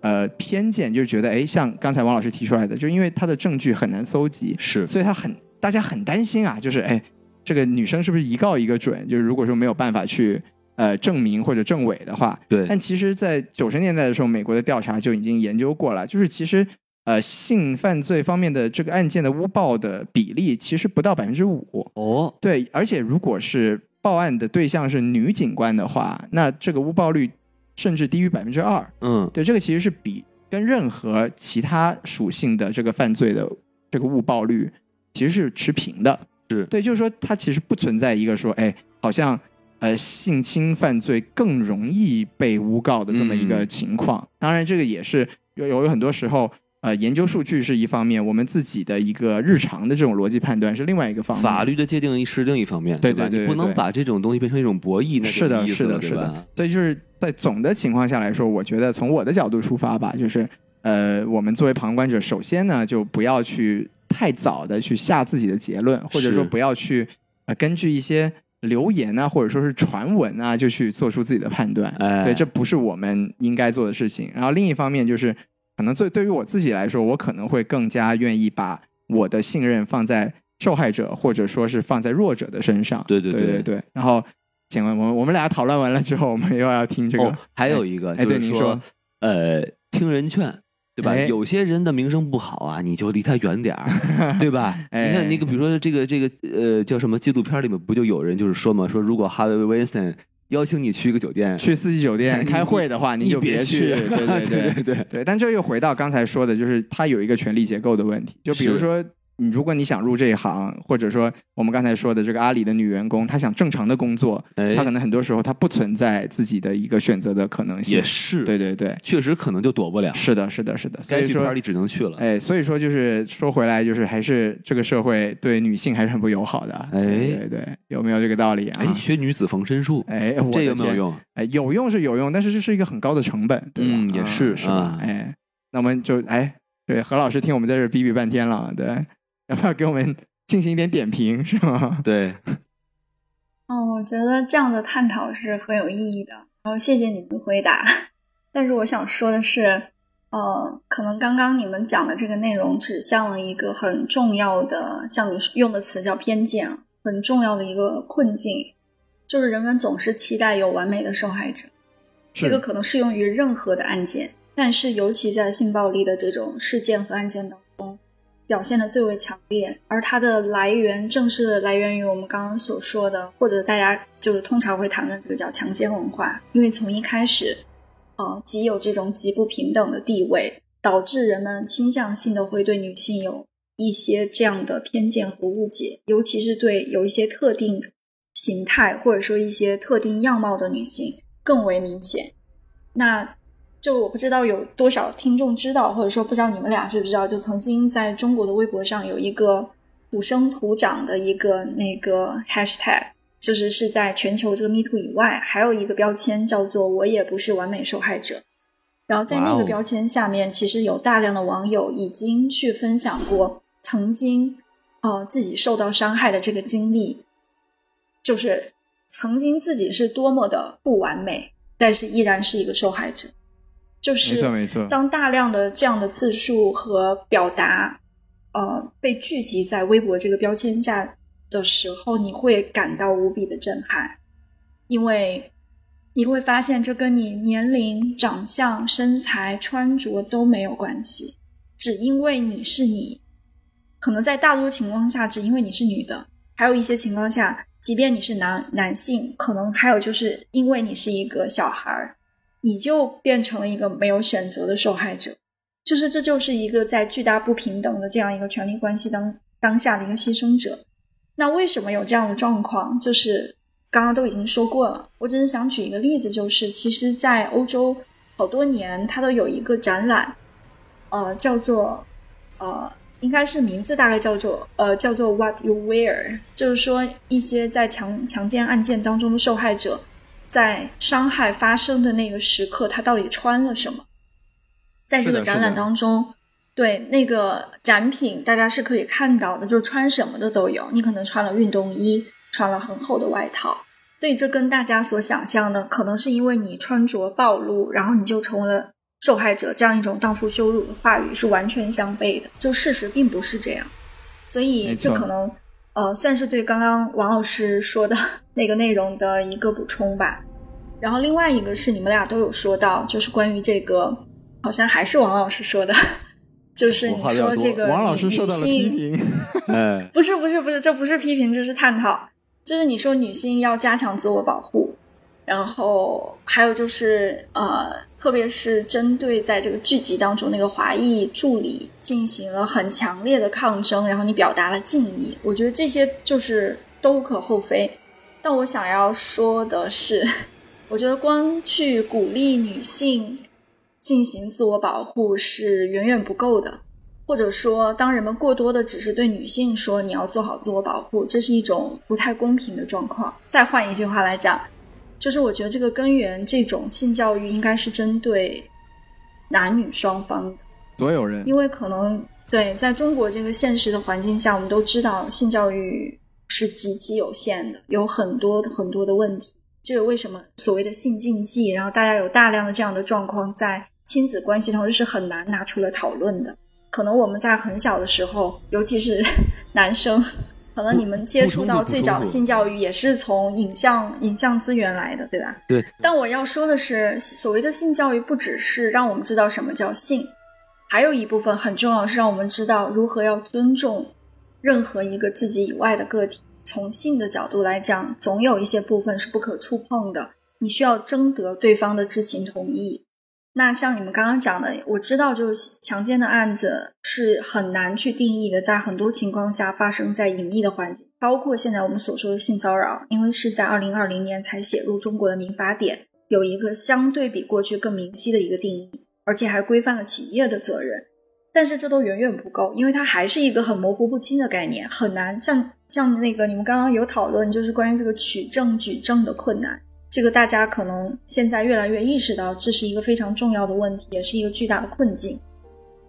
呃偏见，就觉得哎，像刚才王老师提出来的，就因为他的证据很难搜集，
是，
所以他很大家很担心啊，就是哎，这个女生是不是一告一个准？就是如果说没有办法去呃证明或者证伪的话，
对
但其实，在九十年代的时候，美国的调查就已经研究过了，就是其实呃性犯罪方面的这个案件的诬报的比例其实不到百分之五。
哦，
对，而且如果是报案的对象是女警官的话，那这个诬报率甚至低于百分之二。
嗯
对，这个其实是比跟任何其他属性的这个犯罪的这个误报率其实是持平的。
是
对，就是说它其实不存在一个说，哎，好像呃性侵犯罪更容易被诬告的这么一个
嗯
情况。当然，这个也是有有有很多时候。呃，研究数据是一方面，我们自己的一个日常的这种逻辑判断是另外一个方面。
法律的界定是另一方面，
对
吧？
对对
你不能
对
把这种东西变成一种博弈，那
是的，
就没意思
是的，
了
是
对吧
的。所以就是在总的情况下来说，我觉得从我的角度出发吧，就是呃，我们作为旁观者，首先呢，就不要去太早的去下自己的结论，或者
是
说不要去呃根据一些流言啊，或者说是传闻啊，就去做出自己的判断。
哎，
对，这不是我们应该做的事情。然后另一方面就是，可能对对于我自己来说，我可能会更加愿意把我的信任放在受害者或者说是放在弱者的身上。
对对
对
对
对然后，请问我们我们俩讨论完了之后，我们又要听这个、
哦，还有一个
哎
就
对
是
您
说
说，
呃，听人劝。对吧？
哎
有些人的名声不好啊，你就离他远点 儿，对吧？
哎
你看那个，比如说这个这个呃，叫什么纪录片里面不就有人就是说嘛，说如果哈维·威斯顿邀请你去一个酒店，
去四季酒店
你
开会的话，
你
您就
别
去。
去
对对
对对
对
对
对，但这又回到刚才说的，就是它有一个权力结构的问题。就比如
是
说，你如果你想入这一行，或者说我们刚才说的这个阿里的女员工，她想正常的工作，
哎
他可能很多时候他不存在自己的一个选择的可能性。
也是，
对，对对，
确实可能就躲不了，
是的，是的，是的。所
该
以
去
说
party，只能去了。
哎，所以说就是说回来，就是还是这个社会对女性还是很不友好的。啊
哎
对对对，有没有这个道理啊？
哎，学女子防身术，
哎，我的
这有没有
天？
用？
哎，有用是有用，但是这是一个很高的成本，对吧？
嗯也
啊
是
是吧
啊？
哎，那我们就哎，对，何老师听我们在这儿逼逼半天了，对，要不要给我们进行一点点评，是吗？
对，
嗯，我觉得这样的探讨是很有意义的。然后谢谢你的回答， 但是我想说的是，呃，可能刚刚你们讲的这个内容指向了一个很重要的，像你用的词叫偏见，啊很重要的一个困境，就是人们总是期待有完美的受害者，这
是
个可能适用于任何的案件，但是尤其在性暴力的这种事件和案件当中，表现的最为强烈，而它的来源正是来源于我们刚刚所说的，或者大家就是通常会谈论这个叫强奸文化，因为从一开始，呃，即有这种极不平等的地位，导致人们倾向性的会对女性有一些这样的偏见和误解，尤其是对有一些特定形态或者说一些特定样貌的女性更为明显。那就我不知道有多少听众知道，或者说不知道你们俩知不知道，就曾经在中国的微博上有一个土生土长的一个那个 hashtag，就是是在全球这个 Me Too 以外，还有一个标签叫做“我也不是完美受害者”。然后在那
哇哦
个标签下面，其实有大量的网友已经去分享过曾经呃自己受到伤害的这个经历，就是曾经自己是多么的不完美，但是依然是一个受害者。就是
没错没错
当大量的这样的自述和表达，呃，被聚集在微博这个标签下的时候，你会感到无比的震撼，因为你会发现这跟你年龄、长相、身材、穿着都没有关系，只因为你是你，可能在大多情况下，只因为你是女的，还有一些情况下，即便你是男男性，可能还有就是因为你是一个小孩儿，你就变成了一个没有选择的受害者。就是这就是一个在巨大不平等的这样一个权力关系当当下的一个牺牲者。那为什么有这样的状况？就是刚刚都已经说过了，我只是想举一个例子，就是其实，在欧洲好多年，它都有一个展览，呃，叫做呃，应该是名字大概叫做呃叫做 What You Wear，就是说一些在强强奸案件当中的受害者，在伤害发生的那个时刻，他到底穿了什么？在这
是
个
的
展
是
览
的
当中，对那个展品大家是可以看到的，就是穿什么的都有。你可能穿了运动衣，穿了很厚的外套，所以这跟大家所想象的，可能是因为你穿着暴露，然后你就成为了受害者这样一种荡妇羞辱的话语是完全相悖的。就事实并不是这样，所以
没
这
错
可能呃算是对刚刚王老师说的 那个内容的一个补充吧。然后另外一个是你们俩都有说到，就是关于这个，好像还是王老师说的， 就是
我
你
话比较
说
多
这个
王老师
女
受到了
性
批评，
哎，
不是不是不是，这不是批评，这是探讨。就是你说女性要加强自我保护，然后还有就是呃，特别是针对在这个剧集当中那个华裔助理进行了很强烈的抗争，然后你表达了敬意，我觉得这些就是都无可厚非。但我想要说的是，我觉得光去鼓励女性进行自我保护是远远不够的。或者说，当人们过多的只是对女性说你要做好自我保护，这是一种不太公平的状况。再换一句话来讲，就是我觉得这个根源，这种性教育应该是针对男女双方的，
所有人
因为可能对在中国这个现实的环境下，我们都知道性教育是极其有限的，有很多很多的问题。这个为什么所谓的性禁忌，然后大家有大量的这样的状况在亲子关系当中是很难拿出来讨论的。可能我们在很小的时候，尤其是 男生，可能你们接触到最早性教育也是从影像影像资源来的，对吧？
对。
但我要说的是，所谓的性教育不只是让我们知道什么叫性，还有一部分很重要是让我们知道如何要尊重任何一个自己以外的个体。从性的角度来讲，总有一些部分是不可触碰的，你需要征得对方的知情同意。那像你们刚刚讲的，我知道就是强奸的案子是很难去定义的，在很多情况下发生在隐秘的环境，包括现在我们所说的性骚扰，因为是在二零二零年才写入中国的民法典，有一个相对比过去更明晰的一个定义，而且还规范了企业的责任。但是这都远远不够，因为它还是一个很模糊不清的概念，很难像像那个你们刚刚有讨论，就是关于这个取证举证的困难。这个大家可能现在越来越意识到，这是一个非常重要的问题，也是一个巨大的困境。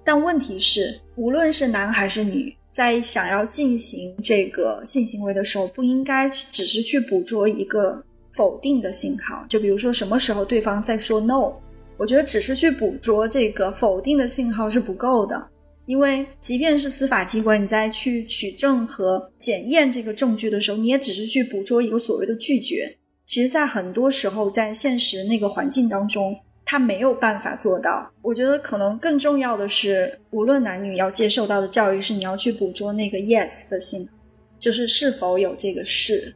但问题是，无论是男还是女，在想要进行这个性行为的时候，不应该只是去捕捉一个否定的信号，就比如说什么时候对方在说 “no”，我觉得只是去捕捉这个否定的信号是不够的，因为即便是司法机关，你在去取证和检验这个证据的时候，你也只是去捕捉一个所谓的拒绝。其实，在很多时候，在现实那个环境当中，他没有办法做到。我觉得可能更重要的是，无论男女，要接受到的教育是你要去捕捉那个 yes 的信号，就是是否有这个是。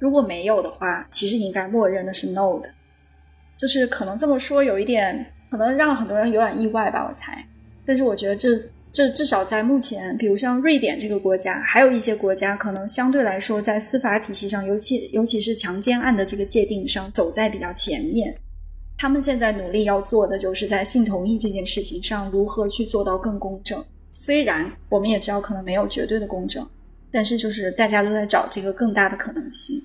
如果没有的话，其实你应该默认的是 no 的。就是可能这么说有一点，可能让很多人有点意外吧，我猜。但是我觉得这这至少在目前，比如像瑞典这个国家，还有一些国家，可能相对来说在司法体系上，尤其尤其是强奸案的这个界定上，走在比较前面。他们现在努力要做的，就是在性同意这件事情上，如何去做到更公正。虽然我们也知道可能没有绝对的公正，但是就是大家都在找这个更大的可能性。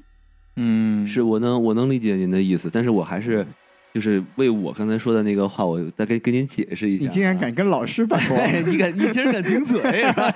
嗯
是我能我能理解您的意思，但是我还
嗯
是就是为我刚才说的那个话，我再跟跟您解释一下。
你竟然敢！跟老师反驳，
哎，你敢，你竟然敢顶嘴！啊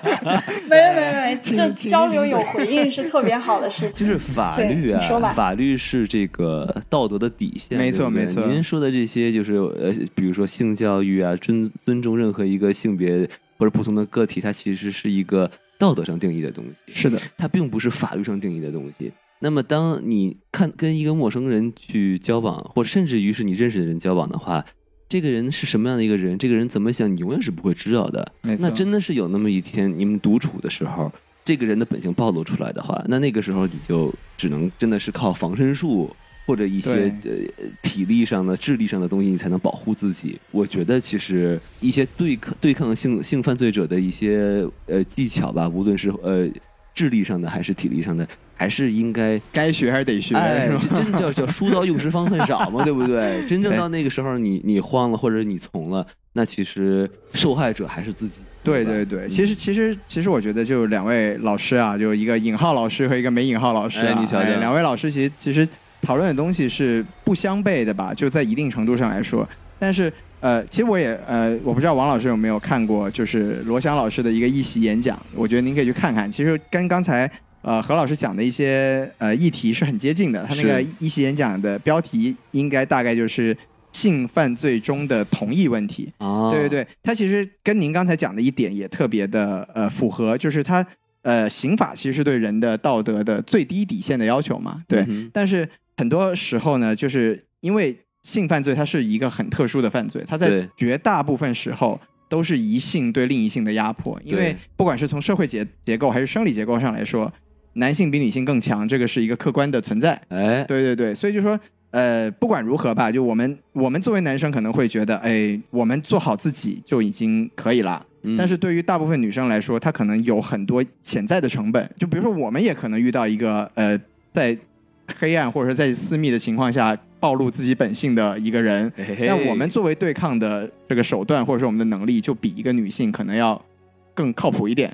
没有没有没有，这
请
交流有回应是特别好的事
就
情。
是法
对
律啊
你说吧，
法律是这个道德的底线。
没
对
错
不对
没错
您说的这些就是呃，比如说性教育啊，尊尊重任何一个性别或者不同的个体，它其实是一个道德上定义的东西。
是的，
它并不是法律上定义的东西。那么，当你看跟一个陌生人去交往，或甚至于是你认识的人交往的话，这个人是什么样的一个人，这个人怎么想，你永远是不会知道的。
没错
那真的是有那么一天，你们独处的时候，这个人的本性暴露出来的话，那那个时候你就只能真的是靠防身术或者一些呃体力上的、智力上的东西，你才能保护自己。我觉得其实一些对抗对抗性性犯罪者的一些呃技巧吧，无论是呃智力上的还是体力上的，还是应该
该学还是得学，
哎，
是
这
吧？
真叫叫书到用时方恨少 嘛，对不对？真正
对
到那个时候你，你慌了或者你从了，那其实受害者还是自己。
对
吧
对对，
嗯
其实其实其实我觉得就两位老师啊，就一个引号老师和一个没引号老师啊，
哎你瞧瞧
两位老师其实其实讨论的东西是不相悖的吧，就在一定程度上来说，但是。呃，其实我也呃，我不知道王老师有没有看过，就是罗翔老师的一个一席演讲，我觉得您可以去看看。其实跟刚才呃何老师讲的一些呃议题是很接近的。他那
是
个一席演讲的标题应该大概就是性犯罪中的同意问题。
啊，
对对对，它其实跟您刚才讲的一点也特别的呃符合，就是它呃刑法其实是对人的道德的最低底线的要求嘛，对。
嗯
但是很多时候呢，就是因为性犯罪它是一个很特殊的犯罪，它在
对
绝大部分时候都是一性对另一性的压迫，因为
对
不管是从社会结结构还是生理结构上来说，男性比女性更强，这个是一个客观的存在。
哎，
对对对，所以就说，呃，不管如何吧，就我们我们作为男生可能会觉得，哎，我们做好自己就已经可以了。
嗯
但是对于大部分女生来说，她可能有很多潜在的成本，就比如说我们也可能遇到一个呃，在黑暗或者说在私密的情况下暴露自己本性的一个人，
嘿嘿嘿
那我们作为对抗的这个手段或者说我们的能力，就比一个女性可能要更靠谱一点，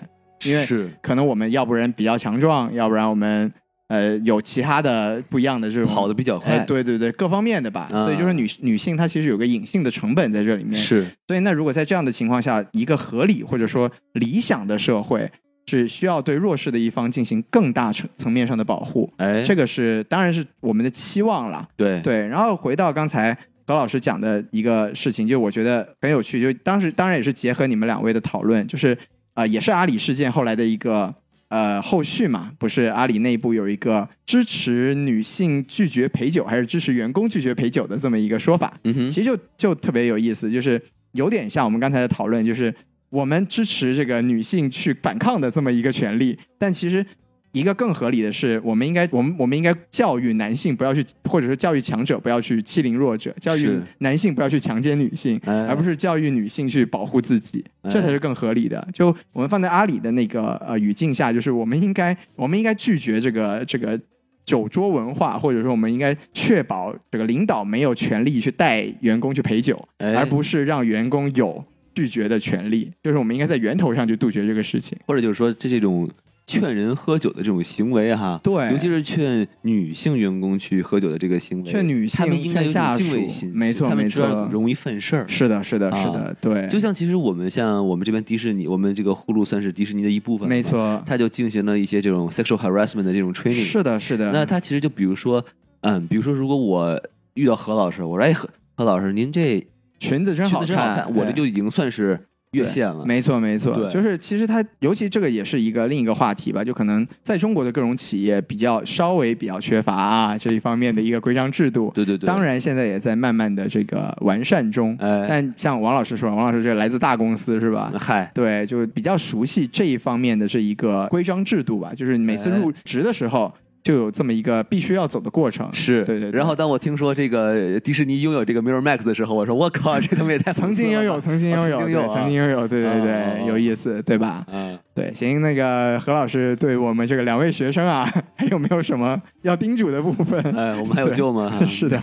因为
是
可能我们要不然比较强壮，要不然我们呃有其他的不一样的这种
跑的比较快，
哎，对对对，各方面的吧。
啊
所以就是女女性她其实有个隐性的成本在这里面。，
是
所以那如果在这样的情况下，一个合理或者说理想的社会是需要对弱势的一方进行更大层层面上的保护，
哎，
这个是当然是我们的期望了。
对
对，然后回到刚才何老师讲的一个事情，就我觉得很有趣，就当时当然也是结合你们两位的讨论，就是呃，也是阿里事件后来的一个呃后续嘛，不是阿里内部有一个支持女性拒绝陪酒，还是支持员工拒绝陪酒的这么一个说法，
嗯哼，
其实就就特别有意思，就是有点像我们刚才的讨论，就是我们支持这个女性去反抗的这么一个权利，但其实一个更合理的是，我们应该我们我们应该教育男性不要去，或者说教育强者不要去欺凌弱者，教育
是
男性不要去强奸女性，
哎
而不是教育女性去保护自己，
哎
这才是更合理的。就我们放在阿里的那个呃语境下，就是我们应该我们应该拒绝这个这个酒桌文化，或者说我们应该确保这个领导没有权利去带员工去陪酒，
哎
而不是让员工有拒绝的权利。就是我们应该在源头上去杜绝这个事情。
或者就是说这这种劝人喝酒的这种行为哈，
对
尤其是劝女性员工去喝酒的这个行为，
劝女性
他们应该有一
劝下
种
属
敬畏心，
没错
他们
没
知道
错
容易犯事儿。
是的，是的，
啊
是的，对，
就像其实我们像我们这边迪士尼，我们这个呼噜算是迪士尼的一部分，
没，错，
他就进行了一些这种 sexual harassment 的这种 training。
是的，是的。
那他其实就比如说，嗯，比如说如果我遇到何老师，我说哎何何老师您这
裙子真
裙
好
子真好看，我这
对
就已经算是越线了。
没错，没错，
对
就是其实它，尤其这个也是一个另一个话题吧，就可能在中国的各种企业比较稍微比较缺乏啊这一方面的一个规章制度。
对对对，
当然，现在也在慢慢的这个完善中。
哎
但像王老师说，王老师这来自大公司 是吧？
嗨，
对，就比较熟悉这一方面的这一个规章制度吧，就是每次
哎
入职的时候就有这么一个必须要走的过程。
是
对对对
然后当我听说这个迪士尼拥有这个 Miramax 的时候，我说我靠，这他妈也 太讽刺了
曾经拥有，
吧
曾经拥有，
哦曾经
对
拥有啊
曾经拥有，对对对，
哦哦哦
有意思，对吧？
嗯，
对，行，那个何老师对我们这个两位学生啊，还有没有什么要叮嘱的部 分？
哎，我们还有救吗？
是的，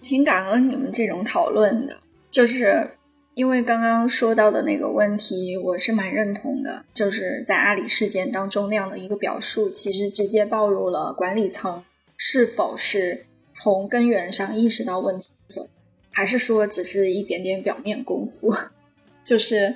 挺感恩你们这种讨论的，就是因为刚刚说到的那个问题，我是蛮认同的。就是在阿里事件当中那样的一个表述，其实直接暴露了管理层是否是从根源上意识到问题所在，还是说只是一点点表面功夫。 就是，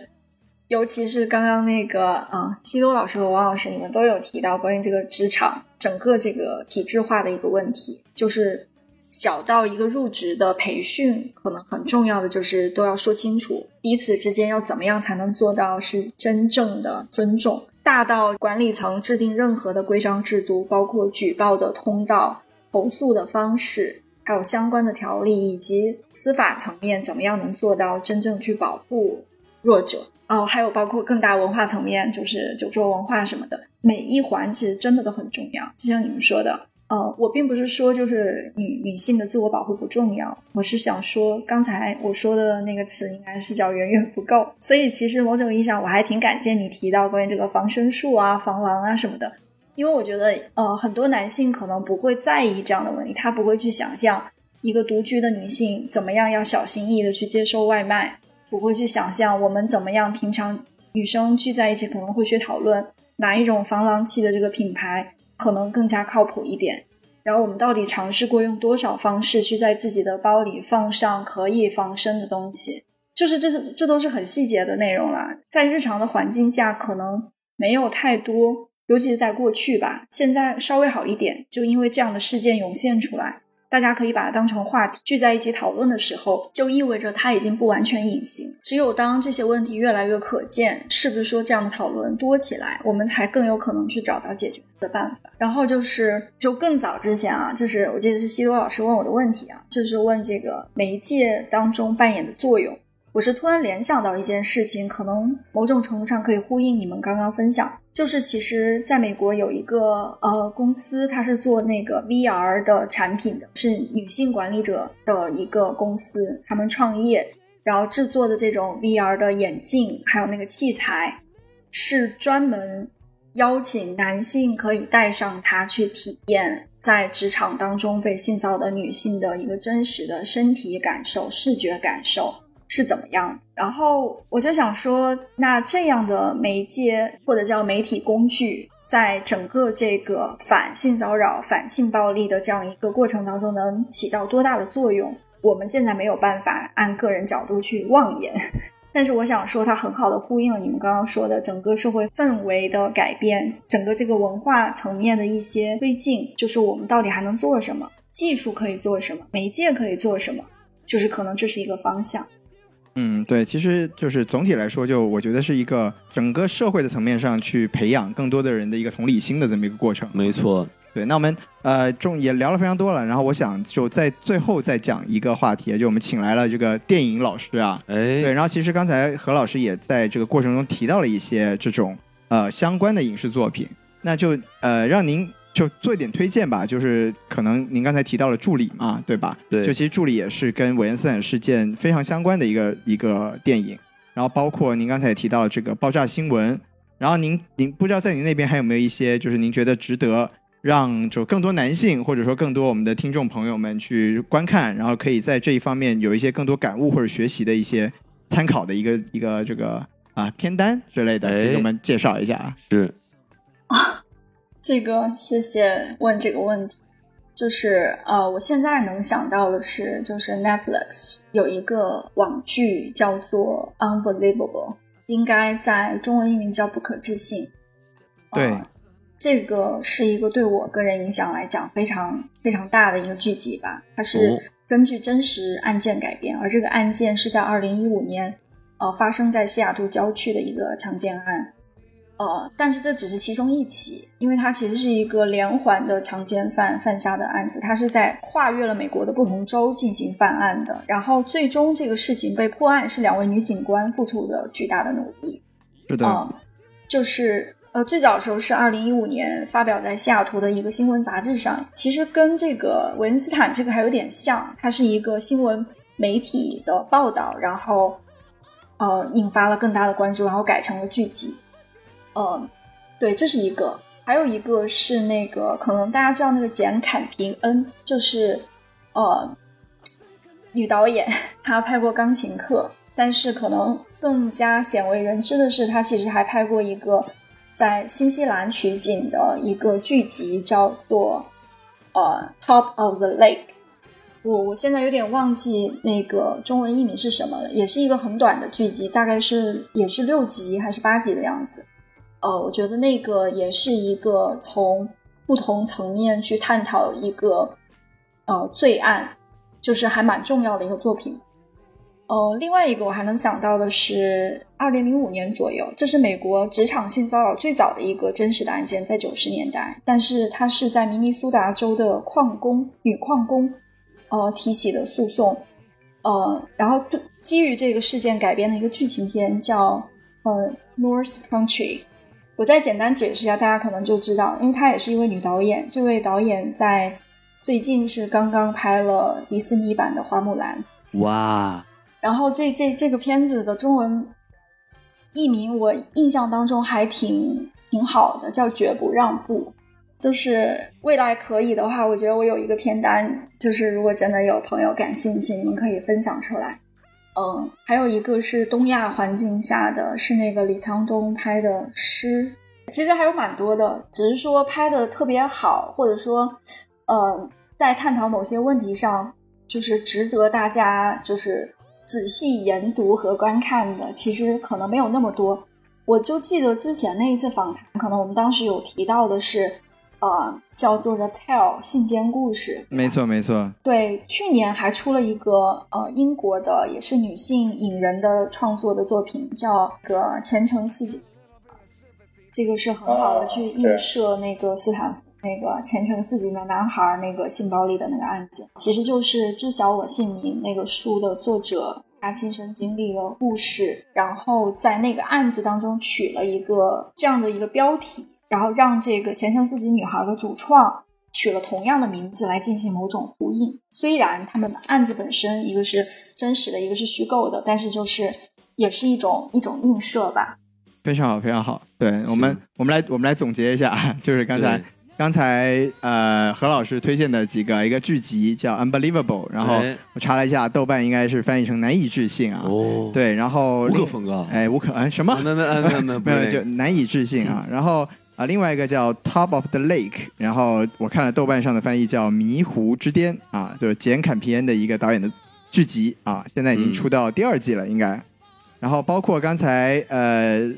尤其是刚刚那个啊，西多老师和王老师，你们都有提到关于这个职场整个这个体制化的一个问题，就是小到一个入职的培训，可能很重要的就是都要说清楚彼此之间要怎么样才能做到是真正的尊重，大到管理层制定任何的规章制度，包括举报的通道、投诉的方式，还有相关的条例，以及司法层面怎么样能做到真正去保护弱者。哦，还有包括更大文化层面，就是酒桌文化什么的，每一环其实真的都很重要。就像你们说的，呃，我并不是说就是女女性的自我保护不重要，我是想说刚才我说的那个词应该是叫远远不够。所以其实某种意义上，我还挺感谢你提到关于这个防身术啊、防狼啊什么的，因为我觉得，呃，很多男性可能不会在意这样的问题，他不会去想象一个独居的女性怎么样要小心翼翼的去接收外卖，不会去想象我们怎么样平常女生聚在一起可能会去讨论哪一种防狼器的这个品牌可能更加靠谱一点。然后我们到底尝试过用多少方式去在自己的包里放上可以防身的东西？就是这是这都是很细节的内容啦，在日常的环境下可能没有太多，尤其是在过去吧，现在稍微好一点，就因为这样的事件涌现出来，大家可以把它当成话题聚在一起讨论的时候，就意味着它已经不完全隐形。只有当这些问题越来越可见，是不是说这样的讨论多起来，我们才更有可能去找到解决的办法？然后就是，就更早之前啊，就是我记得是西多老师问我的问题啊，就是问这个媒介当中扮演的作用。我是突然联想到一件事情，可能某种程度上可以呼应你们刚刚分享，就是其实在美国有一个呃公司，它是做那个 VR 的产品的，是女性管理者的一个公司，他们创业，然后制作的这种 VR 的眼镜还有那个器材，是专门邀请男性可以戴上它去体验在职场当中被性骚扰的女性的一个真实的身体感受、视觉感受是怎么样。然后我就想说，那这样的媒介或者叫媒体工具，在整个这个反性骚扰、反性暴力的这样一个过程当中，能起到多大的作用？我们现在没有办法按个人角度去妄言， 但是我想说，它很好的呼应了你们刚刚说的整个社会氛围的改变，整个这个文化层面的一些推进，就是我们到底还能做什么，技术可以做什么，媒介可以做什么，就是可能这是一个方向。
嗯，对，其实就是总体来说，就我觉得是一个整个社会的层面上去培养更多的人的一个同理心的这么一个过程。
没错，
对，那我们呃中也聊了非常多了，然后我想就在最后再讲一个话题，就我们请来了这个电影老师啊，对，
哎，
然后其实刚才何老师也在这个过程中提到了一些这种呃相关的影视作品，那就呃让您就做一点推荐吧，就是可能您刚才提到了《助理》嘛，对吧？
对
就其实《助理》也是跟韦恩斯坦事件非常相关的一个一个电影，然后包括您刚才也提到了这个爆炸新闻，然后您您不知道在您那边还有没有一些就是您觉得值得。让就更多男性，或者说更多我们的听众朋友们去观看，然后可以在这一方面有一些更多感悟或者学习的一些参考的一个一个这个啊片单之类的，
哎
给我们介绍一下啊。
是
这个谢谢问这个问题，就是呃，我现在能想到的是，就是 Netflix 有一个网剧叫做《Unbelievable》，应该在中文译名叫《不可置信》。
对
呃这个是一个对我个人影响来讲非常非常大的一个剧集吧，它
哦
是根据真实案件改编，而这个案件是在二零一五年，呃，发生在西雅图郊区的一个强奸案。呃，但是这只是其中一起，因为它其实是一个连环的强奸犯犯下的案子，它是在跨越了美国的不同州进行犯案的。然后最终这个事情被破案，是两位女警官付出的巨大的努力。
是的，
嗯，就是呃，最早的时候是二零一五年发表在西雅图的一个新闻杂志上，其实跟这个维恩斯坦这个还有点像，它是一个新闻媒体的报道，然后呃引发了更大的关注，然后改成了剧集。呃，对，这是一个，还有一个是那个可能大家知道那个简·坎平恩，就是呃女导演，她拍过《钢琴课》，但是可能更加鲜为人知的是，她其实还拍过一个在新西兰取景的一个剧集，叫做呃《Top of the Lake》。我我现在有点忘记那个中文译名是什么了，也是一个很短的剧集，大概是也是六集还是八集的样子。呃，我觉得那个也是一个从不同层面去探讨一个呃罪案，就是还蛮重要的一个作品。呃，另外一个我还能想到的是，二零零五年左右，这是美国职场性骚扰最早的一个真实的案件，在九十年代，但是它是在明尼苏达州的矿工女矿工，呃提起的诉讼，呃，然后对基于这个事件改编的一个剧情片叫呃 North Country。我再简单解释一下，大家可能就知道，因为她也是一位女导演。这位导演在最近是刚刚拍了迪士尼版的《花木兰》，
哇，
然后这这这个片子的中文译名，我印象当中还挺挺好的，叫《绝不让步》。就是未来可以的话，我觉得我有一个片单，就是如果真的有朋友感兴趣，你们可以分享出来。嗯，还有一个是东亚环境下的，是那个李沧东拍的《诗》，其实还有蛮多的，只是说拍的特别好，或者说，呃，在探讨某些问题上，就是值得大家就是仔细研读和观看的，其实可能没有那么多。我就记得之前那一次访谈，可能我们当时有提到的是，呃，叫做《The Tell》信件故事，
没错没错，
对，去年还出了一个呃英国的也是女性影人的创作的作品，叫《个前程似锦》，这个是很好的去映射那个斯坦福那个前程似锦的男孩儿那个性暴力的那个案子，其实就是《知晓我姓名》那个书的作者他亲身经历了故事，然后在那个案子当中取了一个这样的一个标题，然后让这个《前程似锦女孩》的主创取了同样的名字来进行某种呼应。虽然他们的案子本身一个是真实的，一个是虚构的，但是就是也是一种一种映射吧。
非常好，非常好。对我们，我们来，我们来总结一下 啊，就是刚才
嗯对
刚才呃何老师推荐的几个，一个剧集叫《Unbelievable》，然后
哎
我查了一下，豆瓣应该是翻译成难以置信啊。
哦，
对，然后
无可
另
奉告。
哎无可哎什么
啊没没没没没
没有就
就
难以置信
嗯
啊。然后啊，另外一个叫 Top of the Lake，然后我看了豆瓣上的翻译叫《迷糊之巅》啊，就是简·坎皮恩的一个导演的剧集啊，现在已经
嗯
出到第二季了，应该。然后包括刚才呃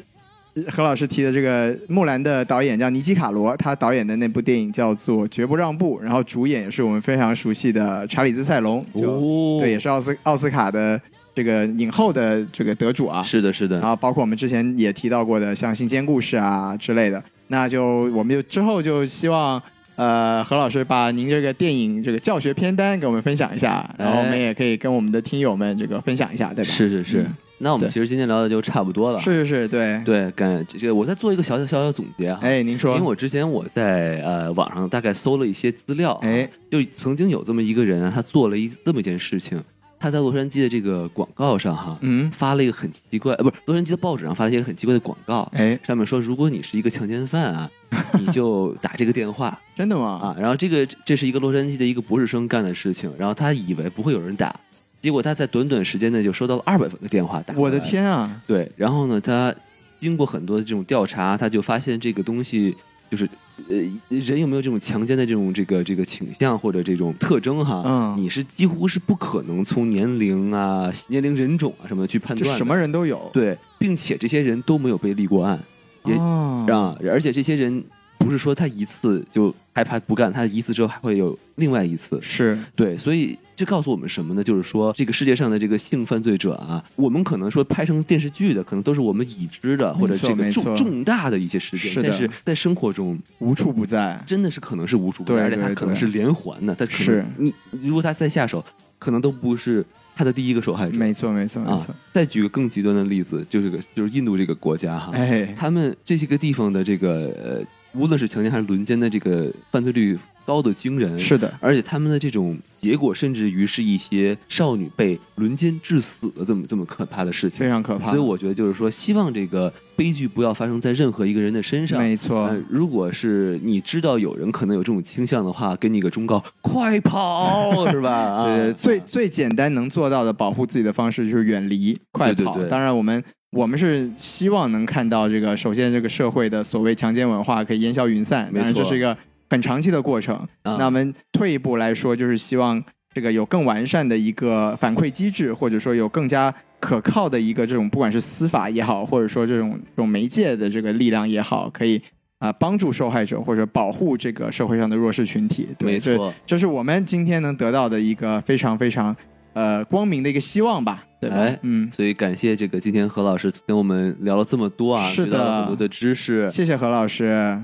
何老师提的这个《木兰》的导演叫尼基卡罗，他导演的那部电影叫做《绝不让步》，然后主演也是我们非常熟悉的查理兹·塞隆，就、
哦，
对，也是奥斯奥斯卡的这个影后的这个得主啊。
是的，是的
然，后包括我们之前也提到过的，像《信笺故事啊》之类的，那就我们就之后就希望呃何老师把您这个电影这个教学片单给我们分享一下，然后我们
哎
也可以跟我们的听友们这个分享一下，对吧？
是是是
嗯。
那我们
对
其实今天聊的就差不多了。
是是是，对。
对，感这个我再做一个小小小小总结哈。
哎，您说，
因为我之前我在呃网上大概搜了一些资料啊，
哎
就曾经有这么一个人啊，他做了一这么一件事情，他在洛杉矶的这个广告上哈，
嗯，
发了一个很奇怪，呃，不是洛杉矶的报纸上发了一个很奇怪的广告，
哎，
上面说如果你是一个强奸犯 啊，你就打这个电话
真的吗？
啊，然后这个这是一个洛杉矶的一个博士生干的事情，然后他以为不会有人打，结果他在短短时间内就收到了二百个电话打，
我的！天啊！
对，然后呢，他经过很多这种调查，他就发现这个东西就是，呃，人有没有这种强奸的这种这个这个倾向或者这种特征哈？
嗯
你是几乎是不可能从年龄啊、年龄、人种啊什么的去判
就
断的。
什么人都有，
对，并且这些人都没有被立过案，也
哦，
啊，而且这些人不是说他一次就害怕不干，他一次之后还会有另外一次。
是
对，所以这告诉我们什么呢？就是说，这个世界上的这个性犯罪者啊，我们可能说拍成电视剧的，可能都是我们已知的
错
或者这
没
个
错
重重大的一些事件，
是的
但是在生活中
无处不在，
真的是可能是无处不
对
在，而且
对
它可能
对
是连环的，它可能
是
你如果他再下手，可能都不是他的第一个受害者。
没错没错没
啊
错，，
再举个更极端的例子，就是个就是印度这个国家哈，
哎，
他们这些个地方的这个呃，无论是强奸还是轮奸的这个犯罪率高的惊人，
是的，
而且他们的这种结果，甚至于是一些少女被轮奸致死的这么这么可怕的事
非
情。
常可怕，
所以我觉得就是说，希望这个悲剧不要发生在任何一个人的身上。
没错
呃，如果是你知道有人可能有这种倾向的话，给你个忠告，快跑， 是吧？啊
对对，最最简单能做到的保护自己的方式就是远离、快
对
跑。
对
当然，我们我们是希望能看到这个，首先这个社会的所谓强奸文化可以烟消云散，
没
当然这
错
是一个很长期的过程。
啊
那我们退一步来说，就是希望这个有更完善的一个反馈机制，或者说有更加。可靠的一个这种，不管是司法也好，或者说这种这种媒介的这个力量也好，可以啊、帮助受害者或者保护这个社会上的弱势群体。对
没
这
错，
这是我们今天能得到的一个非常非常呃光明的一个希望吧，对吧？
哎
嗯，
所以感谢这个今天何老师跟我们聊了这么多啊，
是的
学到了很多的知识
谢谢何老师，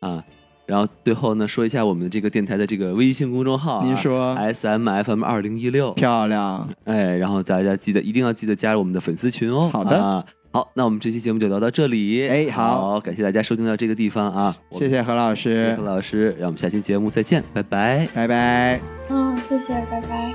啊。然后最后呢，说一下我们这个电台的这个微信公众号、啊，
您说
S M F M 二零一六，
漂亮，
哎，然后大家记得一定要记得加入我们的粉丝群哦。
好的
啊，好，那我们这期节目就聊到这里。
哎好
感谢大家收听到这个地方啊，我
谢谢何老师
们何，老师，让我们下期节目再见，拜拜。
拜拜。
嗯，谢谢，拜拜。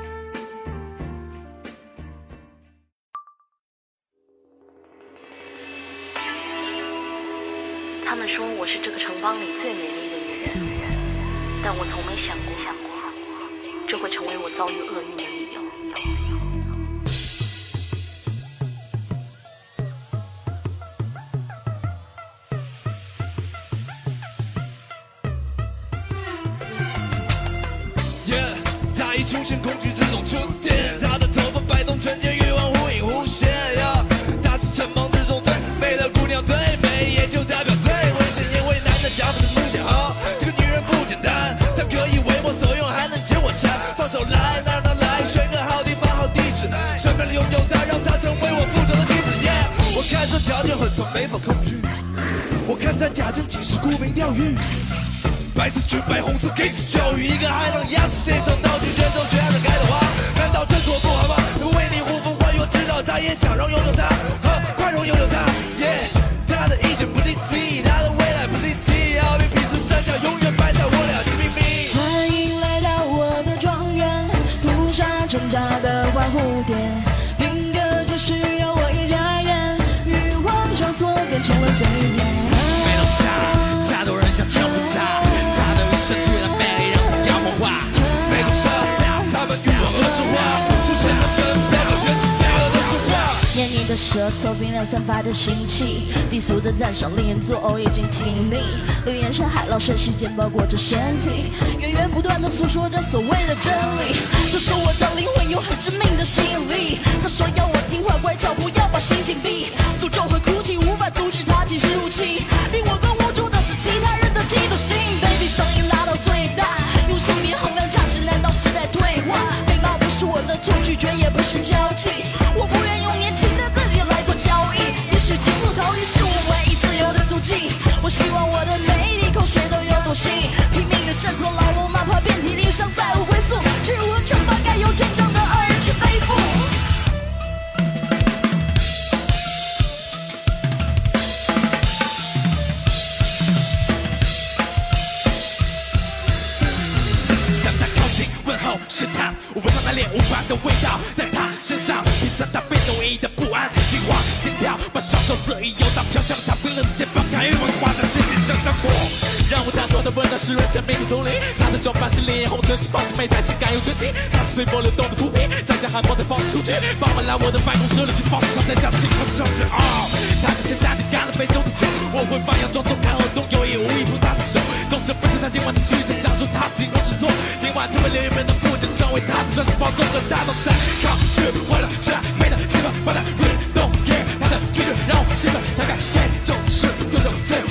他们说我是这个城邦里最美丽的女人，但我从没想过，想过这会成为我遭遇厄运的理由。
Yeah，他一出现，恐惧之中触电，他的头发摆动，纯洁欲望忽隐忽现。Yeah，她是城邦之中最美的姑娘，最美也就代表最危险，因为男的想法的梦想。哦，这个女人不简单，她可以为我所用，还能解我馋。放手来，那让她来，选个好地方，好地址，身边的拥有她，让她成为我复仇的妻子。Yeah，我看这条件很丑，没法抗拒。我看她假正经是沽名钓誉。白色裙摆，红色 kiss 教育，一个还能压死谁上闹剧，人都觉得该的花，难道真说不好吗？为你呼风唤雨，我知道他也想让拥有他，呵，快让我拥有他。耶，他的意志不积极，他的未来不积极，要比彼此上下永远摆在我俩之秘密。
欢迎来到我的庄园，屠杀挣扎的花蝴蝶，定格只需要我一眨眼，欲望交错变成了碎片。
没弄傻，太多人想征服他，他的与生俱来魅力让他妖魔化。没弄傻，他们与我合作化，出现了真标的原始罪恶的神话。
念你的舌头，冰凉散发的腥气，低俗的赞赏令人作呕，已经听腻。流言山海，老山席间包裹着身体，源源不断的诉说着所谓的真理。他说我的灵魂有很致命的吸引力，他说要我听话乖巧，不要把心紧闭。诅咒会哭泣，无法阻止他及时入侵，令我更无助的是其他人的嫉妒心。Baby，声音拉到最大，用生命衡量价值，难道是在退化？美貌不是我的错，拒绝也不是娇气，我不愿用年轻的自己来做交易。也许急速逃离是我唯一自由的途径。我希望我的每一滴口水都有毒性，拼命的挣脱牢笼，哪怕遍体鳞伤，再无归宿。只无惩罚，该由真正的恶人去背负。
向他靠近，问候是他，我闻到那烈无法的味道，在他身上品尝他被奴役的不安，心慌心跳，把双手肆意游荡，飘向他冰冷的肩膀，看欲望挂在心里像张火，让我探索的温暖湿润生命的丛林。他的装扮是烈焰红唇，是放着媚态，性感又纯情，他是随波流动的图片，摘下汗毛再放出去，帮我来我的办公室里去放松，在家幸福生日啊，他是肩带着干了杯中的酒，我会放羊装作看耳洞，有意无意碰他的手，总是不听他今晚的去向，享受他紧握是错。今晚他们另一边的副将成为他的专属包装的大脑在抗拒坏了善美的气氛，把他运动 care 他的拒绝让我兴奋，他改变就是对手真